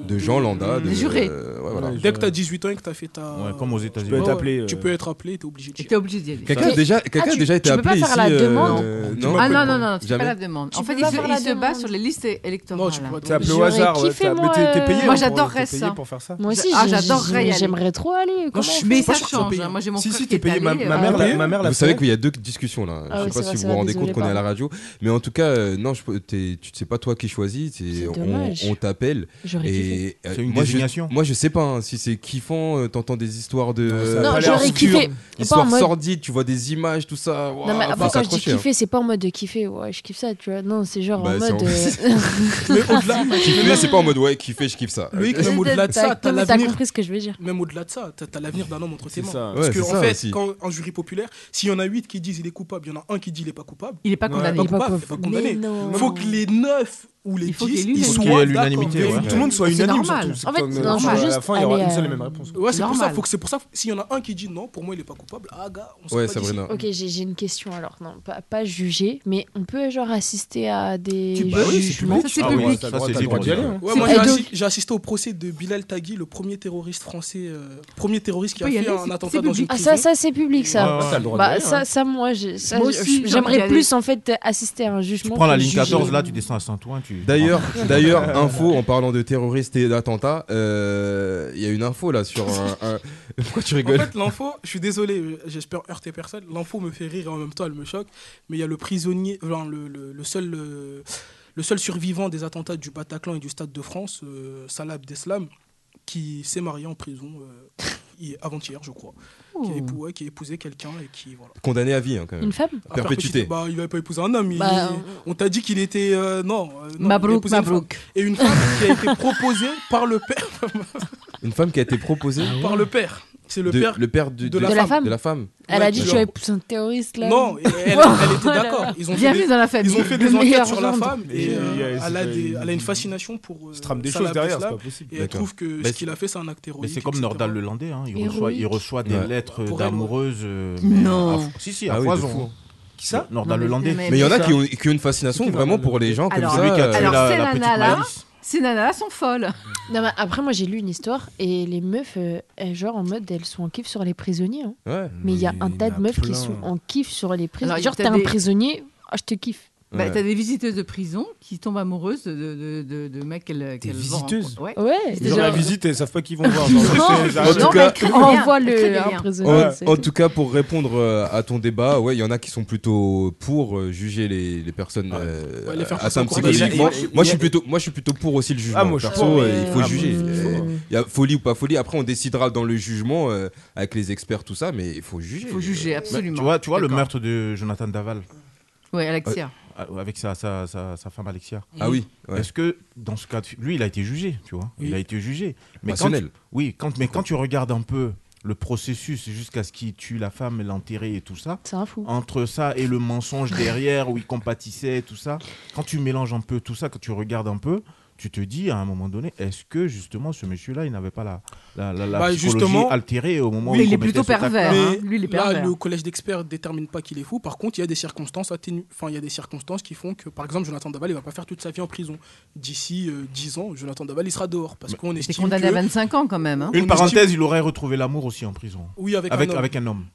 Speaker 1: de gens lambda, de
Speaker 7: Des jurés.
Speaker 1: euh, ouais, voilà.
Speaker 4: Ouais,
Speaker 5: Dès que t'as 18 ans et que t'as fait ta.
Speaker 3: Ouais, comme aux
Speaker 4: Tu
Speaker 3: États-Unis.
Speaker 4: peux
Speaker 5: Ouais,
Speaker 4: être
Speaker 5: ouais,
Speaker 4: appelé. euh,
Speaker 5: Tu peux Ah, être appelé, t'es obligé de
Speaker 7: Et t'es obligé d'y aller.
Speaker 1: Quelqu'un a
Speaker 6: Mais-
Speaker 1: déjà, quelqu'un a
Speaker 6: tu-
Speaker 1: déjà été
Speaker 6: tu peux pas
Speaker 1: appelé
Speaker 6: faire
Speaker 1: ici.
Speaker 6: la
Speaker 1: euh,
Speaker 6: demande
Speaker 1: euh,
Speaker 4: Tu
Speaker 1: non.
Speaker 4: peux
Speaker 7: Ah non, non, non, tu fais
Speaker 1: Jamais.
Speaker 7: pas la demande.
Speaker 6: Tu
Speaker 7: en fait,
Speaker 6: peux
Speaker 7: il
Speaker 6: pas
Speaker 7: se,
Speaker 6: faire
Speaker 7: il
Speaker 6: la
Speaker 7: se base
Speaker 6: demande.
Speaker 7: sur les listes é- électorales.
Speaker 5: Non, tu peux pas te-
Speaker 4: C'est appelé au
Speaker 6: J'aurais
Speaker 4: hasard.
Speaker 6: kiffé,
Speaker 4: ouais, t'as-
Speaker 6: moi,
Speaker 4: mais t'es t'es payé.
Speaker 6: Moi,
Speaker 4: pour-
Speaker 7: j'adorerais
Speaker 4: t'es
Speaker 7: ça.
Speaker 4: payé pour faire ça.
Speaker 6: Moi aussi,
Speaker 7: Ah,
Speaker 6: j'ai-
Speaker 7: j'adorerais y
Speaker 6: j'ai-
Speaker 7: aller.
Speaker 6: j'aimerais trop aller. Comment on
Speaker 7: Mais
Speaker 6: fait
Speaker 7: ça
Speaker 5: sûr que ce soit
Speaker 7: change.
Speaker 5: payant.
Speaker 7: hein. Moi, j'ai mon
Speaker 4: Si,
Speaker 7: frère
Speaker 4: si,
Speaker 7: qui
Speaker 4: t'es
Speaker 7: est
Speaker 4: payé. Ma
Speaker 7: allé,
Speaker 4: ma
Speaker 7: euh,
Speaker 4: mère, la-
Speaker 5: payé
Speaker 4: ma mère, l'a
Speaker 1: Vous savez
Speaker 4: fait.
Speaker 1: qu'il y a deux discussions là.
Speaker 6: Ah
Speaker 1: je
Speaker 6: ouais,
Speaker 1: sais
Speaker 6: c'est
Speaker 1: pas
Speaker 6: vrai,
Speaker 1: si
Speaker 6: c'est
Speaker 1: vous vous
Speaker 6: vrai,
Speaker 1: rendez
Speaker 6: désolé,
Speaker 1: compte qu'on est à la
Speaker 6: pardon.
Speaker 1: radio, mais en tout cas, euh, non, je, peux- t'es- tu sais pas toi qui choisis. t'es-
Speaker 6: C'est
Speaker 1: on
Speaker 6: dommage.
Speaker 1: on t'appelle
Speaker 6: J'aurais kiffé.
Speaker 1: et euh,
Speaker 3: C'est une
Speaker 1: moi, je,
Speaker 3: désignation.
Speaker 1: moi je sais pas hein, si c'est kiffant. euh, T'entends des histoires de
Speaker 4: Non, ça a
Speaker 1: euh,
Speaker 4: pas
Speaker 6: Non,
Speaker 4: l'air
Speaker 6: j'aurais
Speaker 1: obscures,
Speaker 6: kiffé.
Speaker 1: histoires
Speaker 6: en mode-
Speaker 1: sordides. Tu vois des images, tout ça. Ouah,
Speaker 6: Non, mais
Speaker 1: faut
Speaker 6: après, quand je dis
Speaker 1: s'accrocher, hein.
Speaker 6: kiffer, c'est pas en mode de kiffer. Ouais, je kiffe ça, tu vois. Non, c'est genre
Speaker 1: Bah,
Speaker 6: en
Speaker 1: c'est
Speaker 6: mode.
Speaker 1: en-
Speaker 6: euh,
Speaker 5: Mais au-delà,
Speaker 1: Kiffer, c'est pas en mode ouais, kiffer, je kiffe ça.
Speaker 5: Loïc, même au-delà de ça, t'as
Speaker 6: T'as
Speaker 5: l'avenir.
Speaker 6: compris ce que je veux dire.
Speaker 5: Même au-delà de ça, t'as t'as l'avenir d'un homme entre tes
Speaker 4: C'est
Speaker 5: mains.
Speaker 4: ça.
Speaker 5: Parce
Speaker 1: Ouais,
Speaker 5: que,
Speaker 1: c'est
Speaker 5: en
Speaker 1: ça
Speaker 5: fait,
Speaker 1: aussi.
Speaker 5: quand un jury populaire, s'il y en a 8 qui disent il est coupable, il y en a un qui dit il est pas coupable,
Speaker 7: Il n'est pas
Speaker 4: Ouais.
Speaker 7: condamné.
Speaker 5: il est
Speaker 6: pas
Speaker 5: pas,
Speaker 6: coupable.
Speaker 5: pas
Speaker 2: Mais
Speaker 5: condamné.
Speaker 2: non.
Speaker 5: Il faut que les 9 ou les
Speaker 7: Il faut
Speaker 5: 10
Speaker 7: qu'il y ait
Speaker 5: ils
Speaker 7: l'unanimité.
Speaker 5: soient
Speaker 3: Il y ait
Speaker 5: d'accord.
Speaker 3: l'unanimité,
Speaker 5: Mais
Speaker 3: ouais.
Speaker 5: tout
Speaker 4: Tout le monde soit
Speaker 7: C'est
Speaker 4: unanime.
Speaker 7: normal.
Speaker 4: surtout, c'est
Speaker 6: En fait,
Speaker 4: comme, euh,
Speaker 6: non,
Speaker 4: à la
Speaker 6: faut
Speaker 4: fin,
Speaker 6: juste
Speaker 4: À la fin, il y aura
Speaker 6: aller,
Speaker 4: une seule et
Speaker 6: euh,
Speaker 4: même réponse. quoi.
Speaker 5: Ouais, c'est pour ça.
Speaker 7: Normal.
Speaker 5: Faut que c'est pour ça. S'il y en a un qui dit non, pour moi il est pas coupable. Ah gars, on sort
Speaker 1: Ouais,
Speaker 5: pas d'ici.
Speaker 1: Sabrina.
Speaker 6: Ok, j'ai j'ai une question alors. Non, pas, pas juger, mais on peut genre assister à des.
Speaker 5: Tu- bah oui, c'est
Speaker 6: jugements
Speaker 7: Ça, c'est
Speaker 3: Ah
Speaker 7: public.
Speaker 3: ouais,
Speaker 4: T'as
Speaker 3: ça, c'est
Speaker 4: le droit d'y
Speaker 3: libre.
Speaker 4: aller. hein.
Speaker 5: Ouais,
Speaker 6: C'est
Speaker 5: moi
Speaker 6: pas
Speaker 5: j'ai
Speaker 6: donc-
Speaker 5: assi- j'ai assisté au procès de Bilal Taghi, le premier terroriste français, euh, premier terroriste qui
Speaker 7: peux
Speaker 5: a
Speaker 7: y
Speaker 5: fait
Speaker 7: aller,
Speaker 5: un
Speaker 7: c'est-
Speaker 5: attentat
Speaker 7: c'est
Speaker 5: dans
Speaker 7: public.
Speaker 5: une
Speaker 6: Ah,
Speaker 5: prison.
Speaker 6: ça, ça, c'est public, ça.
Speaker 5: Ah,
Speaker 3: Ouais, ouais.
Speaker 4: Ça, le droit d'y
Speaker 6: Bah,
Speaker 4: aller,
Speaker 6: ça,
Speaker 4: hein.
Speaker 6: ça, moi, j'ai- ça,
Speaker 7: Moi
Speaker 6: je-
Speaker 7: aussi, j'ai envie d'y
Speaker 6: j'aimerais
Speaker 7: aller.
Speaker 6: plus en fait assister à un jugement.
Speaker 3: Tu prends la
Speaker 6: que
Speaker 3: ligne
Speaker 6: juger.
Speaker 3: 14, là, tu descends à Saint-Ouen. tu- Ah.
Speaker 1: D'ailleurs, d'ailleurs, info en parlant de terroristes et d'attentats, euh, il y a une info là sur un. un- Pourquoi tu
Speaker 5: En
Speaker 1: rigoles
Speaker 5: fait, l'info, je suis désolé, euh, j'espère heurter personne. L'info me fait rire et en même temps elle me choque. Mais il y a le prisonnier, enfin, le, le- le seul, euh, le seul survivant des attentats du Bataclan et du Stade de France, euh, Salah Abdeslam, qui s'est marié en prison euh, hi- avant-hier, je crois. Qui a, épou- ouais, qui a épousé quelqu'un et qui. Voilà.
Speaker 1: Condamné à vie hein, quand
Speaker 5: Euh,
Speaker 1: même.
Speaker 6: Une femme
Speaker 5: À
Speaker 1: Perpétuité.
Speaker 5: Bah, il n'avait pas épousé un homme. il-
Speaker 6: Bah,
Speaker 5: on t'a dit qu'il était. euh, non, euh, non, il a
Speaker 7: euh, Mabrouk,
Speaker 5: épousé une femme.
Speaker 7: Mabrouk.
Speaker 5: Et une femme qui a été proposée par le père.
Speaker 1: Une femme qui a été proposée.
Speaker 5: Par le père. C'est le
Speaker 1: de-
Speaker 5: père.
Speaker 1: le père du-
Speaker 5: de la femme.
Speaker 1: De la femme.
Speaker 6: Elle
Speaker 5: Ouais,
Speaker 6: a dit
Speaker 5: genre-
Speaker 6: tu avais plus un terroriste là. Oh
Speaker 5: Non, et elle, elle était d'accord. Ils ont fait
Speaker 7: Bienvenue
Speaker 5: des-
Speaker 7: dans la famille.
Speaker 5: Ils ont fait
Speaker 7: Le
Speaker 5: des enquêtes
Speaker 7: meilleur
Speaker 5: sur la
Speaker 7: gendre.
Speaker 5: femme
Speaker 4: Mais
Speaker 5: et
Speaker 4: il y a-
Speaker 5: euh,
Speaker 4: c'est
Speaker 5: elle, a
Speaker 4: pas-
Speaker 5: des- elle a une fascination pour. euh,
Speaker 4: Se trame des
Speaker 5: Salah
Speaker 4: choses derrière, c'est
Speaker 5: Abdeslam,
Speaker 4: pas possible.
Speaker 5: Et elle
Speaker 1: D'accord.
Speaker 5: trouve que
Speaker 7: Bah,
Speaker 1: Mais
Speaker 5: ce qu'il a fait, c'est un acte héroïque.
Speaker 3: Mais c'est comme
Speaker 5: etc.
Speaker 3: Nordal le Landais, hein, il,
Speaker 6: Héroïque.
Speaker 3: reçoit, il reçoit des
Speaker 1: Ouais.
Speaker 3: lettres
Speaker 5: Pour elle,
Speaker 3: d'amoureuses. euh, mais
Speaker 7: Non.
Speaker 3: à fo- Si, si, à
Speaker 1: Ah oui, de
Speaker 3: foison. hein.
Speaker 1: fou.
Speaker 3: Qui ça Nordal
Speaker 7: Non,
Speaker 3: le
Speaker 7: mais-
Speaker 3: Landais.
Speaker 7: mais-
Speaker 1: Mais il y en a
Speaker 7: ça.
Speaker 1: qui ont, qui ont une fascination
Speaker 4: C'est qui,
Speaker 1: vraiment
Speaker 4: Nordal
Speaker 1: pour les gens comme
Speaker 7: Alors,
Speaker 1: ça.
Speaker 3: Celui qui a
Speaker 1: euh,
Speaker 3: tué
Speaker 7: Alors,
Speaker 3: la,
Speaker 7: c'est
Speaker 3: la
Speaker 7: la
Speaker 3: petite
Speaker 7: nana.
Speaker 3: Maëlys.
Speaker 7: Ces nanas-là sont folles.
Speaker 6: Non, mais après, moi, j'ai lu une histoire et les meufs, euh, elles, genre en mode, elles sont en kiff sur les prisonniers. hein.
Speaker 1: Ouais.
Speaker 6: Mais il y a un tas de meufs qui
Speaker 4: plein.
Speaker 6: sont en kiff sur les prisonniers.
Speaker 7: Alors,
Speaker 6: Genre,
Speaker 7: t'as
Speaker 6: t'es un
Speaker 7: des-
Speaker 6: prisonnier, ah, je te kiffe.
Speaker 7: Bah,
Speaker 1: Ouais.
Speaker 7: T'as des visiteuses de prison qui tombent amoureuses de, de, de, de mecs qu'elles qu'elles vont
Speaker 4: visiteuses
Speaker 7: rencontrer. Ouais.
Speaker 6: Ouais,
Speaker 4: Ils ont
Speaker 6: genre-
Speaker 4: la visite et ils savent pas qui vont voir.
Speaker 7: Non,
Speaker 4: Genre, c'est-
Speaker 1: tout
Speaker 7: non,
Speaker 1: cas-
Speaker 7: mais elles créent des
Speaker 6: on
Speaker 7: liens,
Speaker 6: envoie
Speaker 7: elles créent des
Speaker 6: le un
Speaker 7: liens.
Speaker 6: prisonnier.
Speaker 1: En,
Speaker 6: c'est
Speaker 1: en
Speaker 6: tout.
Speaker 1: tout cas, pour répondre euh, à ton débat, ouais, il y en a qui sont plutôt pour euh, juger les, les personnes euh,
Speaker 5: Ouais, les faire
Speaker 1: atteintes
Speaker 5: passer en cours
Speaker 1: psychologiquement.
Speaker 5: d'assises.
Speaker 1: Moi, je suis plutôt, moi, je suis plutôt pour aussi le jugement.
Speaker 4: Ah, moi, je suis
Speaker 1: Perso,
Speaker 4: pour,
Speaker 1: euh,
Speaker 4: ouais.
Speaker 1: il faut
Speaker 4: Ah,
Speaker 1: juger.
Speaker 4: moi, je suis
Speaker 1: Euh,
Speaker 4: pour.
Speaker 1: Il y a folie ou pas folie. Après, on décidera dans le jugement euh, avec les experts tout ça, mais il faut juger. Euh, bah,
Speaker 7: Il faut juger, absolument.
Speaker 3: Tu vois, tu vois le
Speaker 7: D'accord.
Speaker 3: meurtre de Jonathan Daval
Speaker 7: Oui, Alexia.
Speaker 3: euh, avec sa, sa, sa, sa femme Alexia.
Speaker 1: Ah oui. ouais.
Speaker 3: Est-ce que dans ce cas de lui, il a été jugé, tu vois Il
Speaker 5: Oui.
Speaker 3: a été jugé. quand
Speaker 1: Rationnel.
Speaker 3: Oui, quand, mais quand tu regardes un peu le processus jusqu'à ce qu'il tue la femme, l'enterrer et tout ça,
Speaker 6: C'est un fou.
Speaker 3: entre ça et le mensonge derrière où il compatissait, tout ça, quand tu mélanges un peu tout ça, quand tu regardes un peu, tu te dis à un moment donné, est-ce que justement ce monsieur-là, il n'avait pas la, la, la, la
Speaker 5: Bah,
Speaker 3: psychologie
Speaker 5: justement,
Speaker 3: altérée au moment où
Speaker 7: Mais il est
Speaker 3: commettait
Speaker 7: plutôt
Speaker 3: cet acte
Speaker 7: pervers.
Speaker 5: Mais
Speaker 7: hein. Lui, il est
Speaker 5: là,
Speaker 7: pervers.
Speaker 5: le collège d'experts détermine pas qu'il est fou. Par contre, il y a des circonstances atténues. Enfin, il y a des circonstances qui font que, par exemple, Jonathan Daval, il va pas faire toute sa vie en prison. D'ici euh, 10 ans, Jonathan Daval, il sera dehors parce qu'on
Speaker 7: Il est
Speaker 5: estime
Speaker 7: condamné à
Speaker 5: que...
Speaker 7: 25 ans quand même. hein.
Speaker 3: Une
Speaker 5: On
Speaker 3: parenthèse, il aurait retrouvé l'amour aussi en prison.
Speaker 5: Oui, avec,
Speaker 3: Avec,
Speaker 5: un homme.
Speaker 3: avec un homme.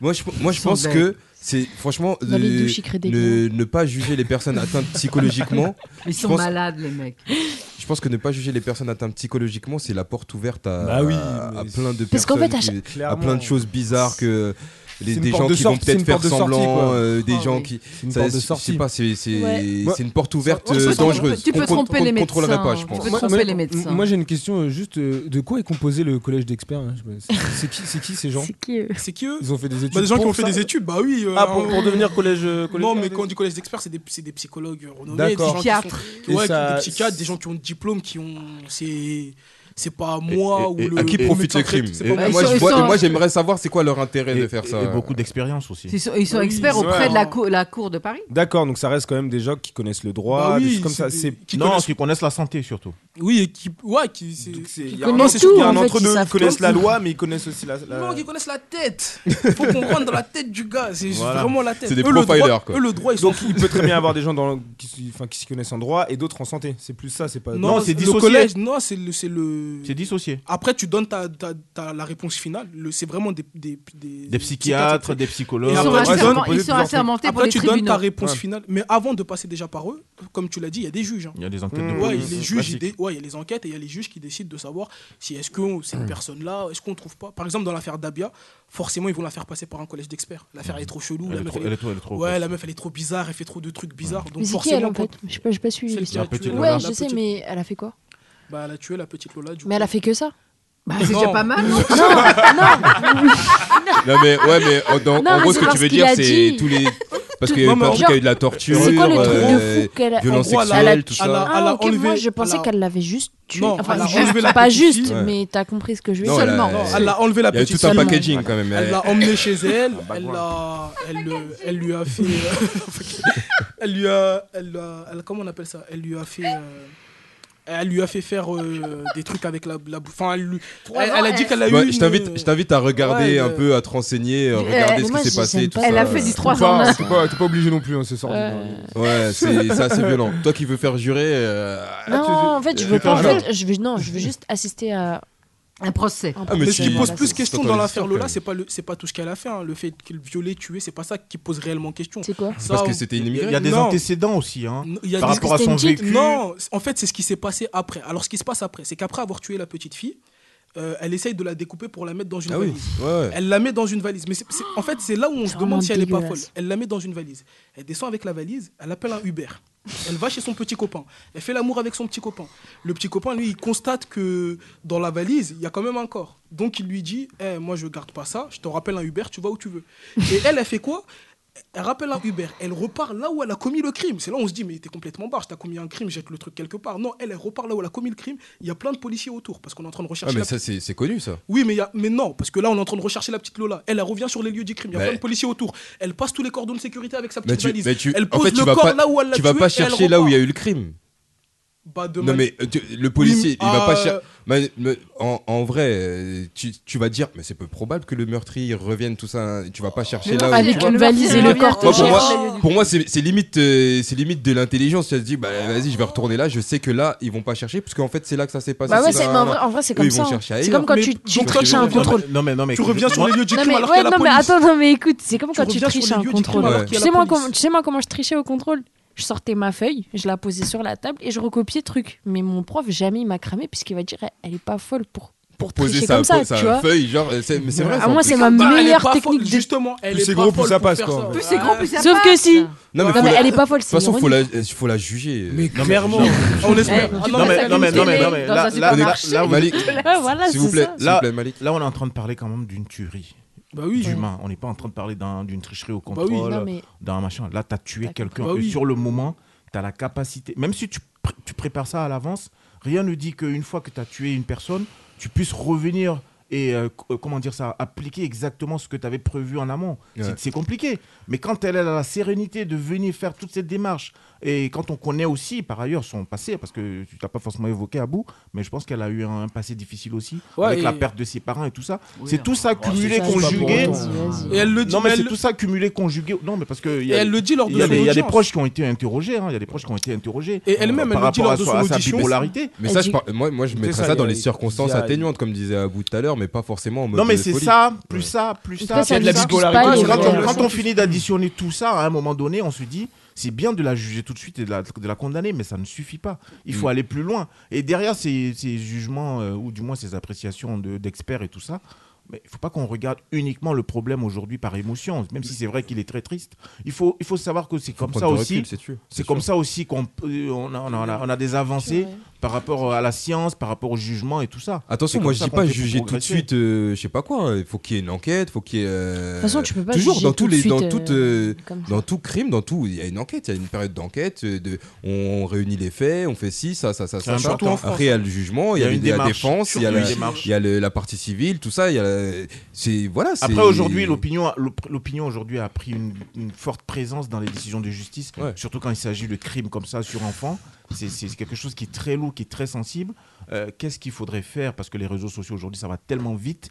Speaker 1: Moi, je, moi, je
Speaker 7: Ils sont
Speaker 1: pense
Speaker 7: belles.
Speaker 1: que c'est franchement
Speaker 6: Dans les
Speaker 1: euh,
Speaker 6: douches, ils créent des
Speaker 1: ne, ne pas juger les personnes atteintes psychologiquement.
Speaker 7: Ils sont
Speaker 1: pense-
Speaker 7: malades, les mecs.
Speaker 1: Je pense que ne pas juger les personnes atteintes psychologiquement, c'est la porte ouverte à,
Speaker 4: Bah oui,
Speaker 1: à, à
Speaker 4: mais
Speaker 1: plein de personnes.
Speaker 6: Parce qu'en fait, à
Speaker 1: qui- à
Speaker 4: Clairement.
Speaker 1: plein de choses bizarres que les,
Speaker 4: C'est une
Speaker 1: des
Speaker 4: porte
Speaker 1: gens
Speaker 4: de
Speaker 1: qui
Speaker 4: sortie,
Speaker 1: vont
Speaker 4: c'est
Speaker 1: peut-être
Speaker 4: une
Speaker 1: faire
Speaker 4: porte de sortie,
Speaker 1: semblant,
Speaker 4: quoi.
Speaker 1: euh, des
Speaker 6: Ah
Speaker 1: gens
Speaker 6: oui.
Speaker 1: qui.
Speaker 4: C'est une
Speaker 1: ça,
Speaker 4: porte
Speaker 1: je-
Speaker 4: de
Speaker 1: je sais
Speaker 4: sortie.
Speaker 1: pas, c'est c'est-
Speaker 6: Ouais.
Speaker 1: c'est une porte ouverte
Speaker 5: Ouais,
Speaker 1: euh,
Speaker 5: c'est-
Speaker 1: dangereuse.
Speaker 7: Tu peux
Speaker 1: qu'on-
Speaker 7: tromper
Speaker 1: qu'on-
Speaker 7: les
Speaker 1: qu'on contrôlerait pas,
Speaker 7: médecins,
Speaker 1: je
Speaker 7: tu
Speaker 1: pense.
Speaker 7: peux
Speaker 4: Moi-
Speaker 7: tromper
Speaker 4: moi-
Speaker 7: les médecins.
Speaker 4: Moi, j'ai une question euh, juste euh, de quoi est composé le collège d'experts hein Je me- c'est- C'est qui, c'est qui ces gens
Speaker 6: C'est qui eux
Speaker 5: C'est qui eux
Speaker 4: Ils ont fait des études.
Speaker 5: Bah, Des gens qui
Speaker 4: pour
Speaker 5: ont fait
Speaker 4: ça
Speaker 5: des études, bah oui. euh,
Speaker 4: Ah, pour, pour
Speaker 5: euh,
Speaker 4: devenir collège. euh, collège
Speaker 5: Non, mais quand on dit collège d'experts, c'est des, c'est des psychologues euh, renommés, des
Speaker 4: D'accord.
Speaker 5: gens qui sont-
Speaker 7: Psychiatre.
Speaker 5: qui-
Speaker 4: Et
Speaker 5: ouais, qui ont
Speaker 4: ça-
Speaker 5: des psychiatres, des gens qui ont le diplôme, qui ont. C'est c'est pas moi ou
Speaker 1: Et- et-
Speaker 5: le.
Speaker 1: à qui
Speaker 5: le
Speaker 1: profite
Speaker 5: médecin
Speaker 1: le crime
Speaker 5: traite, c'est
Speaker 1: Et-
Speaker 5: pas
Speaker 1: et
Speaker 7: Bah, Ils
Speaker 1: Moi,
Speaker 7: sont-
Speaker 1: je
Speaker 7: ils
Speaker 1: vois- et
Speaker 7: sont-
Speaker 1: moi, j'aimerais savoir c'est quoi leur intérêt de
Speaker 3: Et,
Speaker 1: faire
Speaker 3: et-
Speaker 1: ça.
Speaker 3: et beaucoup d'expérience aussi.
Speaker 7: Ils sont, ils sont
Speaker 5: Oui,
Speaker 7: experts
Speaker 5: c'est
Speaker 7: auprès
Speaker 5: vrai.
Speaker 7: de la, cour- la cour de Paris.
Speaker 4: D'accord, donc ça reste quand même des gens qui connaissent le droit,
Speaker 5: Bah
Speaker 4: des
Speaker 5: oui,
Speaker 4: choses comme ça.
Speaker 5: des-
Speaker 4: C'est
Speaker 5: qui
Speaker 3: non,
Speaker 5: connaissent-
Speaker 3: qui connaissent la santé surtout.
Speaker 5: Oui, et qui. Ouais, qui. c'est-
Speaker 4: Donc, c'est-
Speaker 5: qui
Speaker 4: il y a un
Speaker 5: connaissent-
Speaker 6: connaissent
Speaker 4: entre- il y a
Speaker 6: tout,
Speaker 4: un
Speaker 6: en fait,
Speaker 4: entre
Speaker 6: ils
Speaker 4: deux. Ils
Speaker 6: savent
Speaker 4: connaissent
Speaker 6: tout.
Speaker 4: la loi, mais ils connaissent aussi la. la-
Speaker 1: Euh.
Speaker 5: Non, qui connaissent la tête. Faut qu'on rentre dans la tête du gars. C'est
Speaker 3: Voilà.
Speaker 5: vraiment la tête.
Speaker 1: C'est des
Speaker 5: Eux, le droit-
Speaker 1: profilers, quoi.
Speaker 5: Eux, le droit, ils sont
Speaker 4: Donc il peut très bien y avoir des gens dans, qui, s'y- enfin, qui s'y connaissent en droit et d'autres en santé. C'est plus ça, c'est pas.
Speaker 3: Non, c'est
Speaker 5: le
Speaker 3: dissocié.
Speaker 5: collège. Non, c'est le, c'est le.
Speaker 3: C'est dissocié.
Speaker 5: Après, tu donnes ta, ta- ta- la réponse finale. Le- C'est vraiment des, des, des-
Speaker 3: Des psychiatres, des psychologues.
Speaker 5: Et
Speaker 7: Ils
Speaker 5: après,
Speaker 7: sont
Speaker 5: tu donnes-
Speaker 7: asserment-
Speaker 4: Ouais,
Speaker 7: Ils sont assermentés pour
Speaker 5: Après,
Speaker 7: les
Speaker 5: tu donnes ta
Speaker 7: tribunaux.
Speaker 5: réponse
Speaker 4: Ouais.
Speaker 5: finale. Mais avant de passer déjà par eux, comme tu l'as dit, il y a des juges. hein.
Speaker 3: Il y a des enquêtes
Speaker 4: Mmh.
Speaker 3: de
Speaker 5: Ouais,
Speaker 4: Mmh.
Speaker 5: il y a
Speaker 3: police.
Speaker 5: les juges, il y a
Speaker 3: Classique.
Speaker 5: des- ouais, il y a les enquêtes et il y a les juges qui décident de savoir si est-ce que on-
Speaker 3: Mm.
Speaker 5: cette personne-là, est-ce qu'on trouve pas. Par exemple, dans l'affaire Dabia, forcément, ils vont la faire passer par un collège d'experts. L'affaire elle est trop chelou.
Speaker 3: Elle
Speaker 5: la
Speaker 3: est
Speaker 5: meuf,
Speaker 3: trop-
Speaker 5: elle est-
Speaker 3: elle est trop- elle est trop
Speaker 5: Ouais,
Speaker 3: grosse.
Speaker 5: la meuf, elle est trop bizarre, elle fait trop de trucs bizarres. Donc
Speaker 6: Mm. Mais c'est qui
Speaker 5: forcément,
Speaker 6: elle en fait
Speaker 5: quand-
Speaker 6: Je sais pas, j'ai pas suivi
Speaker 5: celle qui
Speaker 3: La
Speaker 5: a
Speaker 6: l'histoire.
Speaker 5: tué
Speaker 3: petite
Speaker 5: la-
Speaker 6: Ouais,
Speaker 3: Lola.
Speaker 5: la
Speaker 6: je sais,
Speaker 5: petite-
Speaker 6: mais elle a fait quoi
Speaker 5: Bah, elle a tué la petite Lola. Du
Speaker 6: Mais elle a fait que ça.
Speaker 7: Bah, c'est déjà
Speaker 5: Non.
Speaker 7: pas mal.
Speaker 1: Non mais ouais mais en, dans-
Speaker 6: Non,
Speaker 1: en
Speaker 6: mais
Speaker 1: gros
Speaker 6: c'est
Speaker 1: ce que tu
Speaker 6: parce
Speaker 1: veux
Speaker 6: qu'il
Speaker 1: dire
Speaker 6: a
Speaker 1: c'est
Speaker 6: dit.
Speaker 1: tous les parce qu'il y a
Speaker 5: Non,
Speaker 1: eu
Speaker 5: mais
Speaker 1: plein de trucs, il
Speaker 5: genre,
Speaker 1: y a eu de la torture,
Speaker 6: C'est quoi le truc
Speaker 1: euh,
Speaker 6: de fou qu'elle a
Speaker 1: violence
Speaker 5: en gros, elle a-
Speaker 1: sexuelle,
Speaker 5: elle a-
Speaker 1: tout
Speaker 5: elle
Speaker 1: ça.
Speaker 5: a-
Speaker 6: Ah, ok,
Speaker 5: enlevé-
Speaker 6: moi je
Speaker 5: elle
Speaker 6: pensais
Speaker 5: a-
Speaker 6: qu'elle l'avait juste tuée.
Speaker 5: Non,
Speaker 6: enfin,
Speaker 5: elle a
Speaker 6: juste,
Speaker 5: enlevé la
Speaker 6: pas
Speaker 5: petite fille.
Speaker 6: juste,
Speaker 1: Ouais.
Speaker 6: mais t'as compris ce que je veux
Speaker 1: Non,
Speaker 6: dire.
Speaker 1: elle a-
Speaker 7: Seulement.
Speaker 5: Non, elle a enlevé la
Speaker 1: Il y a eu
Speaker 5: petite
Speaker 1: tout un
Speaker 5: fille.
Speaker 1: packaging quand même.
Speaker 5: Elle
Speaker 1: euh,
Speaker 5: l'a emmenée chez elle, elle l'a, elle, le- elle lui a fait, euh, elle lui a, elle lui a- elle- comment on appelle ça Elle lui a fait, euh, elle lui a fait faire euh, des trucs avec la, la bou- enfin, elle, lui- elle, elle a dit qu'elle a
Speaker 1: bah,
Speaker 5: eu.
Speaker 1: je
Speaker 5: une-
Speaker 1: t'invite, je t'invite à regarder
Speaker 5: Ouais,
Speaker 1: un
Speaker 5: de-
Speaker 1: peu, à te renseigner, euh, regarder
Speaker 6: mais
Speaker 1: ce
Speaker 6: moi,
Speaker 1: qui s'est
Speaker 6: j'aime
Speaker 1: passé,
Speaker 6: pas.
Speaker 1: tout ça.
Speaker 7: Elle a fait du
Speaker 1: euh,
Speaker 7: 3 en
Speaker 4: Enfin,
Speaker 7: 1.
Speaker 4: t'es pas, t'es pas obligé non plus, hein, c'est sorti.
Speaker 6: Euh,
Speaker 1: Ouais, c'est c'est assez violent. Toi qui veux faire jurer, euh,
Speaker 6: Non, en fait, je veux
Speaker 1: faire
Speaker 6: pas. En
Speaker 1: genre.
Speaker 6: fait, je veux, non, je veux juste assister à
Speaker 7: Un procès.
Speaker 6: un
Speaker 1: Ah, mais
Speaker 5: Mais
Speaker 1: c'est-
Speaker 5: ce qui
Speaker 1: c'est-
Speaker 5: pose
Speaker 1: c'est-
Speaker 5: plus
Speaker 1: c'est
Speaker 5: question
Speaker 1: encore
Speaker 5: dans
Speaker 1: une
Speaker 5: l'affaire
Speaker 1: histoire, quand
Speaker 5: Lola,
Speaker 1: même.
Speaker 5: c'est pas le, c'est pas tout ce qu'elle a fait. hein. Le fait qu'elle violer, tuer, c'est pas ça qui pose réellement question.
Speaker 6: C'est quoi
Speaker 5: Ça,
Speaker 1: parce que
Speaker 5: on-
Speaker 1: c'était
Speaker 3: Il
Speaker 1: une
Speaker 3: y a-
Speaker 1: immigrée.
Speaker 3: il y a des
Speaker 5: Non.
Speaker 3: antécédents aussi. hein.
Speaker 5: il y a
Speaker 3: Par
Speaker 6: Parce
Speaker 5: des-
Speaker 6: que
Speaker 3: rapport à
Speaker 6: c'était
Speaker 3: son
Speaker 6: une petite,
Speaker 3: vécu.
Speaker 5: Non, c- en fait, c'est ce qui s'est passé après. Alors, ce qui se passe après, c'est qu'après avoir tué la petite fille, euh, elle essaye de la découper pour la mettre dans une
Speaker 1: Ah oui,
Speaker 5: valise.
Speaker 1: ouais, ouais.
Speaker 5: Elle la met dans une valise. Mais c'est- c'est- en fait, c'est là où on se
Speaker 6: C'est
Speaker 5: demande si elle est pas folle.
Speaker 6: dégueulasse.
Speaker 5: Elle la met dans une valise. Elle descend avec la valise, elle appelle un Uber. Elle va chez son petit copain. Elle fait l'amour avec son petit copain. Le petit copain, lui, il constate que dans la valise, il y a quand même un corps. Donc il lui dit Eh, Moi, je garde pas ça, je te rappelle un Uber, tu vas où tu veux. Et elle, elle fait quoi elle rappelle un Uber, elle repart là où elle a commis le crime. C'est là où on se dit, mais t'es complètement barge, t'as commis un crime, jette le truc quelque part. Non, elle, elle repart là où elle a commis le crime. Il y a plein de policiers autour parce qu'on est en train de
Speaker 1: Ah
Speaker 5: rechercher
Speaker 1: mais
Speaker 5: la
Speaker 1: ça c'est c'est connu ça.
Speaker 5: oui, mais, il y a- mais non, parce que là, on est en train de rechercher la petite Lola. Elle, elle revient sur les lieux du crime. Il y a
Speaker 1: Mais-
Speaker 5: plein de policiers autour. Elle passe tous les cordons de sécurité avec sa
Speaker 1: Mais
Speaker 5: petite
Speaker 1: tu,
Speaker 5: valise.
Speaker 1: mais tu,
Speaker 5: Elle
Speaker 1: en
Speaker 5: pose
Speaker 1: fait, tu
Speaker 5: le
Speaker 1: vas
Speaker 5: corps
Speaker 1: pas,
Speaker 5: là où elle l'a
Speaker 1: tu vas
Speaker 5: tué
Speaker 1: pas
Speaker 5: et elle
Speaker 1: chercher là où il y a
Speaker 5: repart.
Speaker 1: eu le crime.
Speaker 5: Bah, de
Speaker 1: Non
Speaker 5: manière-
Speaker 1: mais euh, tu- le policier, il va pas
Speaker 5: euh,
Speaker 1: chercher. Mais- mais en, en vrai, euh, tu, tu vas dire, mais c'est peu probable que le meurtrier revienne tout ça. hein. Tu vas pas chercher là où.
Speaker 6: avec
Speaker 1: tu
Speaker 6: une
Speaker 1: vois.
Speaker 6: valise et
Speaker 1: Mais-
Speaker 6: le corps,
Speaker 1: Moi,
Speaker 6: tu
Speaker 1: pour,
Speaker 6: cherches.
Speaker 1: moi, pour moi, c'est c'est limite, euh, c'est limite de l'intelligence. Tu te dis, bah vas-y, je vais retourner là. Je sais que là, ils vont pas chercher, parce qu'en fait, c'est là que ça s'est passé.
Speaker 6: Bah ouais,
Speaker 1: c'est
Speaker 6: c'est-
Speaker 1: ça,
Speaker 6: mais en
Speaker 1: là.
Speaker 6: vrai, en vrai, c'est
Speaker 1: Eux,
Speaker 6: comme
Speaker 1: ils vont
Speaker 6: ça. hein.
Speaker 1: chercher
Speaker 6: C'est
Speaker 1: ailleurs.
Speaker 6: comme quand
Speaker 5: Mais
Speaker 6: tu,
Speaker 5: donc,
Speaker 6: tu
Speaker 5: toi,
Speaker 6: triches
Speaker 5: tu veux
Speaker 6: un
Speaker 5: dire-
Speaker 6: contrôle.
Speaker 3: Non, mais, non, mais,
Speaker 5: Tu reviens sur les lieux du
Speaker 6: Non
Speaker 5: crime
Speaker 6: mais,
Speaker 5: alors
Speaker 6: ouais,
Speaker 5: qu'il y a la
Speaker 6: non, mais
Speaker 5: police.
Speaker 6: attends, non mais écoute, c'est comme quand tu
Speaker 5: reviens
Speaker 6: triches
Speaker 5: sur les
Speaker 6: un
Speaker 5: lieux du crime
Speaker 6: contrôle.
Speaker 5: alors
Speaker 1: Ouais.
Speaker 5: qu'il
Speaker 6: Tu
Speaker 5: y a
Speaker 6: sais,
Speaker 5: la
Speaker 6: moi,
Speaker 5: police.
Speaker 6: comment, tu sais moi comment je trichais au contrôle Je sortais ma feuille, je la posais sur la table et je recopiais truc. Mais mon prof, jamais il m'a cramé puisqu'il va dire eh, elle est pas folle pour, pour tricher comme ça,
Speaker 1: sa
Speaker 6: tu vois.
Speaker 1: feuille, genre, euh, c'est- mais c'est vrai.
Speaker 6: Ah,
Speaker 1: ça, en
Speaker 6: moi,
Speaker 1: plus.
Speaker 6: c'est ma
Speaker 5: Bah, elle est
Speaker 6: meilleure
Speaker 5: pas
Speaker 6: technique
Speaker 5: folle,
Speaker 6: de-
Speaker 5: justement. Elle
Speaker 4: Plus
Speaker 5: est
Speaker 4: c'est
Speaker 5: pas
Speaker 4: gros, plus
Speaker 5: folle
Speaker 4: ça
Speaker 5: pour
Speaker 4: passe,
Speaker 5: faire
Speaker 4: quoi,
Speaker 5: ça.
Speaker 4: en fait.
Speaker 7: Plus c'est grand, plus ça
Speaker 6: Sauf que
Speaker 7: passe.
Speaker 6: si.
Speaker 1: Non, mais
Speaker 6: Non
Speaker 1: faut
Speaker 6: mais
Speaker 1: la-
Speaker 6: elle est pas folle,
Speaker 1: de
Speaker 6: c'est
Speaker 1: toute façon, faut
Speaker 6: ironique.
Speaker 1: la, euh, faut la juger.
Speaker 4: Mais
Speaker 3: Non, mais-
Speaker 4: clairement.
Speaker 5: On espère.
Speaker 7: Eh,
Speaker 5: Ah,
Speaker 3: Non, mais, non, mais, non, mais, non, mais,
Speaker 7: Dans
Speaker 3: là,
Speaker 7: un
Speaker 3: là, là,
Speaker 7: supermarché.
Speaker 3: là, vous-
Speaker 1: Malik,
Speaker 6: Ouais, voilà,
Speaker 1: s'il vous
Speaker 6: c'est
Speaker 1: plaît,
Speaker 6: ça.
Speaker 1: s'il vous
Speaker 3: Là-
Speaker 1: plaît, Malik.
Speaker 3: là, on est en train de parler quand même d'une tuerie
Speaker 5: Bah oui. Bah
Speaker 3: d'humain. On n'est pas en train de parler d'un- d'une tricherie au
Speaker 5: oui,
Speaker 3: contrôle,
Speaker 6: Non, mais-
Speaker 3: d'un machin. Là, tu as tué
Speaker 6: T'as
Speaker 3: quelqu'un.
Speaker 5: compris. Bah
Speaker 3: Et
Speaker 5: oui.
Speaker 3: Sur le moment, tu as la capacité. Même si tu, pr- tu prépares ça à l'avance, rien ne dit qu'une fois que tu as tué une personne, tu puisses revenir et euh, c- euh, comment dire ça, appliquer exactement ce que tu avais prévu en amont. C'est-
Speaker 1: Ouais.
Speaker 3: C'est compliqué. Mais quand elle a la sérénité de venir faire toute cette démarche, et quand on connaît aussi, par ailleurs, son passé, parce que tu t'as pas forcément évoqué à bout, mais je pense qu'elle a eu un passé difficile aussi,
Speaker 5: Ouais,
Speaker 3: avec
Speaker 5: et-
Speaker 3: la perte de ses parents et tout ça.
Speaker 7: Oui,
Speaker 3: c'est tout ça cumulé,
Speaker 6: ça, c'est pas
Speaker 3: conjugué.
Speaker 6: pour autant. Vas-y,
Speaker 5: Et elle le dit.
Speaker 3: Non, mais
Speaker 5: elle-
Speaker 3: c'est tout ça cumulé, conjugué. Non, mais parce que. il
Speaker 5: Et
Speaker 3: y a-
Speaker 5: elle le dit lors de
Speaker 3: il y, a
Speaker 5: son
Speaker 3: des, il y a des
Speaker 5: audience.
Speaker 3: proches qui ont été interrogés, hein, il y a des proches qui ont été interrogés. euh,
Speaker 5: Et elle-même,
Speaker 3: Par
Speaker 5: elle le dit
Speaker 3: rapport
Speaker 5: lors
Speaker 3: à
Speaker 5: de
Speaker 3: son-
Speaker 5: son
Speaker 3: à sa
Speaker 5: audition.
Speaker 3: bipolarité.
Speaker 1: Mais ça,
Speaker 6: Elle
Speaker 1: je
Speaker 6: dit-
Speaker 1: par- moi, moi, je
Speaker 4: C'est
Speaker 1: mettrais
Speaker 4: ça,
Speaker 1: ça
Speaker 4: il y
Speaker 1: dans
Speaker 4: a-
Speaker 1: les
Speaker 4: il y a-
Speaker 1: circonstances
Speaker 4: il y a-
Speaker 1: atténuantes, comme disait Abou tout à l'heure, mais pas forcément en mode. euh,
Speaker 3: Non, mais
Speaker 1: de
Speaker 3: c'est
Speaker 1: folie.
Speaker 3: ça, plus
Speaker 1: Ouais.
Speaker 3: ça, plus
Speaker 6: Une
Speaker 3: ça.
Speaker 6: personne
Speaker 3: plus
Speaker 6: qui
Speaker 3: ça.
Speaker 6: s'en fiche
Speaker 4: bipolarité.
Speaker 6: pas,
Speaker 3: Quand,
Speaker 6: elle
Speaker 3: quand
Speaker 6: est-
Speaker 3: on, quand on finit d'additionner tout ça, à un moment donné, on se dit, c'est bien de la juger tout de suite et de la, de la condamner, mais ça ne suffit pas. Il faut
Speaker 1: Mm.
Speaker 3: aller plus loin. Et derrière ces, ces jugements, euh, ou du moins ces appréciations de- d'experts et tout ça, mais il ne faut pas qu'on regarde uniquement le problème aujourd'hui par émotion, même si c'est vrai qu'il est très triste. Il faut, il faut savoir que c'est comme
Speaker 1: Prendre
Speaker 3: ça
Speaker 1: du
Speaker 3: aussi.
Speaker 1: recul, c'est-tu.
Speaker 3: C'est comme ça aussi qu'on peut- on a, on a- on a des avancées par rapport à la science, par rapport au jugement et tout ça.
Speaker 1: Attention,
Speaker 3: C'est
Speaker 1: moi
Speaker 3: comme
Speaker 1: je
Speaker 3: ça
Speaker 1: dis
Speaker 3: qu'on
Speaker 1: pas
Speaker 3: fait pour
Speaker 1: juger tout de
Speaker 3: progresser.
Speaker 1: suite, euh, je sais pas quoi. Il faut qu'il y ait une enquête, faut qu'il y ait. euh,
Speaker 6: De toute façon, tu peux pas
Speaker 1: toujours
Speaker 6: juger
Speaker 1: dans tous
Speaker 6: tout de
Speaker 1: les,
Speaker 6: suite,
Speaker 1: dans
Speaker 6: euh,
Speaker 1: toute, euh,
Speaker 6: comme ça.
Speaker 1: dans tout crime, dans tout, il y a une enquête, il y a une période d'enquête. euh, De, on, on réunit les faits, on fait ci, ça, ça, ça, ça. ça.
Speaker 5: Surtout en France.
Speaker 1: Après il y a le jugement, il y a,
Speaker 3: une
Speaker 1: les- la
Speaker 3: démarche.
Speaker 1: défense, il y a,
Speaker 3: Surtout
Speaker 1: la,
Speaker 3: une démarche.
Speaker 1: il y a le- la partie civile, tout ça. Il y a, la- c'est voilà. c'est-
Speaker 3: Après aujourd'hui, l'opinion, a- l'op- l'opinion aujourd'hui a pris une, une forte présence dans les décisions de justice,
Speaker 1: Ouais.
Speaker 3: surtout quand il s'agit de crimes comme ça sur enfants. C'est, c'est quelque chose qui est très lourd, qui est très sensible. Euh, Qu'est-ce qu'il faudrait faire Parce que les réseaux sociaux aujourd'hui, ça va tellement vite.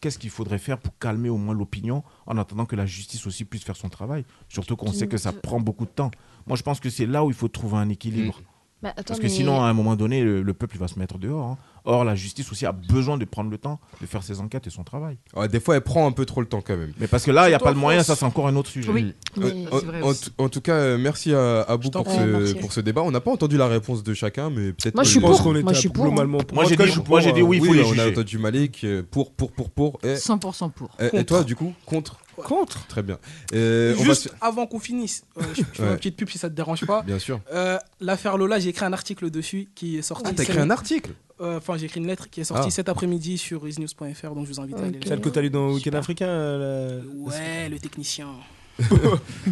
Speaker 3: Qu'est-ce qu'il faudrait faire pour calmer au moins l'opinion en attendant que la justice aussi puisse faire son travail Surtout qu'on
Speaker 6: Tu
Speaker 3: sait
Speaker 6: nous-
Speaker 3: que ça prend beaucoup de temps. Moi, je pense que c'est là où il faut trouver un équilibre.
Speaker 6: Bah, attends,
Speaker 3: Parce que
Speaker 6: mais-
Speaker 3: sinon, à un moment donné, le, le peuple il va se mettre dehors. hein. Or, la justice aussi a besoin de prendre le temps de faire ses enquêtes et son travail.
Speaker 1: Ouais, des fois, elle prend un peu trop le temps quand même.
Speaker 3: Mais parce que là, il n'y a
Speaker 5: Surtout
Speaker 3: pas le
Speaker 5: en
Speaker 3: moyen,
Speaker 5: France.
Speaker 3: ça c'est encore un autre sujet.
Speaker 7: Oui.
Speaker 1: Euh,
Speaker 6: Mais
Speaker 1: en,
Speaker 7: c'est vrai
Speaker 1: en
Speaker 7: aussi.
Speaker 1: tout- en tout cas, euh, merci à, à vous
Speaker 5: Je t'en
Speaker 1: pour
Speaker 5: prie,
Speaker 1: ce,
Speaker 6: merci.
Speaker 1: pour ce débat. On n'a pas entendu la réponse de chacun, mais peut-être.
Speaker 6: Moi,
Speaker 1: que-
Speaker 6: je suis
Speaker 4: pense
Speaker 6: pour.
Speaker 4: qu'on
Speaker 6: Moi,
Speaker 4: était
Speaker 6: je suis pour, hein.
Speaker 4: globalement pour.
Speaker 3: Moi,
Speaker 4: En
Speaker 3: j'ai
Speaker 4: tout cas,
Speaker 3: dit-
Speaker 4: je suis
Speaker 3: moi,
Speaker 4: pour,
Speaker 3: j'ai dit
Speaker 4: euh,
Speaker 3: oui, il faut
Speaker 1: Oui,
Speaker 3: les
Speaker 1: on a
Speaker 3: juger.
Speaker 1: entendu Malik euh, pour, pour, pour, pour. Et, Eh,
Speaker 7: 100% pour.
Speaker 1: et- et
Speaker 5: Contre.
Speaker 1: toi, du coup, contre
Speaker 5: Contre.
Speaker 1: Très bien. Euh, on va
Speaker 5: Juste
Speaker 1: se-
Speaker 5: avant qu'on finisse, euh, je, je fais
Speaker 1: Ouais.
Speaker 5: une petite pub si ça te dérange pas.
Speaker 1: Bien sûr.
Speaker 5: Euh, L'affaire Lola, j'ai écrit un article dessus qui est sorti.
Speaker 1: Ah, t'as écrit
Speaker 5: cet-
Speaker 1: un article
Speaker 5: euh, Enfin, j'ai écrit une lettre qui est sortie
Speaker 1: Ah.
Speaker 5: cet après-midi sur isnews.fr, donc je vous invite à aller
Speaker 6: Ok.
Speaker 5: la
Speaker 4: Celle que
Speaker 5: lire.
Speaker 4: t'as lu dans Week-end
Speaker 5: Super.
Speaker 4: africain. euh, la-
Speaker 5: Ouais, le technicien.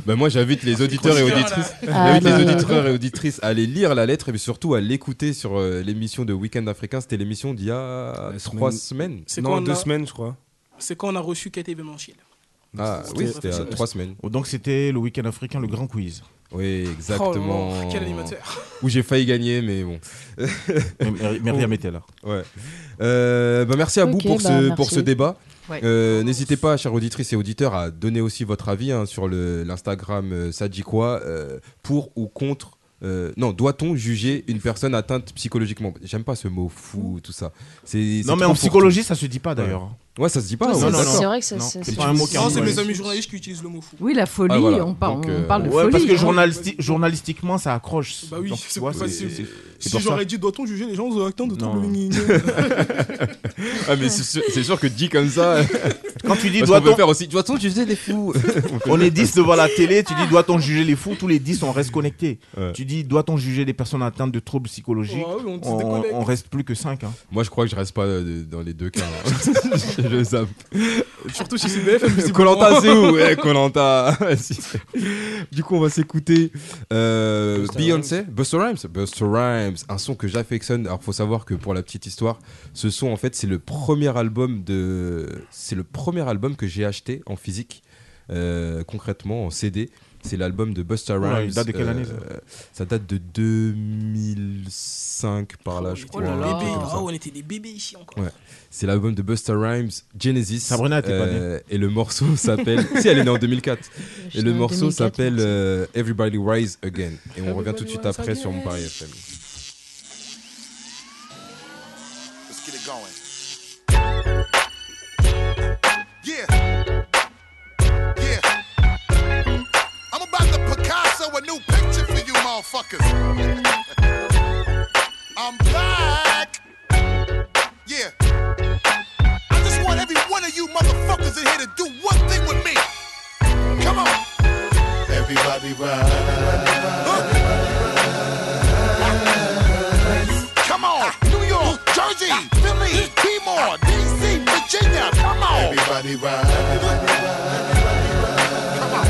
Speaker 1: Ben moi, j'invite les auditeurs et
Speaker 5: Chroniqueur, là.
Speaker 1: auditrices.
Speaker 6: Ah,
Speaker 1: j'invite
Speaker 6: non,
Speaker 1: les
Speaker 6: non, non.
Speaker 1: auditeurs et auditrices à aller lire la lettre et puis surtout à l'écouter sur euh, l'émission de Week-end Africain. C'était l'émission d'il y a
Speaker 4: La
Speaker 1: trois semaines.
Speaker 5: C'est
Speaker 4: Non,
Speaker 5: quand, on
Speaker 4: deux
Speaker 5: a-
Speaker 4: semaines, je crois.
Speaker 5: c'est quand on a reçu Kate Ebenmanchil.
Speaker 1: Ah
Speaker 5: C'était-
Speaker 1: oui, c'était à
Speaker 5: c'était-
Speaker 1: trois semaines.
Speaker 3: euh, Oh, Donc c'était le week-end africain, le grand quiz.
Speaker 1: Oui, exactement.
Speaker 5: Oh, quel animateur.
Speaker 1: Où j'ai failli gagner, mais bon.
Speaker 3: Mais- mais- mais rien était là.
Speaker 1: Ouais. Euh, bah, merci à vous
Speaker 6: Oh. Ok,
Speaker 1: pour,
Speaker 6: bah,
Speaker 1: ce,
Speaker 6: merci.
Speaker 1: pour ce débat.
Speaker 7: Ouais.
Speaker 1: Euh, N'hésitez pas, chères auditrices et auditeurs, à donner aussi votre avis hein, sur le- l'Instagram euh, Sadjiquois, euh, pour ou contre. euh, non, doit-on juger une personne atteinte psychologiquement J'aime pas ce mot fou, tout ça. C'est- c'est
Speaker 3: Non, mais
Speaker 1: trop
Speaker 3: en
Speaker 1: pour
Speaker 3: psychologie, ça se dit pas d'ailleurs.
Speaker 1: tout. Ouais, ça se dit pas.
Speaker 6: Ouais,
Speaker 1: ouais,
Speaker 6: c'est-
Speaker 3: non,
Speaker 1: d'accord.
Speaker 6: C'est vrai que ça.
Speaker 3: Non,
Speaker 6: ça-
Speaker 3: c'est
Speaker 6: ça-
Speaker 3: pas un mot qui
Speaker 5: Non,
Speaker 3: Ah,
Speaker 5: c'est
Speaker 3: ouais.
Speaker 5: mes amis journalistes qui utilisent le mot fou.
Speaker 7: Oui, la folie,
Speaker 1: Ah, voilà.
Speaker 7: on, par-
Speaker 1: Donc,
Speaker 7: on
Speaker 1: euh,
Speaker 7: parle de
Speaker 3: Ouais,
Speaker 7: folie.
Speaker 3: parce que
Speaker 7: hein.
Speaker 3: journalisti- journalistiquement, ça accroche.
Speaker 5: Bah oui,
Speaker 3: Donc,
Speaker 5: c'est
Speaker 3: tu vois,
Speaker 5: pas
Speaker 3: c'est-
Speaker 5: facile.
Speaker 3: c'est
Speaker 5: Si
Speaker 3: pour ça.
Speaker 5: j'aurais dit, doit-on juger les gens aux acteurs de
Speaker 3: Non.
Speaker 5: troubles mignons
Speaker 1: Ah, mais c'est sûr, c'est sûr que dit comme ça,
Speaker 3: Quand tu dis
Speaker 1: parce qu'on peut
Speaker 3: doit-on.
Speaker 1: faire aussi. Doit-on juger les fous
Speaker 3: On est 10 devant la télé, tu dis doit-on juger les fous Tous les 10, on reste connectés.
Speaker 1: Ouais.
Speaker 3: Tu dis doit-on juger les personnes atteintes de troubles psychologiques
Speaker 5: Ouais, ouais, on se
Speaker 3: on,
Speaker 5: déconnecte.
Speaker 3: on reste plus que hein. 5.
Speaker 1: Moi, je crois que je reste pas euh, dans les deux cas. hein. je zappe.
Speaker 5: Surtout si c'est BFM. visiblement.
Speaker 1: Colanta, c'est où Eh, Colanta. du coup, on va s'écouter euh,
Speaker 4: Busta
Speaker 1: Beyoncé, Busta Rhymes, Busta Rhymes, un son que j'affectionne. Alors, faut savoir que pour la petite histoire, ce son, en fait, c'est le premier album de, c'est le premier album que j'ai acheté en physique, euh, concrètement en CD. C'est l'album de Busta
Speaker 3: Oula,
Speaker 1: Rhymes. euh,
Speaker 3: il date de quelle année,
Speaker 1: Ça date de 2005 par là, je
Speaker 5: Oh,
Speaker 1: crois.
Speaker 5: là
Speaker 1: un
Speaker 5: là.
Speaker 1: truc comme ça.
Speaker 5: Ah, on était des bébés ici encore.
Speaker 1: Ouais. C'est l'album de Busta Rhymes, Genesis. euh,
Speaker 3: Sabrina, t'es pas
Speaker 1: Et le morceau s'appelle. si, elle est née en 2004.
Speaker 6: je
Speaker 1: Et
Speaker 6: suis
Speaker 1: le
Speaker 6: en
Speaker 1: morceau
Speaker 6: 2004,
Speaker 1: s'appelle
Speaker 6: merci.
Speaker 1: euh, Everybody Rise Again. Et on revient
Speaker 5: Everybody
Speaker 1: tout de suite
Speaker 5: Rise
Speaker 1: après sur mon
Speaker 5: Again.
Speaker 1: Paris FM.
Speaker 10: Let's get it going. Yeah. Yeah. I'm about to Picasso a new picture for you motherfuckers. I'm back. Yeah. I just want every one of you motherfuckers in here to do one thing with me. Come on. Everybody ride. Come on, New York, Jersey, Philly, Timor, DC, Virginia. Come on. Everybody ride. Come on.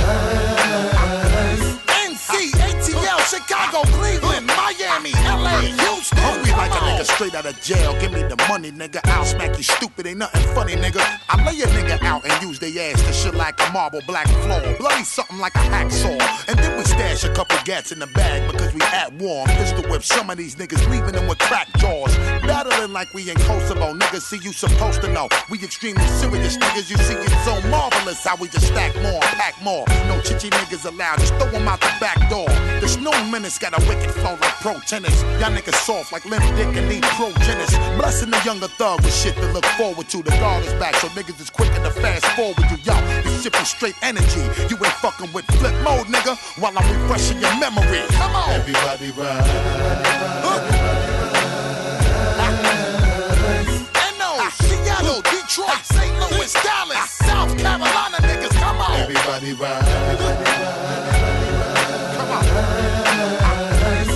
Speaker 10: NC, ATL, Chicago, Cleveland, Miami, LA, Houston.
Speaker 11: Hungry
Speaker 10: Come
Speaker 11: like a
Speaker 10: on.
Speaker 11: nigga straight out of jail. Give me the money, nigga. I'll smack you stupid. Ain't nothing funny, nigga. I lay a nigga out and use they ass to shit like a marble black floor. Bloody something like a hacksaw. And then we stash a couple gats in the bag because we at war. Pistol whip some of these niggas, leaving them with crack jaws. Battling like we in Kosovo. Niggas see you supposed to know. We extremely serious, niggas. You see it's so marvelous how we just stack more, and pack more. No chichi niggas allowed. Just throw them out the back door. The snow menace got a wicked flow like pro tennis. Y'all niggas soft like limp dick and need progenitus. Blessing the younger thug with shit to look forward to. The guard is back, so niggas is quick and the fast forward you. Yo, this shit is straight energy. You ain't fucking with flip mode, nigga, while I'm refreshing your memory. Come on.
Speaker 10: Everybody ride.
Speaker 11: I-
Speaker 10: NO, Seattle, Detroit, St. Louis, Dallas, South Carolina niggas, come on. Everybody ride.
Speaker 11: Come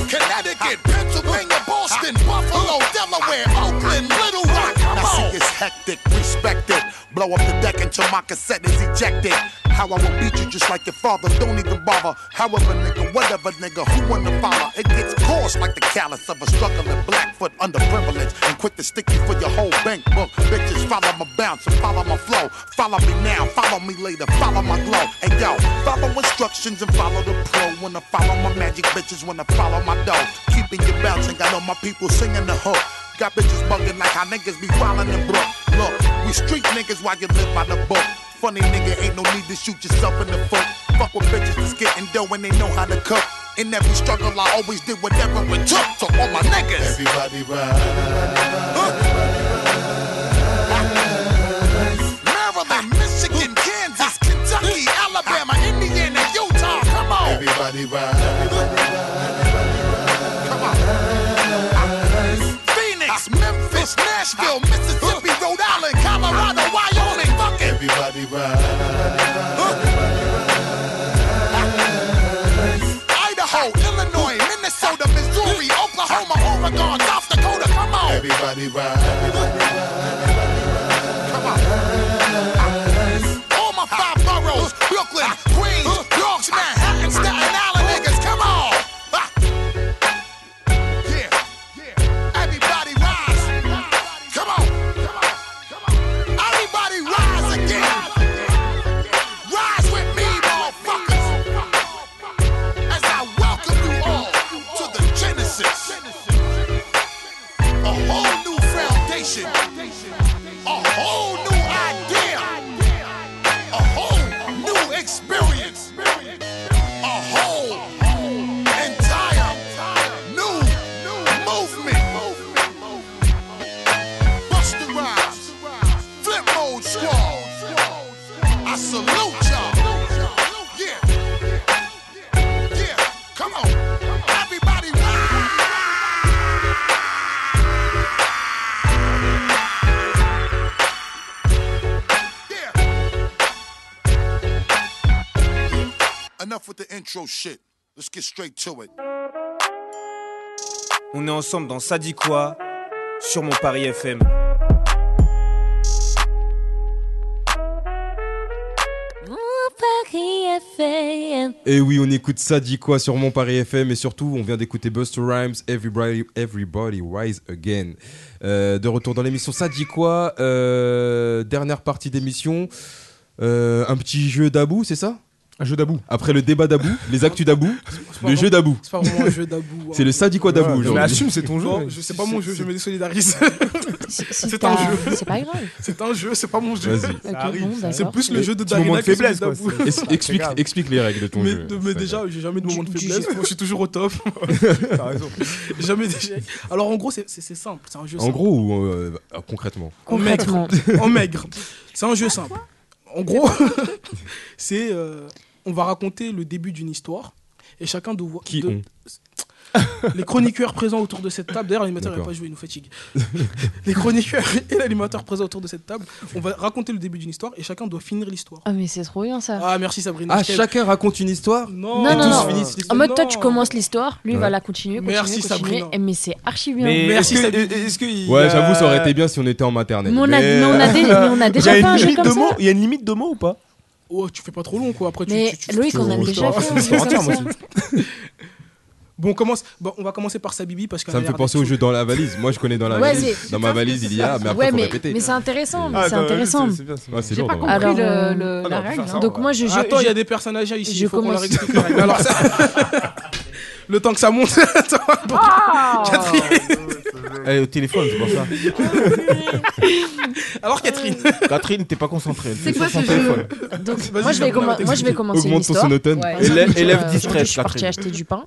Speaker 11: on.
Speaker 10: Connecticut, Pennsylvania, Boston, Buffalo, Delaware, Oakland, Little Rock, come
Speaker 11: I
Speaker 10: on.
Speaker 11: see it's hectic, respect it. Blow up the deck until my cassette is ejected. How I will beat you just like your father, don't even bother. However, nigga, whatever, nigga, who wanna follow? It gets coarse like the callus of a struggling blackfoot underprivileged. And quick to stick you for your whole bankbook. Bitches, follow my bounce and follow my flow. Follow me now, follow me later, follow my glow. And yo, follow instructions and follow the pro. When I follow my magic bitches, when I follow my dough. Keeping you bouncing, I know my people singing the hook. Got bitches bugging like how niggas be wildin' and broke. Look, we street niggas while you live by the book. Funny nigga, ain't no need to shoot yourself in the foot. Fuck with bitches that's getting dough and they know how to cook. In every struggle, I always did whatever it took. So all my niggas. Everybody
Speaker 10: Maryland, Michigan, Kansas, Kentucky, Alabama, Indiana, Utah. Come on. Everybody
Speaker 11: Phoenix,
Speaker 10: Ah.
Speaker 11: Memphis, Nashville, Mississippi, Rhode Island, Colorado, Wyoming. Fuck it.
Speaker 10: Ah. Everybody rise.
Speaker 11: Ah. Idaho, Illinois, Minnesota, Missouri, Oklahoma, Oregon, South Dakota. Come on.
Speaker 10: Everybody rise.
Speaker 11: Come on. Ah. All my five boroughs, Brooklyn,
Speaker 10: Ah.
Speaker 11: Queens, Bronx, Manhattan, Staten Island niggas, come on. Ha. Yeah, yeah. Everybody rise. Come on. Everybody rise again. Rise with me, motherfuckers. As I welcome you all to the Genesis. A whole new foundation. A whole new idea. A whole new experience. A whole entire new movement. Busta Rhymes, Flip Mode Squad. I salute y'all. Yeah. Yeah. Come on. Everybody Enough with the intro shit. Let's get straight to it.
Speaker 9: On est ensemble dans Ça dit quoi sur mon Paris FM.
Speaker 2: Mon Paris FM.
Speaker 1: Et Eh oui, on écoute ça, dit quoi sur mon Paris FM et surtout, on vient d'écouter Buster Rhymes, Everybody, Everybody Rise Again. Euh, de retour dans l'émission, ça dit quoi Euh, Dernière partie d'émission, Euh, un petit jeu d'abou, c'est ça
Speaker 4: Un jeu d'abou.
Speaker 1: Après le débat d'abou, les actus d'abou,
Speaker 5: pas
Speaker 1: le
Speaker 5: vraiment-
Speaker 1: jeu d'abou.
Speaker 5: c'est pas vraiment un jeu d'abou, hein.
Speaker 1: C'est le ça dit quoi d'abou
Speaker 4: Ouais, mais
Speaker 1: aujourd'hui.
Speaker 4: assume, c'est ton jeu.
Speaker 5: Non, je- c'est pas mon jeu, je me désolidarise. C'est
Speaker 6: pas-
Speaker 5: un jeu.
Speaker 6: c'est pas grave.
Speaker 5: C'est un jeu, c'est pas mon jeu.
Speaker 1: Vas-y.
Speaker 6: Ça arrive, bon, d'accord.
Speaker 5: C'est plus le
Speaker 4: Mais
Speaker 5: jeu de
Speaker 4: petit moment
Speaker 5: Darina
Speaker 4: de
Speaker 5: que celui
Speaker 4: faiblesse, quoi,
Speaker 5: d'Abou.
Speaker 4: c'est-
Speaker 1: Es- Explique,
Speaker 4: grave.
Speaker 1: explique les règles de ton
Speaker 5: Mais,
Speaker 1: jeu.
Speaker 5: mais déjà, j'ai jamais de moment de faiblesse. Moi, je suis toujours au top.
Speaker 4: T'as raison.
Speaker 5: jamais d'échec. Alors, en gros, c'est c'est- c'est simple. C'est un jeu
Speaker 1: En
Speaker 5: simple.
Speaker 1: gros ou euh, euh, concrètement
Speaker 5: En maigre.
Speaker 6: Concrètement.
Speaker 5: En maigre. C'est un jeu simple. En gros, c'est. euh, on va raconter le début d'une histoire. Et chacun doit voir.
Speaker 1: Qui
Speaker 5: de-
Speaker 1: on
Speaker 5: les chroniqueurs présents autour de cette table, d'ailleurs l'animateur n'a
Speaker 1: D'accord.
Speaker 5: pas joué, il nous fatigue. les chroniqueurs et l'animateur présents autour de cette table, on va raconter le début d'une histoire et chacun doit finir l'histoire.
Speaker 6: Ah, mais c'est trop bien ça.
Speaker 5: Ah merci Sabrina.
Speaker 1: Ah,
Speaker 5: je t'aime.
Speaker 1: chacun raconte une histoire
Speaker 5: Non,
Speaker 6: Non,
Speaker 1: Et
Speaker 6: non,
Speaker 1: tous
Speaker 6: non.
Speaker 1: finissent l'histoire
Speaker 6: En mode, toi,
Speaker 5: Non.
Speaker 6: tu commences l'histoire, lui, il
Speaker 1: Ouais.
Speaker 6: va la continuer, continuer,
Speaker 5: Merci,
Speaker 6: continuer.
Speaker 5: Sabrina.
Speaker 6: Eh, mais c'est archi bien.
Speaker 4: Mais est-ce
Speaker 5: Merci,
Speaker 4: que,
Speaker 5: Sabine.
Speaker 4: est-ce que il y
Speaker 1: Ouais,
Speaker 4: a-
Speaker 1: j'avoue, ça aurait été bien si on était en maternelle.
Speaker 6: Mais on a, mais on a dé- mais on a
Speaker 4: Il y
Speaker 6: déjà
Speaker 4: a
Speaker 6: fait
Speaker 4: une
Speaker 6: un jeu
Speaker 4: limite de
Speaker 6: comme
Speaker 4: mots.
Speaker 6: ça.
Speaker 4: Il y a une limite de mots ou pas
Speaker 5: Oh, tu fais pas trop long quoi, après tu,
Speaker 6: Mais
Speaker 5: tu, tu- tu-
Speaker 6: Loïc,
Speaker 5: tu-
Speaker 6: on a
Speaker 5: tu-
Speaker 6: déjà
Speaker 5: tu-
Speaker 6: fait un jeu comme ça.
Speaker 5: Bon, on commence, bon, on va commencer par Sabibi parce que
Speaker 1: Ça me fait penser au jeu dans la valise. Moi, je connais dans la
Speaker 6: Ouais,
Speaker 1: valise.
Speaker 6: c'est-
Speaker 1: Dans ma valise, il y a, mais après,
Speaker 6: Ouais,
Speaker 1: faut
Speaker 6: mais,
Speaker 1: répéter.
Speaker 6: mais c'est intéressant, mais
Speaker 4: Ah,
Speaker 6: c'est
Speaker 4: attends,
Speaker 6: intéressant.
Speaker 4: c'est- C'est bien, c'est bien.
Speaker 1: Ouais, c'est
Speaker 7: J'ai
Speaker 1: lourd.
Speaker 7: pas
Speaker 1: dans
Speaker 7: compris
Speaker 1: ma valise.
Speaker 6: Alors,
Speaker 7: le-
Speaker 6: euh,
Speaker 7: le-
Speaker 4: Ah
Speaker 7: la
Speaker 4: non, faut
Speaker 7: règle.
Speaker 4: faire ça,
Speaker 7: hein.
Speaker 6: Donc
Speaker 4: ouais.
Speaker 6: moi, je, je-
Speaker 5: Attends, il y
Speaker 6: je-
Speaker 5: a des personnages ici, il
Speaker 6: je
Speaker 5: faut qu'on leur
Speaker 6: commence.
Speaker 5: explique les règles. Alors ça- Le temps que ça monte. attends, attends.
Speaker 6: Ah
Speaker 3: Elle est au téléphone, c'est pour ça. Euh,
Speaker 5: Alors Catherine,
Speaker 3: Catherine, t'es pas concentrée. elle
Speaker 7: C'est
Speaker 3: fait
Speaker 7: quoi
Speaker 3: sur
Speaker 7: ce
Speaker 3: son
Speaker 7: jeu
Speaker 3: téléphone.
Speaker 6: donc,
Speaker 5: Vas-y,
Speaker 6: moi, je vais
Speaker 5: Sabrina,
Speaker 6: commen-
Speaker 5: va
Speaker 6: moi, je vais commencer
Speaker 1: Augmente ton
Speaker 6: l'histoire.
Speaker 1: sonotone.
Speaker 6: Par
Speaker 7: Ouais.
Speaker 6: exemple,
Speaker 3: Élève-
Speaker 6: tu vois,
Speaker 3: élève
Speaker 6: aujourd'hui,
Speaker 3: distraite,
Speaker 6: Je suis partie
Speaker 3: Catherine.
Speaker 6: acheter du pain.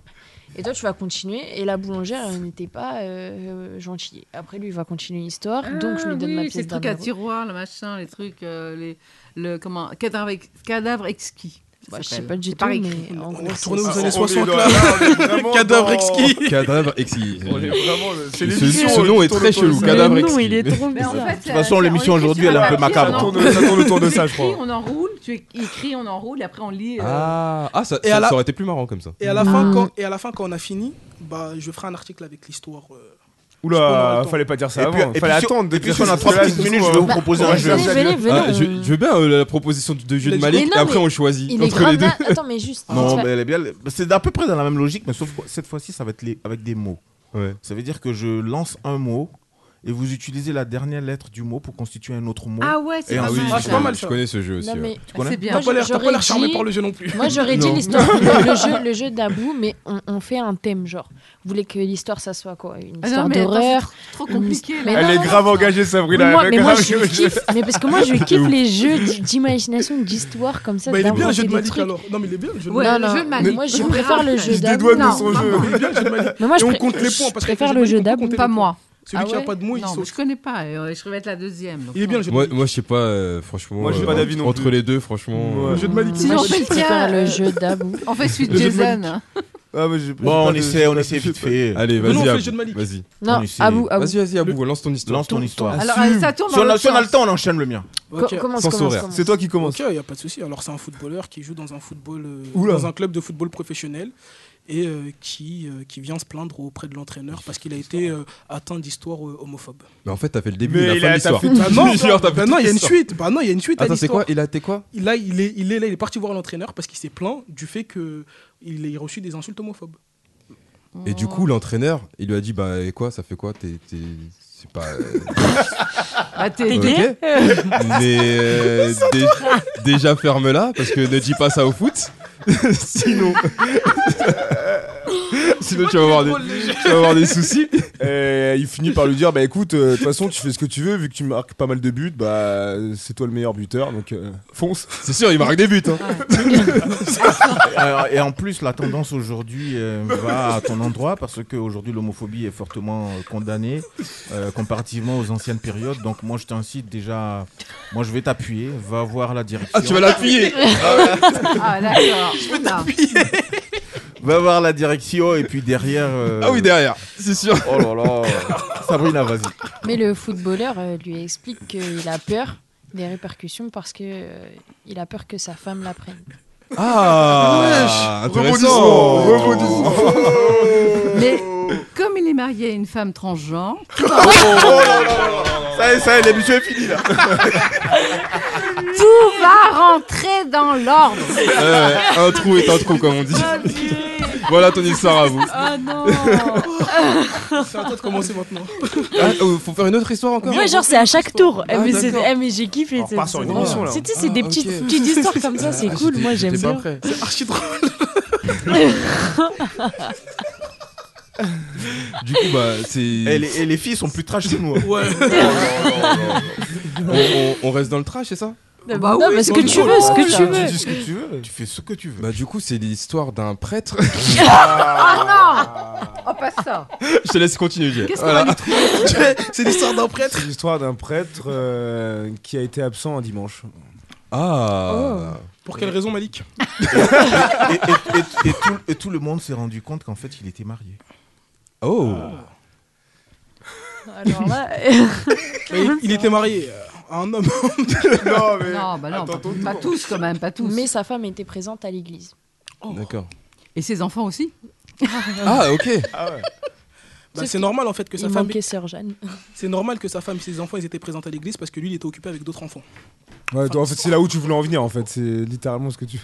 Speaker 6: Et toi, tu vas continuer. Et la boulangère, elle n'était pas euh, gentille. Après, lui, il va continuer l'histoire. donc, je lui donne
Speaker 7: Ah oui,
Speaker 6: ma
Speaker 7: C'est
Speaker 6: pièce
Speaker 7: le truc à
Speaker 6: d'un euro.
Speaker 7: tiroir, le machin, les trucs, euh, les, le comment, cadavre, ex- cadavre exquis. ça
Speaker 6: Bah, je sais
Speaker 7: s'appelle.
Speaker 6: pas du
Speaker 7: C'est
Speaker 6: tout,
Speaker 7: pareil.
Speaker 6: mais en
Speaker 5: on
Speaker 6: gros,
Speaker 5: est
Speaker 6: c'est-
Speaker 5: retourné
Speaker 4: Ah,
Speaker 5: aux
Speaker 4: on
Speaker 5: années
Speaker 4: est
Speaker 5: 60
Speaker 4: dans-
Speaker 5: là.
Speaker 4: on est vraiment
Speaker 5: Cadavre
Speaker 4: dans-
Speaker 5: exquis.
Speaker 1: Cadavre exquis.
Speaker 4: On est vraiment le- C'est
Speaker 1: Ce,
Speaker 4: l'émission,
Speaker 1: ce
Speaker 4: euh,
Speaker 1: nom
Speaker 4: qui
Speaker 1: est
Speaker 4: tourne
Speaker 1: très
Speaker 4: autour de
Speaker 1: chelou.
Speaker 4: ça.
Speaker 1: Cadavre
Speaker 6: Mais non,
Speaker 1: exquis.
Speaker 6: il est trop
Speaker 7: Mais en
Speaker 6: bizarre.
Speaker 7: fait,
Speaker 3: toute façon,
Speaker 7: c'est-
Speaker 3: l'émission
Speaker 7: on écrit
Speaker 3: aujourd'hui,
Speaker 7: sur
Speaker 3: elle est un peu
Speaker 7: papier,
Speaker 3: macabre. hein.
Speaker 7: on
Speaker 4: Ça
Speaker 7: en-
Speaker 4: tourne- ça tourne autour de ça, je
Speaker 7: écrit,
Speaker 4: crois.
Speaker 7: On enroule, tu é- écris, on enroule, et après on lit. euh,
Speaker 1: Ah, ah, ça,
Speaker 5: Et
Speaker 1: ça-
Speaker 5: à la-
Speaker 1: ça aurait été plus marrant comme ça.
Speaker 5: Et à la fin,
Speaker 6: Non.
Speaker 5: quand, et à la fin, quand on a fini, bah, je ferai un article avec l'histoire. euh,
Speaker 4: Oula, fallait pas dire ça
Speaker 3: Et puis-
Speaker 4: avant.
Speaker 3: et
Speaker 4: fallait
Speaker 3: puis sur-
Speaker 4: attendre. de
Speaker 3: et puis
Speaker 4: dire
Speaker 3: sur
Speaker 4: ça,
Speaker 3: la
Speaker 4: parce que là,
Speaker 3: 30 minutes, je vais vous Bah, proposer un jeu. venez, venez, venez,
Speaker 1: Ah, je,
Speaker 3: on-
Speaker 1: je veux bien euh, la, la proposition de jeu de Malik, et après on choisit entre les deux.
Speaker 6: attends, mais juste,
Speaker 3: Non,
Speaker 6: vite
Speaker 3: mais
Speaker 6: fait.
Speaker 3: elle est bien. C'est à peu près dans la même logique, mais sauf que cette fois-ci, ça va être les- avec des mots. Ça veut dire que je lance un mot et vous utilisez la dernière lettre du mot pour constituer un autre mot.
Speaker 7: Ah ouais, c'est
Speaker 3: Et
Speaker 7: pas
Speaker 3: ainsi
Speaker 7: mal,
Speaker 3: de
Speaker 7: ça.
Speaker 3: suite.
Speaker 7: Ah, je connais
Speaker 1: ce jeu aussi,
Speaker 6: Non, mais-
Speaker 3: Tu connais
Speaker 7: C'est bien.
Speaker 6: Moi,
Speaker 5: T'as pas l'air-
Speaker 6: je-
Speaker 5: t'as pas
Speaker 6: j'aurais
Speaker 5: l'air charmé
Speaker 6: dit-
Speaker 5: par le jeu non plus.
Speaker 6: Moi, j'aurais dit
Speaker 5: Non.
Speaker 6: l'histoire, le, le jeu, le jeu d'un bout, mais on, on fait un thème, genre. Vous voulez que l'histoire, ça soit quoi Une
Speaker 7: Ah non,
Speaker 6: histoire
Speaker 7: mais attends,
Speaker 6: d'horreur
Speaker 7: c'est trop- trop
Speaker 6: une
Speaker 7: compliqué,
Speaker 6: his-
Speaker 7: là.
Speaker 6: Mais
Speaker 4: Elle
Speaker 6: non,
Speaker 4: est
Speaker 6: non,
Speaker 4: grave engagée, Sabrina.
Speaker 6: mais
Speaker 4: elle
Speaker 6: moi,
Speaker 4: est
Speaker 6: mais moi
Speaker 4: grave
Speaker 6: je
Speaker 4: engagée.
Speaker 6: kiffe, mais parce que moi je kiffe les jeux d'i- d'imagination, d'histoire comme ça.
Speaker 5: Bah, il est bien le
Speaker 6: d'inventer
Speaker 5: jeu de
Speaker 6: des
Speaker 5: Malik
Speaker 6: trucs.
Speaker 5: alors. Non, mais il est bien le jeu de
Speaker 6: Ouais,
Speaker 5: Malik.
Speaker 6: le jeu de Malik. Moi, je préfère le jeu
Speaker 4: Il se
Speaker 6: d'avant.
Speaker 4: dédouane de
Speaker 6: Non,
Speaker 4: son
Speaker 6: non,
Speaker 4: jeu.
Speaker 5: Il est bien le jeu de Malik.
Speaker 6: Mais moi, je
Speaker 5: Et on
Speaker 6: pré-
Speaker 5: compte les
Speaker 6: je
Speaker 5: points parce que
Speaker 6: préfère le jeu d'abord.
Speaker 7: Pas moi.
Speaker 5: Celui
Speaker 7: Ah
Speaker 5: qui a
Speaker 7: ouais
Speaker 5: pas de mots, il
Speaker 7: Non,
Speaker 5: saute.
Speaker 7: mais je connais pas. euh, Je vais être la deuxième. donc
Speaker 5: Il est bien
Speaker 7: non.
Speaker 5: le jeu de
Speaker 1: Moi,
Speaker 5: Malik.
Speaker 1: moi, je sais pas, euh, franchement.
Speaker 4: Moi, j'ai pas d'avis non
Speaker 1: Entre
Speaker 4: plus.
Speaker 1: les deux, franchement.
Speaker 4: Ouais.
Speaker 1: euh,
Speaker 5: Le jeu de Malik.
Speaker 7: Sinon, on
Speaker 6: Moi,
Speaker 7: fait
Speaker 6: je
Speaker 7: le
Speaker 6: préfère
Speaker 7: tien.
Speaker 6: le jeu d'abou.
Speaker 7: On fait suite
Speaker 5: Le jeu de Malik.
Speaker 7: Jason.
Speaker 4: Ah, mais j'ai- j'ai
Speaker 3: Bon,
Speaker 4: pas
Speaker 3: on
Speaker 4: de-
Speaker 3: essaie, on essaie vite fait.
Speaker 1: euh. Allez,
Speaker 5: Venons, on
Speaker 1: vas-y,
Speaker 5: fait le
Speaker 1: Abou,
Speaker 5: jeu de Malik.
Speaker 1: Vas-y,
Speaker 6: Non,
Speaker 3: Non, c'est-
Speaker 6: abou, abou.
Speaker 1: vas-y, vas-y, Abou, lance ton histoire.
Speaker 3: Lance ton histoire.
Speaker 7: Alors,
Speaker 3: Si
Speaker 7: ça tourne.
Speaker 3: on
Speaker 7: dans
Speaker 3: a
Speaker 7: l'autre
Speaker 3: si on a le
Speaker 7: sens.
Speaker 3: temps, on enchaîne le mien.
Speaker 6: Co-
Speaker 5: Ok.
Speaker 6: Commence,
Speaker 1: Sans
Speaker 6: commence,
Speaker 1: horaire.
Speaker 6: commence.
Speaker 4: C'est toi qui commence.
Speaker 5: Ok, il n'y a pas de souci. Alors, c'est un footballeur qui joue dans un football, euh,
Speaker 4: Oula.
Speaker 5: dans un club de football professionnel et euh, qui, euh, qui vient se plaindre auprès de l'entraîneur parce qu'il a été euh, atteint d'histoires euh, homophobes.
Speaker 1: Mais en fait, t'as fait le début,
Speaker 4: Mais
Speaker 1: la
Speaker 4: il a-
Speaker 1: fin de
Speaker 4: t'as
Speaker 1: l'histoire.
Speaker 4: fait
Speaker 5: Bah non,
Speaker 1: Genre, t'as fait
Speaker 5: bah non, il y a une
Speaker 1: l'histoire.
Speaker 5: suite. Bah non, il y a une suite à
Speaker 1: Attends, c'est
Speaker 5: l'histoire.
Speaker 1: quoi Il a été quoi
Speaker 5: Là, il est, il est là, il est parti voir l'entraîneur parce qu'il s'est plaint du fait que il a reçu des insultes homophobes.
Speaker 1: Et
Speaker 6: Oh.
Speaker 1: du coup, l'entraîneur, il lui a dit Bah, et quoi Ça fait quoi T'es. t'es- C'est pas. euh,
Speaker 7: Ah, t'es
Speaker 1: ok.
Speaker 7: gay
Speaker 1: Mais. euh, dé- Déjà, ferme-la, parce que ne dis pas ça au foot. Sinon. Sinon, tu vas avoir des- tu vas avoir des soucis.
Speaker 4: Et il finit par lui dire bah écoute euh, de toute façon tu fais ce que tu veux vu que tu marques pas mal de buts bah c'est toi le meilleur buteur donc euh, fonce
Speaker 1: C'est sûr, il marque des buts. Hein.
Speaker 3: Alors, et en plus, la tendance aujourd'hui euh, va à ton endroit parce qu'aujourd'hui, l'homophobie est fortement euh, condamnée euh, comparativement aux anciennes périodes. Donc, moi, je t'incite déjà. Moi, je vais t'appuyer. Va voir la direction.
Speaker 1: Ah, tu vas l'appuyer.
Speaker 7: Ah, d'accord. Oula.
Speaker 3: Va voir la direction et puis derrière. euh,
Speaker 1: Ah oui, derrière. C'est sûr.
Speaker 3: Oh là là. Sabrina, vas-y.
Speaker 6: Mais le footballeur euh, lui explique qu'il a peur des répercussions parce que euh, il a peur que sa femme la prenne.
Speaker 1: Ah, intéressant.
Speaker 7: Mais comme il est marié à une femme transgenre,
Speaker 3: Ça y est, ça y est, l'émission est finie là.
Speaker 7: tout va rentrer dans l'ordre.
Speaker 1: Euh, un trou est un trou, comme on dit. Voilà ton histoire à vous.
Speaker 7: Oh non
Speaker 5: C'est à toi de commencer maintenant.
Speaker 1: Ah, euh, faut faire une autre histoire encore
Speaker 6: Ouais, genre c'est à chaque tour. Eh,
Speaker 1: Ah,
Speaker 6: mais c'est-
Speaker 1: d'accord.
Speaker 6: eh, mais j'ai kiffé.
Speaker 9: On
Speaker 6: c'est-
Speaker 9: repart sur une
Speaker 6: c'est-
Speaker 9: émission, là.
Speaker 6: C'est tu sais, c'est des
Speaker 1: Ah, ok.
Speaker 6: petites, petites histoires comme ça, c'est
Speaker 1: Ah,
Speaker 6: cool.
Speaker 1: j'étais-
Speaker 6: Moi j'aime
Speaker 1: j'étais pas
Speaker 6: bien.
Speaker 1: prêt.
Speaker 5: C'est archi drôle.
Speaker 1: Du coup, bah, c'est.
Speaker 3: Et les, et les filles sont plus trash que nous. hein.
Speaker 5: Ouais.
Speaker 1: On, on- on reste dans le trash, c'est ça
Speaker 7: Bah
Speaker 6: Non,
Speaker 7: oui,
Speaker 6: mais ce que tu veux, ce que tu veux.
Speaker 3: Tu dis ce que tu veux. Tu fais ce que tu veux.
Speaker 1: Bah, du coup, c'est l'histoire d'un prêtre.
Speaker 7: Ah, Oh, pas ça
Speaker 1: Je te laisse continuer, Jay.
Speaker 7: Qu'est-ce qu'on
Speaker 1: Voilà.
Speaker 7: va lui trouver
Speaker 5: C'est l'histoire d'un prêtre.
Speaker 4: c'est l'histoire d'un prêtre euh, qui a été absent un dimanche
Speaker 1: Ah.
Speaker 7: Oh.
Speaker 5: Pour quelle raison, Malik
Speaker 3: Et, et- et- et tout, et tout le monde s'est rendu compte qu'en fait, il était marié. Ah.
Speaker 1: Oh.
Speaker 6: Alors là,
Speaker 5: Mais il- Il était marié euh, à un homme.
Speaker 4: non mais
Speaker 7: Non, bah non, pas, pas tous quand même, pas tous.
Speaker 6: mais sa femme était présente à l'église.
Speaker 1: D'accord.
Speaker 7: Oh. Et ses enfants aussi
Speaker 1: Ah, ok.
Speaker 5: Bah, c'est normal en fait que sa
Speaker 6: Il
Speaker 5: femme.
Speaker 6: manquait sœur Jeanne.
Speaker 5: C'est normal que sa femme et ses enfants ils étaient présents à l'église parce que lui il était occupé avec d'autres enfants.
Speaker 4: Ouais, toi, en fait c'est là où tu voulais en venir en fait c'est littéralement ce que tu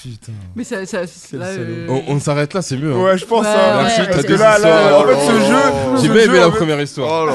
Speaker 4: putain
Speaker 7: Mais ça. ça
Speaker 4: le
Speaker 7: là,
Speaker 4: salaud.
Speaker 7: euh,
Speaker 1: On, on s'arrête là, c'est mieux. hein.
Speaker 4: ouais je pense
Speaker 7: Ouais,
Speaker 4: hein.
Speaker 7: ouais, Merci, ouais, Oh.
Speaker 4: parce
Speaker 7: t'as
Speaker 4: que
Speaker 7: des
Speaker 4: là, là,
Speaker 1: histoires.
Speaker 4: en fait ce jeu
Speaker 1: J'ai
Speaker 4: ce
Speaker 1: bien
Speaker 4: jeu,
Speaker 1: aimé la
Speaker 4: en fait- Oh
Speaker 1: première histoire.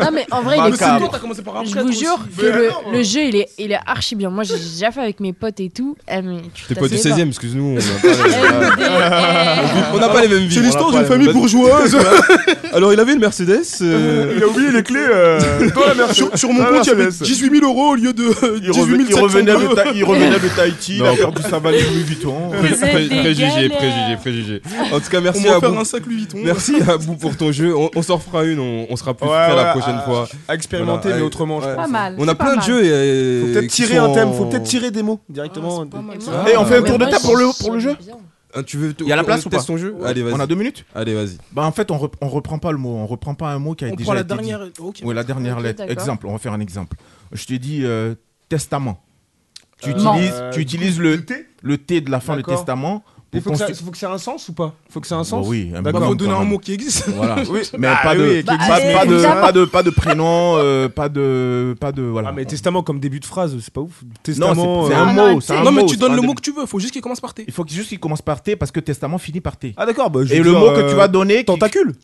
Speaker 7: Ah,
Speaker 6: Non mais en vrai, il est
Speaker 5: Toi,
Speaker 6: cool.
Speaker 5: t'as commencé par un
Speaker 6: Je
Speaker 5: prêtre
Speaker 6: vous
Speaker 5: aussi.
Speaker 6: jure que le, le jeu il est, il est archi bien. Moi j'ai déjà fait avec mes potes et tout. Eh, mais tu
Speaker 1: T'es pas du
Speaker 6: t'asseyais
Speaker 1: 16ème, excuse-nous.
Speaker 7: Eh,
Speaker 1: On a-
Speaker 6: MDR.
Speaker 1: on n'a pas les mêmes vies.
Speaker 4: C'est l'histoire d'une famille
Speaker 1: bourgeoise. Alors, il avait une Mercedes. euh,
Speaker 4: il a oublié les clés euh, dans la mer
Speaker 5: Sur, sur mon compte, il y avait 18 000 euros au lieu de euh,
Speaker 3: Ah, Il, revenait,
Speaker 5: 18
Speaker 3: il revenait
Speaker 5: 700
Speaker 3: de Ta- il revenait de Tahiti, il
Speaker 1: Non.
Speaker 3: a perdu sa valise Louis Vuitton.
Speaker 1: pré-
Speaker 6: Vous êtes
Speaker 1: pré-
Speaker 6: des
Speaker 1: Préjugés, préjugés,
Speaker 6: galères.
Speaker 1: préjugés. En tout cas,
Speaker 5: On
Speaker 1: merci à
Speaker 5: m'a
Speaker 1: vous.
Speaker 5: faire un sac Louis Vuitton.
Speaker 1: Merci à vous pour ton jeu. On, on s'en fera une, on, on sera plus
Speaker 4: Ouais,
Speaker 1: prêt
Speaker 4: ouais,
Speaker 1: la prochaine
Speaker 4: à-
Speaker 1: fois.
Speaker 4: à expérimenter
Speaker 1: Voilà,
Speaker 4: mais
Speaker 1: ouais.
Speaker 4: autrement je
Speaker 1: Ouais.
Speaker 4: pense.
Speaker 7: Pas mal.
Speaker 1: On a
Speaker 7: c'est pas
Speaker 1: plein de
Speaker 7: mal.
Speaker 1: jeux. et-
Speaker 4: Faut
Speaker 1: qui
Speaker 4: peut-être tirer
Speaker 1: sont
Speaker 4: un thème,
Speaker 1: en-
Speaker 4: faut peut-être tirer des mots
Speaker 5: Ah,
Speaker 4: directement.
Speaker 5: c'est pas mal,
Speaker 6: Et
Speaker 5: ça.
Speaker 6: moi-
Speaker 4: Ah,
Speaker 3: Eh, on fait un
Speaker 6: mais
Speaker 3: tour de
Speaker 6: moi,
Speaker 3: table pour le-
Speaker 6: je-
Speaker 3: pour le
Speaker 6: je-
Speaker 3: jeu
Speaker 1: Ah, tu veux
Speaker 3: Il y a la
Speaker 1: on
Speaker 3: place ou pas
Speaker 1: teste ton jeu Allez,
Speaker 3: On a
Speaker 1: vas-y.
Speaker 3: deux minutes
Speaker 1: Allez, vas-y.
Speaker 3: Bah en fait, on, rep- on reprend pas le mot, on reprend pas un mot qui a
Speaker 5: On
Speaker 3: déjà
Speaker 5: prend la
Speaker 3: été dit.
Speaker 5: dernière. Ok.
Speaker 3: Ouais, la dernière
Speaker 6: Ok,
Speaker 3: lettre.
Speaker 6: d'accord.
Speaker 3: Exemple, on va faire un exemple. Je te dis euh, testament. Tu
Speaker 4: Euh,
Speaker 3: utilises,
Speaker 4: non.
Speaker 3: tu utilises le,
Speaker 4: T
Speaker 3: le T de la fin du
Speaker 4: D'accord.
Speaker 3: testament
Speaker 4: Il faut,
Speaker 3: Pour
Speaker 4: que ça-
Speaker 3: constru-
Speaker 4: faut que ça ait un sens ou pas Faut que ça ait un sens
Speaker 3: Bah oui, un
Speaker 4: D'accord.
Speaker 3: minimum, quand même. Voilà.
Speaker 4: Oui.
Speaker 3: Mais
Speaker 4: Ah
Speaker 3: pas, de,
Speaker 4: oui, qui
Speaker 3: pas,
Speaker 4: existe,
Speaker 3: pas
Speaker 4: mais
Speaker 3: de,
Speaker 4: évidemment.
Speaker 3: pas de, pas de prénom, euh, pas de, pas de, voilà.
Speaker 4: Ah, mais testament comme début de phrase, c'est pas ouf. Testament.
Speaker 3: Non, c'est- c'est
Speaker 4: euh,
Speaker 3: un mot. c'est un
Speaker 5: Non, mais
Speaker 3: mot,
Speaker 5: tu
Speaker 3: c'est
Speaker 5: donnes
Speaker 3: pas
Speaker 5: le
Speaker 3: un
Speaker 5: mot
Speaker 3: début.
Speaker 5: que tu veux, faut juste qu'il commence par T.
Speaker 3: Il faut qu'il- juste qu'il commence par T parce que testament finit par T.
Speaker 4: Ah d'accord.
Speaker 3: Et le mot que tu vas donner.
Speaker 4: Tentacule.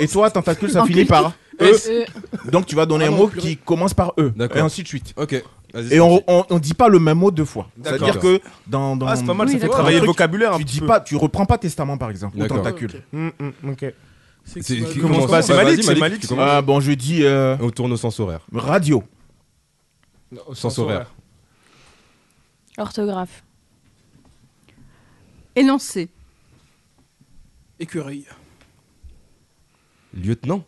Speaker 3: Et toi, tentacule, ça
Speaker 4: En
Speaker 3: finit par E.
Speaker 4: S. E.
Speaker 3: Donc tu vas donner
Speaker 4: Ah
Speaker 3: un
Speaker 4: non,
Speaker 3: mot
Speaker 4: purée.
Speaker 3: qui commence par E.
Speaker 1: D'accord.
Speaker 3: Et ainsi de suite.
Speaker 1: Ok. Vas-y,
Speaker 3: Et on,
Speaker 1: c'est
Speaker 3: on, on dit pas le même mot deux fois.
Speaker 1: D'accord.
Speaker 3: C'est-à-dire que dans, dans
Speaker 4: Ah, c'est pas mal, ça Oui, fait d'accord. travailler le vocabulaire un
Speaker 3: Tu
Speaker 4: petit
Speaker 3: dis
Speaker 4: peu.
Speaker 3: pas, tu reprends pas testament par exemple ou
Speaker 4: D'accord.
Speaker 3: tentacule.
Speaker 4: ok.
Speaker 1: C'est- qui
Speaker 3: commence
Speaker 1: commence
Speaker 3: pas
Speaker 1: par-
Speaker 3: C'est
Speaker 1: vas-y,
Speaker 3: Malik, c'est
Speaker 1: Malik,
Speaker 3: Malik.
Speaker 1: tu commences.
Speaker 3: Ah, bon, je dis euh,
Speaker 1: On tourne au sens horaire.
Speaker 3: radio.
Speaker 1: Sens horaire.
Speaker 6: Orthographe.
Speaker 7: Énoncé.
Speaker 5: Écureuil.
Speaker 1: Lieutenant.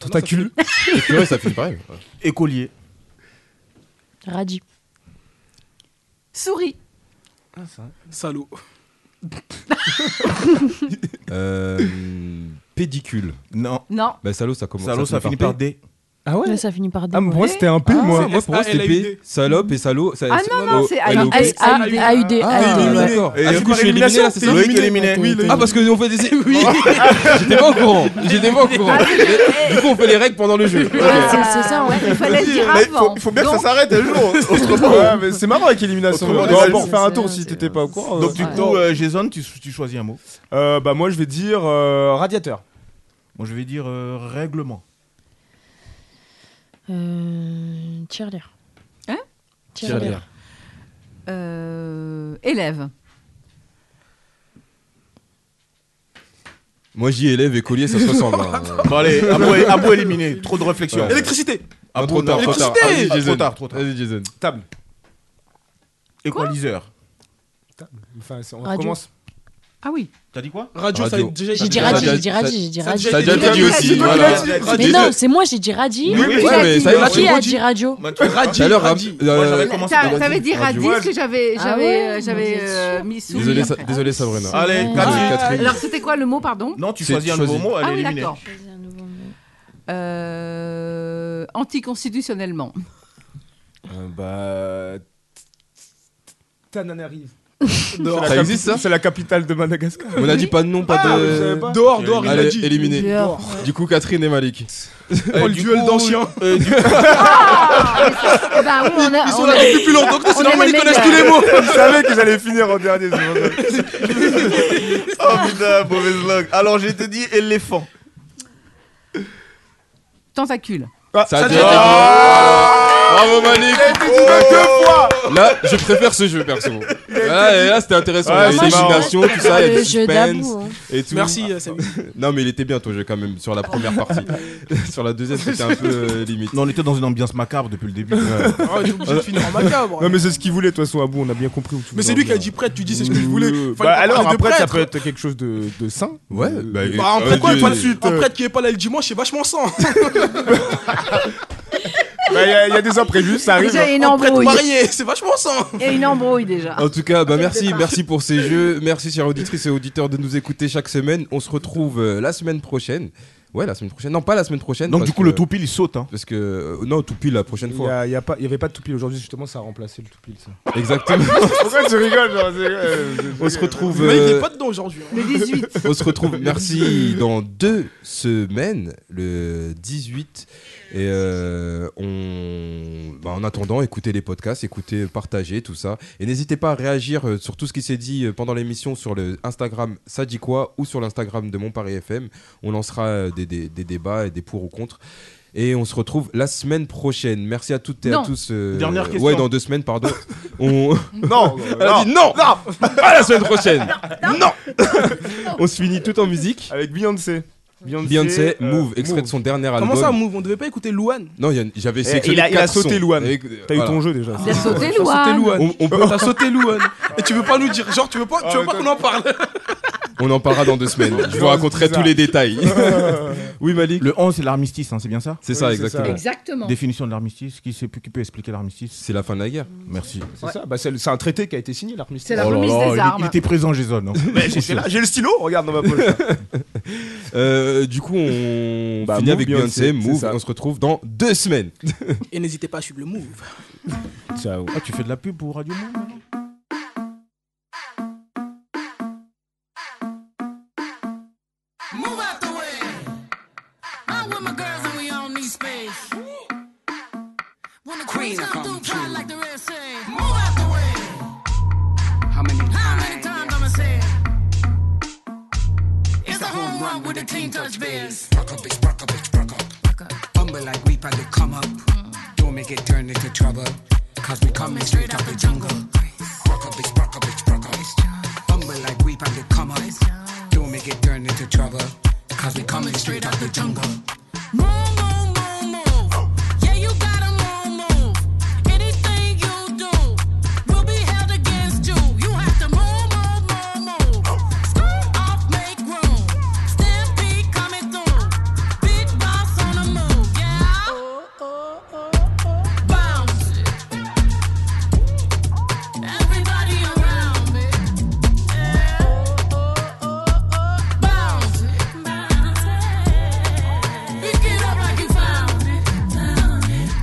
Speaker 4: Tentacule.
Speaker 1: Écureuil, ça finit pareil.
Speaker 3: Écolier.
Speaker 6: Radis.
Speaker 7: Souris.
Speaker 5: Salaud.
Speaker 1: Euh, Pédicule.
Speaker 3: Non.
Speaker 7: Non.
Speaker 1: Bah, salaud, ça commence.
Speaker 3: Salaud, ça finit par
Speaker 1: P.
Speaker 3: D.
Speaker 4: Ah
Speaker 6: Ouais, ça finit par D.
Speaker 4: Ah, mais pour moi,
Speaker 6: ouais.
Speaker 4: c'était un P, moi.
Speaker 1: Moi, pour moi, c'était P. Salope et salaud. ça-
Speaker 6: Ah, non, non,
Speaker 1: oh,
Speaker 6: c'est
Speaker 1: elle est au
Speaker 6: AUD.
Speaker 1: P.
Speaker 6: AUD. AUD.
Speaker 1: Ah,
Speaker 6: ouais.
Speaker 1: d'accord.
Speaker 3: Et
Speaker 1: Ah,
Speaker 3: euh,
Speaker 1: du coup, je
Speaker 3: par
Speaker 1: suis éliminé
Speaker 3: élimination,
Speaker 1: là, c'est ça
Speaker 3: Loïc éliminé.
Speaker 6: Oui, Loïc.
Speaker 1: Ah, parce qu'on fait des. Oui J'étais pas au courant. J'étais pas au
Speaker 5: Ah,
Speaker 1: courant. Du coup, on fait les règles pendant le jeu.
Speaker 7: Ah, c'est- c'est ça, ouais, il fallait le dire
Speaker 4: Mais faut-
Speaker 7: avant.
Speaker 4: Il faut bien que ça
Speaker 7: Donc-
Speaker 4: s'arrête un jour. Autrement, Ouais, mais c'est marrant avec élimination.
Speaker 3: Autrement,
Speaker 4: On
Speaker 3: les
Speaker 4: va
Speaker 3: amis,
Speaker 4: pouvoir faire
Speaker 3: c'est-
Speaker 4: un tour si t'étais pas au courant.
Speaker 3: Donc du
Speaker 4: Ouais.
Speaker 3: coup, euh, Jason, tu, tu choisis un mot.
Speaker 4: Euh, bah moi je vais dire euh, radiateur.
Speaker 3: Moi, je vais dire euh, règlement.
Speaker 6: Euh, Cheerleader.
Speaker 7: Hein
Speaker 6: Cheerleader.
Speaker 7: Euh, élève.
Speaker 3: Ah,
Speaker 1: Moi, j'y élève et collier, ça se ressemble. hein.
Speaker 3: Bon allez, Abou, est- Abou éliminé, trop de réflexion.
Speaker 1: Ouais.
Speaker 5: Électricité.
Speaker 1: Non,
Speaker 3: Abou,
Speaker 1: trop tard,
Speaker 3: non,
Speaker 1: trop tard.
Speaker 3: Vas-y,
Speaker 1: Vas-y,
Speaker 3: Jason.
Speaker 1: Jason.
Speaker 3: Trop tard, trop tard.
Speaker 1: Vas-y, Jason.
Speaker 4: Table.
Speaker 3: Équaliseur.
Speaker 4: Enfin, c'est- on
Speaker 7: Radio.
Speaker 4: recommence.
Speaker 7: Ah oui.
Speaker 3: T'as dit quoi
Speaker 5: Radio, ça a
Speaker 1: Radio.
Speaker 5: déjà été
Speaker 6: J'ai dit
Speaker 5: Ça a
Speaker 6: radis,
Speaker 5: déjà-
Speaker 6: j'ai dit radis, j'ai dit
Speaker 5: ça a
Speaker 6: radis.
Speaker 5: déjà été dit aussi,
Speaker 1: voilà.
Speaker 6: Mais non, c'est moi, j'ai dit radis.
Speaker 1: Oui, oui, ouais, mais ça y est,
Speaker 6: Qui
Speaker 1: c'est
Speaker 6: a
Speaker 1: radis.
Speaker 6: dit radio
Speaker 1: Tout à l'heure, euh,
Speaker 3: Moi, j'avais
Speaker 7: Ça,
Speaker 3: commencé
Speaker 7: ça
Speaker 3: par
Speaker 7: avait dit
Speaker 1: Radio.
Speaker 7: radis que j'avais
Speaker 6: Ah
Speaker 7: j'avais
Speaker 6: ouais,
Speaker 7: euh, j'avais
Speaker 6: vous êtes
Speaker 7: euh, mis souris.
Speaker 1: Désolé, Sa-
Speaker 7: après.
Speaker 1: désolé, Sabrina.
Speaker 3: Allez,
Speaker 1: Vas-y,
Speaker 3: Cathy.
Speaker 1: Catherine.
Speaker 7: Alors c'était quoi le mot pardon
Speaker 3: Non, tu
Speaker 1: C'est-
Speaker 3: choisis un
Speaker 1: choisis.
Speaker 3: nouveau mot, elle
Speaker 7: Ah
Speaker 3: est
Speaker 7: oui
Speaker 3: éliminée.
Speaker 7: d'accord. Euh, anticonstitutionnellement.
Speaker 1: Euh,
Speaker 4: bah. Tananarive.
Speaker 1: Ça existe, ça
Speaker 4: C'est la capitale de Madagascar.
Speaker 1: On a dit pas de nom, pas
Speaker 4: Ah, je savais
Speaker 1: de.
Speaker 4: pas.
Speaker 5: Dehors, dehors, il l'a
Speaker 1: Allez,
Speaker 5: dit.
Speaker 1: éliminé.
Speaker 6: Dehors.
Speaker 1: Du coup, Catherine et Malik.
Speaker 3: Oh, le duel d'anciens. Euh, du-
Speaker 7: bah oui, on a,
Speaker 5: Ils sont
Speaker 7: on
Speaker 5: là
Speaker 7: a-
Speaker 5: depuis plus longtemps que nous,
Speaker 7: on
Speaker 5: c'est
Speaker 7: est
Speaker 5: normal,
Speaker 7: les
Speaker 5: ils connaissent tous
Speaker 7: meilleurs.
Speaker 5: les mots.
Speaker 4: Je savais que j'allais finir en dernier. c'est pour ça.
Speaker 3: Oh putain, mauvaise langue. Alors, je te dis éléphant.
Speaker 7: tentacule.
Speaker 3: Ah,
Speaker 1: Ça Ah, a déjà été dit. Bravo,
Speaker 3: Oh.
Speaker 1: Malik.
Speaker 4: Deux fois
Speaker 1: Là, je préfère ce jeu, perso. Là, et là, c'était intéressant.
Speaker 4: Ouais,
Speaker 1: Il y a
Speaker 4: c'est
Speaker 1: des éliminations, tout ça, il y
Speaker 6: Le
Speaker 1: a du
Speaker 6: jeu
Speaker 1: suspense
Speaker 6: d'Abou. hein.
Speaker 1: et tout.
Speaker 5: Merci, euh, Samy.
Speaker 1: Non, mais il était bien, ton jeu, quand même, sur la première partie. Sur la deuxième, c'était un peu euh, limite.
Speaker 3: Non, on était dans une ambiance macabre depuis le début.
Speaker 5: Ah, il est obligé de finir en macabre. hein.
Speaker 4: Non, mais c'est ce qu'il voulait, de toute façon, Abou, on a bien compris où tu
Speaker 5: Mais c'est
Speaker 4: voulais
Speaker 5: lui qui a euh,
Speaker 4: en
Speaker 5: dit
Speaker 4: venir.
Speaker 5: prêtre, tu dis c'est ce que je voulais. Fallait
Speaker 4: Bah,
Speaker 5: qu'on
Speaker 4: alors,
Speaker 5: parle de
Speaker 4: après, ça
Speaker 5: prêtre.
Speaker 4: peut être quelque chose de, de sain.
Speaker 1: Ouais, bah,
Speaker 5: Bah,
Speaker 1: euh,
Speaker 5: un prêtre,
Speaker 1: du-
Speaker 5: quoi, toi,
Speaker 1: du-
Speaker 5: un prêtre qui est pas là le dimanche, c'est vachement sang.
Speaker 4: Il y, a- y a des imprévus, ça arrive.
Speaker 7: Déjà il y a une
Speaker 5: Un prêtre
Speaker 7: embrouille.
Speaker 5: marié, c'est vachement sang.
Speaker 7: Il y a une embrouille déjà.
Speaker 1: En tout cas, bah merci, merci pour ces jeux. Merci, chers auditrices et auditeurs, de nous écouter chaque semaine. On se retrouve euh, la semaine prochaine. Ouais, la semaine prochaine. Non, pas la semaine prochaine.
Speaker 3: Donc,
Speaker 1: parce
Speaker 3: du coup,
Speaker 1: que-
Speaker 3: le tout pile, il saute. Hein.
Speaker 1: Parce que. euh, Non, tout pile la prochaine
Speaker 4: Il
Speaker 1: fois.
Speaker 4: n'y a, pas- y avait pas de toupil aujourd'hui, justement, ça a remplacé le toupil. Ça.
Speaker 1: Exactement.
Speaker 4: Pourquoi tu rigoles
Speaker 1: on se retrouve.
Speaker 5: Mais il
Speaker 1: euh,
Speaker 5: est pas dedans aujourd'hui. hein.
Speaker 7: Le 18.
Speaker 1: on se retrouve, merci, dans deux semaines, le 18. Et euh, on, bah, en attendant, écoutez les podcasts, écoutez, partagez tout ça. Et n'hésitez pas à réagir euh, sur tout ce qui s'est dit euh, pendant l'émission sur le Instagram Ça dit quoi ou sur l'Instagram de Mon Paris FM. On lancera euh, des, des- des débats et des pour ou contre. Et on se retrouve la semaine prochaine. Merci à toutes et à
Speaker 7: Non.
Speaker 1: tous. euh,
Speaker 3: Dernière question.
Speaker 1: Ouais, dans deux semaines, pardon. on...
Speaker 4: Non,
Speaker 1: Elle a dit non, À la semaine prochaine Non, On se finit tout en musique.
Speaker 4: Avec Beyoncé. Beyoncé,
Speaker 1: Beyoncé,
Speaker 4: euh,
Speaker 1: Move, extrait de son dernier album.
Speaker 5: Comment ça, Move On devait pas écouter Louane
Speaker 1: Non, il y en- j'avais
Speaker 4: Eh,
Speaker 1: sélectionné
Speaker 4: il a- il a
Speaker 1: quatre
Speaker 4: sauté
Speaker 1: sons.
Speaker 4: Louane.
Speaker 1: Avec-
Speaker 4: T'as eu
Speaker 1: voilà.
Speaker 4: ton jeu déjà.
Speaker 7: Il a sauté
Speaker 5: T'as sauté
Speaker 7: Louane.
Speaker 5: Louane.
Speaker 1: On, on peut- Ah,
Speaker 5: T'as sauté Louane. Et tu veux pas nous dire, genre, tu veux pas, tu veux pas qu'on en parle
Speaker 1: on en parlera dans deux semaines. Je vous
Speaker 4: Non,
Speaker 1: raconterai
Speaker 4: c'est ça.
Speaker 1: tous les détails. oui, Malik.
Speaker 3: Le 11, c'est l'armistice, hein, c'est bien ça
Speaker 1: C'est ça,
Speaker 4: Oui, c'est
Speaker 1: exactement.
Speaker 4: ça.
Speaker 7: Exactement.
Speaker 3: Définition de l'armistice. Qui, sait- qui peut expliquer l'armistice
Speaker 1: C'est la fin de la guerre.
Speaker 3: Merci.
Speaker 4: C'est ça, bah, c'est le- c'est un traité qui a été signé, l'armistice.
Speaker 7: C'est la
Speaker 3: Oh là
Speaker 7: remise
Speaker 3: là,
Speaker 7: des
Speaker 3: il-
Speaker 7: armes.
Speaker 3: Il était présent, Jason. hein.
Speaker 4: J'ai Ben, là- j'ai le stylo, regarde dans ma poche.
Speaker 1: Euh, du coup, on
Speaker 4: Bah,
Speaker 1: finit
Speaker 4: Move,
Speaker 1: avec
Speaker 4: Beyoncé,
Speaker 1: Beyoncé,
Speaker 4: c'est
Speaker 1: Move.
Speaker 4: ça.
Speaker 1: On se retrouve dans deux semaines.
Speaker 5: Et n'hésitez pas à suivre le Move.
Speaker 4: Ciao.
Speaker 3: Ah, tu fais de la pub pour Radio Monde
Speaker 12: queen I come
Speaker 10: Pride
Speaker 12: true.
Speaker 10: like the red say, move out the way.
Speaker 12: How many
Speaker 10: How
Speaker 12: times?
Speaker 10: many times I'ma say it? It's a home run with the team touch biz.
Speaker 12: Rock up, bitch, rock up, bitch, rock up. Humble like we about to come up. Don't make it turn into trouble. Cause we coming straight out the jungle. Rock up, bitch, rock up, bitch, rock up. Humble like we about to come up. Don't make it turn into trouble. Cause we coming straight out the jungle.
Speaker 10: Yeah, you gotta move, move. Anything you do will be held against you. You have to move, move, move, move. Scoot off, make room. Stampede coming through. Big boss on the move, yeah. Bounce it. Everybody around me. Yeah. Bounce it. Pick it up like you found it.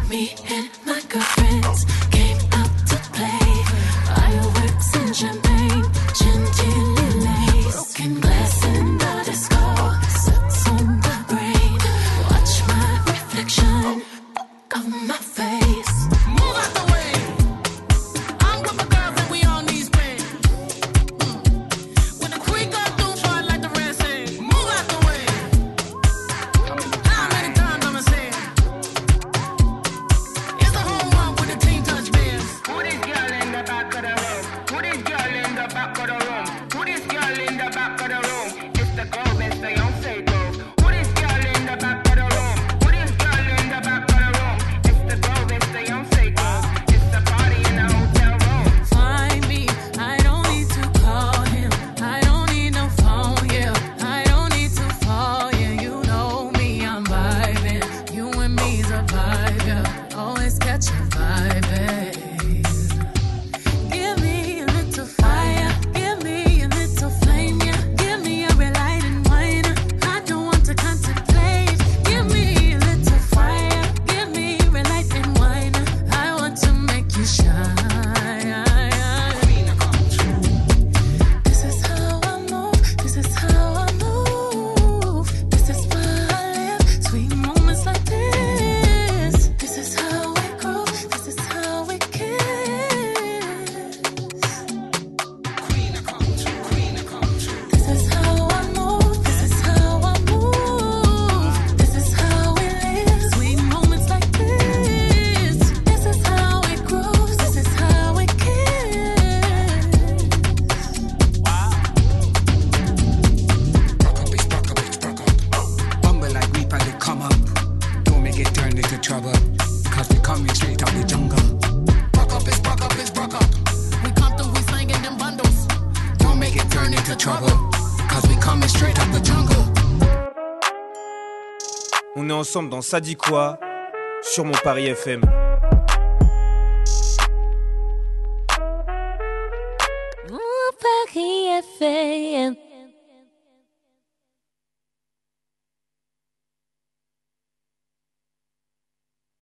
Speaker 12: Me and my girlfriends came out to play. Fireworks and champagne, chantilly Broken glass and the disco. Sucks on the brain. Watch my reflection of my face.
Speaker 10: Move out the way. I'm with my girls and we on these bands. When the queen go through, boy, like the rest say, move out the way. How many times I'ma say it? It's a home run with the team touch biz. Who this girl in the back of the room? Who this girl in the back of the room? Who this girl in the back of the room? It's the girl, it's the young say go. Who this girl in the back of the room? Who this girl in the back of the room? It's the girl, it's the young say go. It's the party in the hotel room. Find me, I don't need to call him. I don't need no phone, yeah. I don't need to fall, yeah. You know me, I'm vibing. You and me's a vibe, yeah. Always catch a vibe, eh? Give me a little fire. Give me a little flame, yeah. Give me a red light and wine. I don't want to contemplate. Give me a little fire. Give me red light and wine. I want to make you shine. This is how I move. This is how I move. This is why I live. Sweet moments like this. This is how we grow. This is how we kiss. This is how I move. This is how I move. This is how we live. Sweet moments like this. This is how we grow. This is how we kiss.
Speaker 12: Bumble like we about to come up. Don't make it turn into trouble. Cause we coming straight out the jungle.
Speaker 10: Buck up, it's buck up, it's buck up. We come through, we slinging them bundles. Don't make it turn into trouble.
Speaker 12: Cause we coming straight out the jungle.
Speaker 9: On est ensemble dans Ça dit quoi sur mon Paris FM.